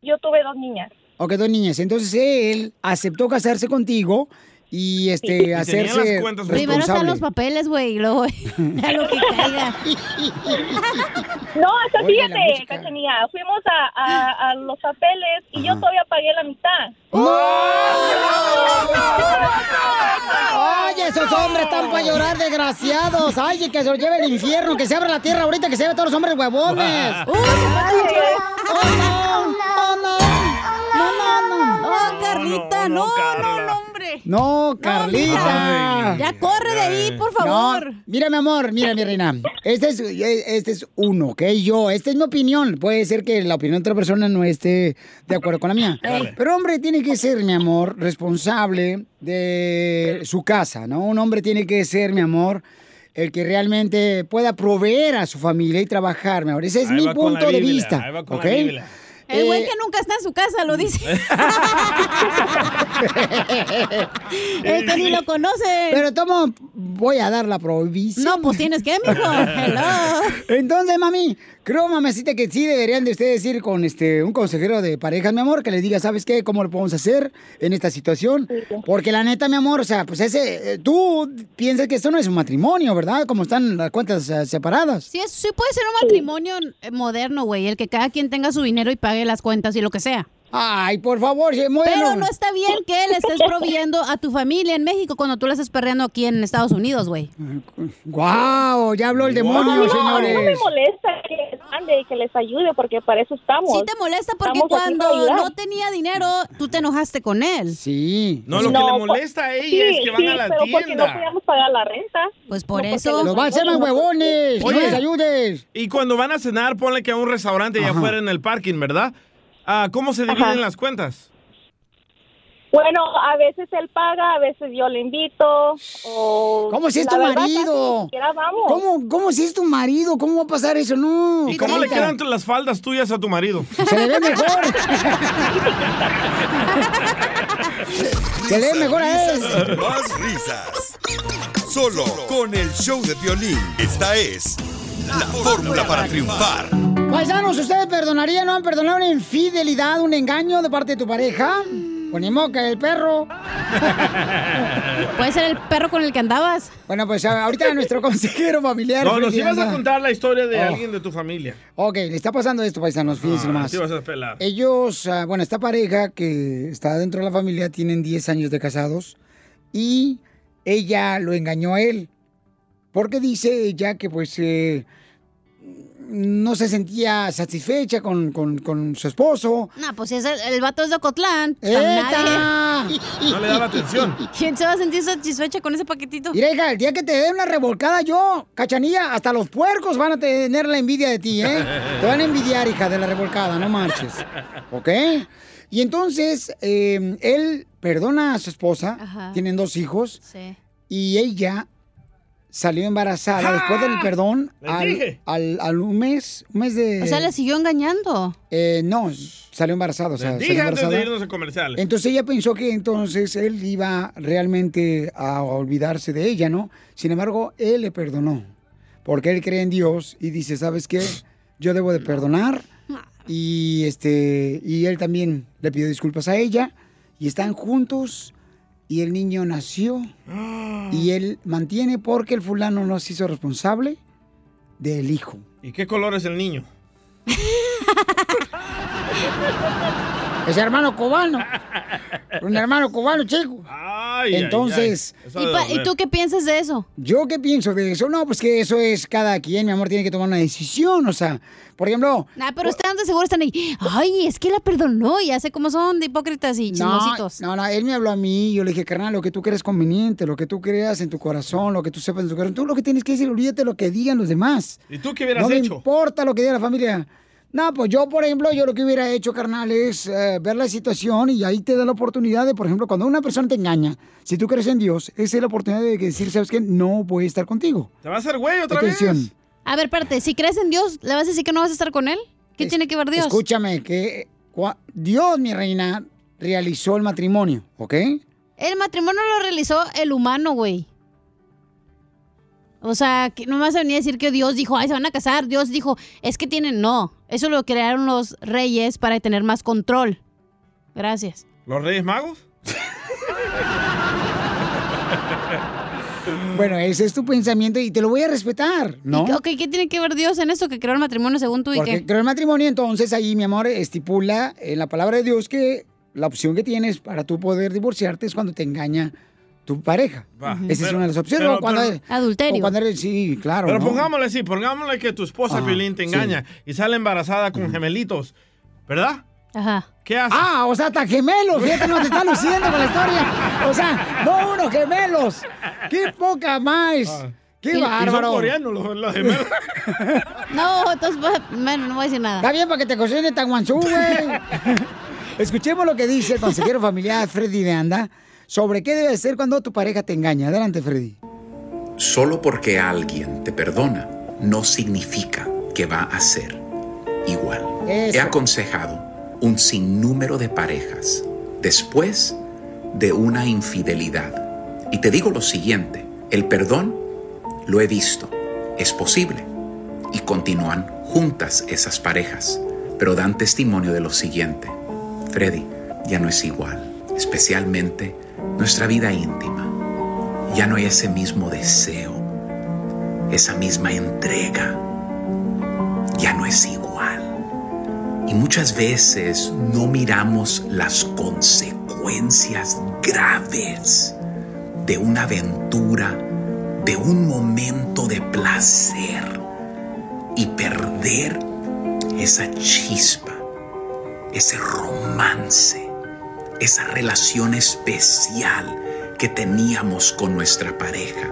Yo tuve dos niñas.
Ok, dos niñas. Entonces él aceptó casarse contigo y este
Sí. Y
hacerse
Primero están
responsable.
los papeles, güey, y luego a lo que caiga.
No, hasta
Oye, la
fíjate, Cachanía, fuimos a, a- a los papeles y yo todavía pagué la mitad.
Oh,
Oye, esos hombres están para llorar, desgraciados. Ay, que se los lleve el infierno, que se abra la tierra ahorita, que se lleve a todos los hombres huevones.
¡Uy!
no! ¡Oh, no! ¡No, no, no!
¡Oh, Carlita! ¡No, no, no, hombre!
No, Carlita.
mija. Ya corre de ahí, por favor.
No, mira, mi amor, mira, mi reina. Este es, este es uno, que Yo, esta es mi opinión. Puede ser que la opinión de otra persona no esté de acuerdo con la mía.
Dale.
Pero hombre tiene que ser, mi amor, responsable de su casa, ¿no? Un hombre tiene que ser, mi amor, el que realmente pueda proveer a su familia y trabajar, mi amor. Ese es
Ahí
mi
va con la
punto de
Biblia,
vista.
ahí va con la
¿ok?
Biblia. El güey
Eh,
que nunca está en su casa lo dice. El que Este ni lo conoce.
Pero tomo, voy a dar la prohibición. No, pues
tienes que, mijo. Hello.
Entonces, mami, creo, mamacita, que sí deberían de ustedes ir con este un consejero de parejas, mi amor, que les diga, ¿sabes qué? ¿Cómo lo podemos hacer en esta situación? Porque la neta, mi amor, o sea, pues ese, eh, tú piensas que esto no es un matrimonio, ¿verdad? Como están las cuentas eh, separadas.
Sí, es- sí puede ser un matrimonio eh, moderno, güey, el que cada quien tenga su dinero y pague las cuentas y lo que sea.
Ay, por favor,
Pero no está bien que le estés proviendo a tu familia en México cuando tú la estás perdiendo aquí en Estados Unidos, güey.
¡Guau! ya habló el demonio,
no,
señores.
No me molesta que les mande y que les ayude porque para eso estamos.
Sí te molesta porque
Estamos aquí para
cuando
ayudar.
no tenía dinero, tú te enojaste con él.
Sí.
No, lo que
pues,
le molesta a ella es que van a la tienda.
pagar la renta.
Pues por
No, porque
eso.
los va a hacer más huevones.
Oye.
no les ayudes.
Y cuando van a cenar, ponle que a un restaurante allá afuera en el parking, ¿verdad? Ah, ¿Cómo se dividen
Ajá.
las cuentas?
Bueno, a veces él paga, a veces yo le invito. O
¿Cómo si es tu
La verdad, casi ni
marido?
siquiera vamos.
¿Cómo, ¿Cómo si es tu marido? ¿Cómo va a pasar eso? No.
¿Y cómo le
Carlita.
quedan las faldas tuyas a tu marido?
Se le ve mejor. Se le ve mejor a él.
Más risas. Solo con el show de violín. Esta es la fórmula para triunfar.
Paisanos, ¿ustedes perdonarían o han perdonado una infidelidad, un engaño de parte de tu pareja? Ponemos que el perro.
¿Puede ser el perro con el que andabas?
Bueno, pues a- ahorita nuestro consejero familiar.
No, nos
Freddy
ibas a
anda-
contar la historia de
Oh.
alguien de tu familia.
Ok, le está pasando esto, paisanos, fíjense
Ah,
nomás.
te vas a pelar.
Ellos, ah, bueno, esta pareja que está dentro de la familia tienen 10 años de casados y ella lo engañó a él. Porque dice ella que pues eh, no se sentía satisfecha con, con- con su esposo.
No, pues si es el, el vato es de Ocotlán. pues,
¡Eta!
nadie-
No le daba atención.
¿Quién se va a sentir satisfecha con ese paquetito?
Mira, hija, el día que te dé una revolcada yo, cachanilla, hasta los puercos van a tener la envidia de ti, ¿eh? Te van a envidiar, hija, de la revolcada, no marches. ¿Ok? Y entonces, eh, él perdona a su esposa,
Ajá.
tienen dos hijos,
Sí.
y ella salió embarazada después del perdón
¡Ah! Les
al,
dije.
al- al un mes, un mes de...
O sea, le siguió engañando.
Eh, no, salió embarazada, o sea,
Dije
salió
antes de
embarazada.
irnos a comerciales.
Entonces ella pensó que entonces él iba realmente a olvidarse de ella, ¿no? Sin embargo, él le perdonó, porque él cree en Dios y dice, ¿sabes qué? Yo debo de perdonar y este y él también le pidió disculpas a ella y están juntos y el niño nació y él mantiene porque el fulano no se hizo responsable del hijo.
¿Y qué color es el niño?
Es hermano cubano. Un hermano cubano, chico.
ay, ay.
Entonces.
Eso ha de ¿Y pa- y doler. tú
qué piensas de eso? ¿Yo qué pienso de eso? No, pues que eso es cada quien, mi amor, tiene que tomar una decisión. O sea, por ejemplo.
Nah, pero ustedes de seguro están ahí. Ay, es que la perdonó. Ya sé cómo son de hipócritas y
No,
chismositos.
no, no, él me habló a mí, yo le dije, carnal, lo que tú creas conveniente, lo que tú creas en tu corazón, lo que tú sepas en tu corazón, tú lo que tienes que decir, olvídate lo que digan los demás.
¿Y tú qué hubieras
no
hecho?
me importa lo que diga la familia. No, pues yo, por ejemplo, yo lo que hubiera hecho, carnal, es eh, ver la situación y ahí te da la oportunidad de, por ejemplo, cuando una persona te engaña, si tú crees en Dios, esa es la oportunidad de decir, ¿sabes qué? No voy a estar contigo.
¿Te vas a hacer güey otra vez?
Atención.
A ver, parte, si crees en Dios, ¿le vas a decir que no vas a estar con él? ¿Qué tiene que ver Dios?
Escúchame, que cua- Dios, mi reina, realizó el matrimonio, ¿ok?
El matrimonio lo realizó el humano, güey. O sea, que no me vas a venir a decir que Dios dijo, ay, se van a casar. Dios dijo, es que tienen. No, eso lo crearon los reyes para tener más control. Gracias.
¿Los Reyes Magos?
Bueno, ese es tu pensamiento y te lo voy a respetar, ¿no?
¿Y qué- ok, ¿qué tiene que ver Dios en eso que creó el matrimonio según tú y
Porque
qué?
creo el matrimonio, entonces ahí, mi amor, estipula en la palabra de Dios que la opción que tienes para tú poder divorciarte es cuando te engaña tu pareja.
Va.
Esa es
Mm, Pero-
una de las opciones.
pero-
o cuando
pero-
eres- o cuando eres- sí, claro.
Pero
¿no?
pongámosle así, pongámosle que tu esposa
Ajá,
Piolín te
sí.
engaña y sale embarazada con gemelitos, ¿verdad?
Ajá.
¿Qué haces?
Ah, o sea, hasta gemelos. Fíjate cómo te están luciendo con la historia. O sea, no uno, gemelos. Qué poca más.
Y-
Qué
y son
bárbaro.
Ah. coreanos los- los gemelos.
No, entonces, bueno, no voy a decir nada.
Está bien para que te cocine tan guanzú, güey. Escuchemos lo que dice el consejero familiar Freddy de Anda sobre qué debe ser cuando tu pareja te engaña. Adelante, Freddy.
Solo porque alguien te perdona no significa que va a ser igual. He aconsejado un sinnúmero de parejas después de una infidelidad. Y te digo lo siguiente, el perdón lo he visto, es posible. Y continúan juntas esas parejas, pero dan testimonio de lo siguiente. Freddy, ya no es igual, especialmente nuestra vida íntima. Ya no hay ese mismo deseo, esa misma entrega. Ya no es igual. Y muchas veces no miramos las consecuencias graves de una aventura, de un momento de placer y perder esa chispa, ese romance, esa relación especial que teníamos con nuestra pareja.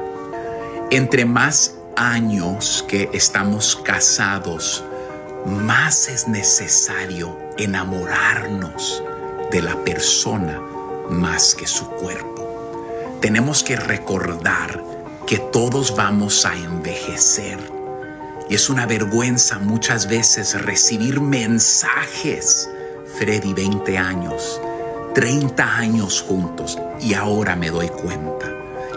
Entre más años que estamos casados, más es necesario enamorarnos de la persona más que su cuerpo. Tenemos que recordar que todos vamos a envejecer. Y es una vergüenza muchas veces recibir mensajes. Freddy, 20 años, 30 años juntos y ahora me doy cuenta.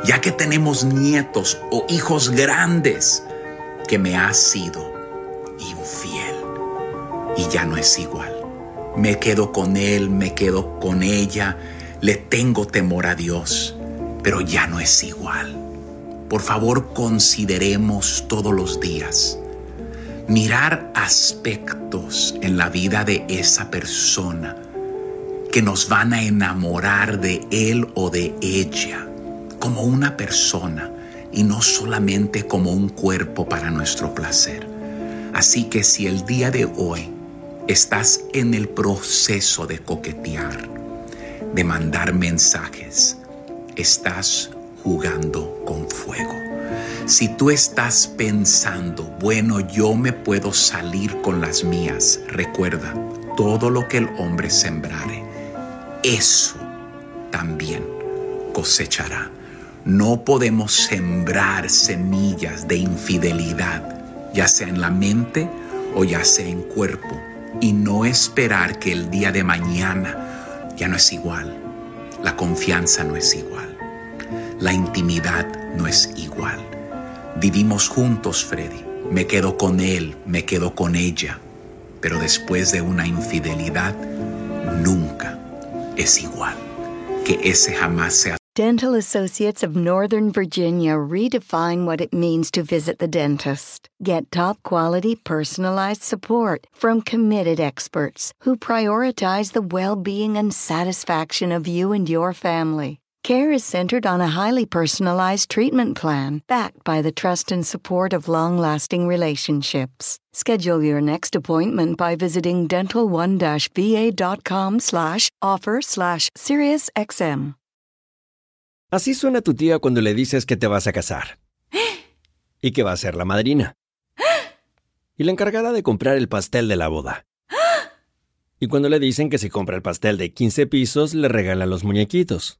Ya que tenemos nietos o hijos grandes, que me ha sido infiel y ya no es igual. Me quedo con él, me quedo con ella, le tengo temor a Dios, pero ya no es igual. Por favor, consideremos todos los días mirar aspectos en la vida de esa persona que nos van a enamorar de él o de ella como una persona y no solamente como un cuerpo para nuestro placer. Así que si el día de hoy estás en el proceso de coquetear, de mandar mensajes, estás jugando con fuego. Si tú estás pensando, bueno, yo me puedo salir con las mías, recuerda, todo lo que el hombre sembrare, eso también cosechará. No podemos sembrar semillas de infidelidad, ya sea en la mente o ya sea en cuerpo, y no esperar que el día de mañana ya no es igual. La confianza no es igual. La intimidad no es igual. Vivimos juntos, Freddy. Me quedo con él, me quedo con ella. Pero después de una infidelidad, nunca es igual. Que ese jamás sea
Dental Associates of Northern Virginia redefine what it means to visit the dentist. Get top quality personalized support from committed experts who prioritize the well being and satisfaction of you and your family. Care is centered on a highly personalized treatment plan backed by the trust and support of long lasting relationships. Schedule your next appointment by visiting dental1-va.com slash offer slash SiriusXM.
Así suena tu tía cuando le dices que te vas a casar. Y que va a ser la madrina. Y la encargada de comprar el pastel de la boda. Y cuando le dicen que si compra el pastel de 15 pisos, le regalan los muñequitos.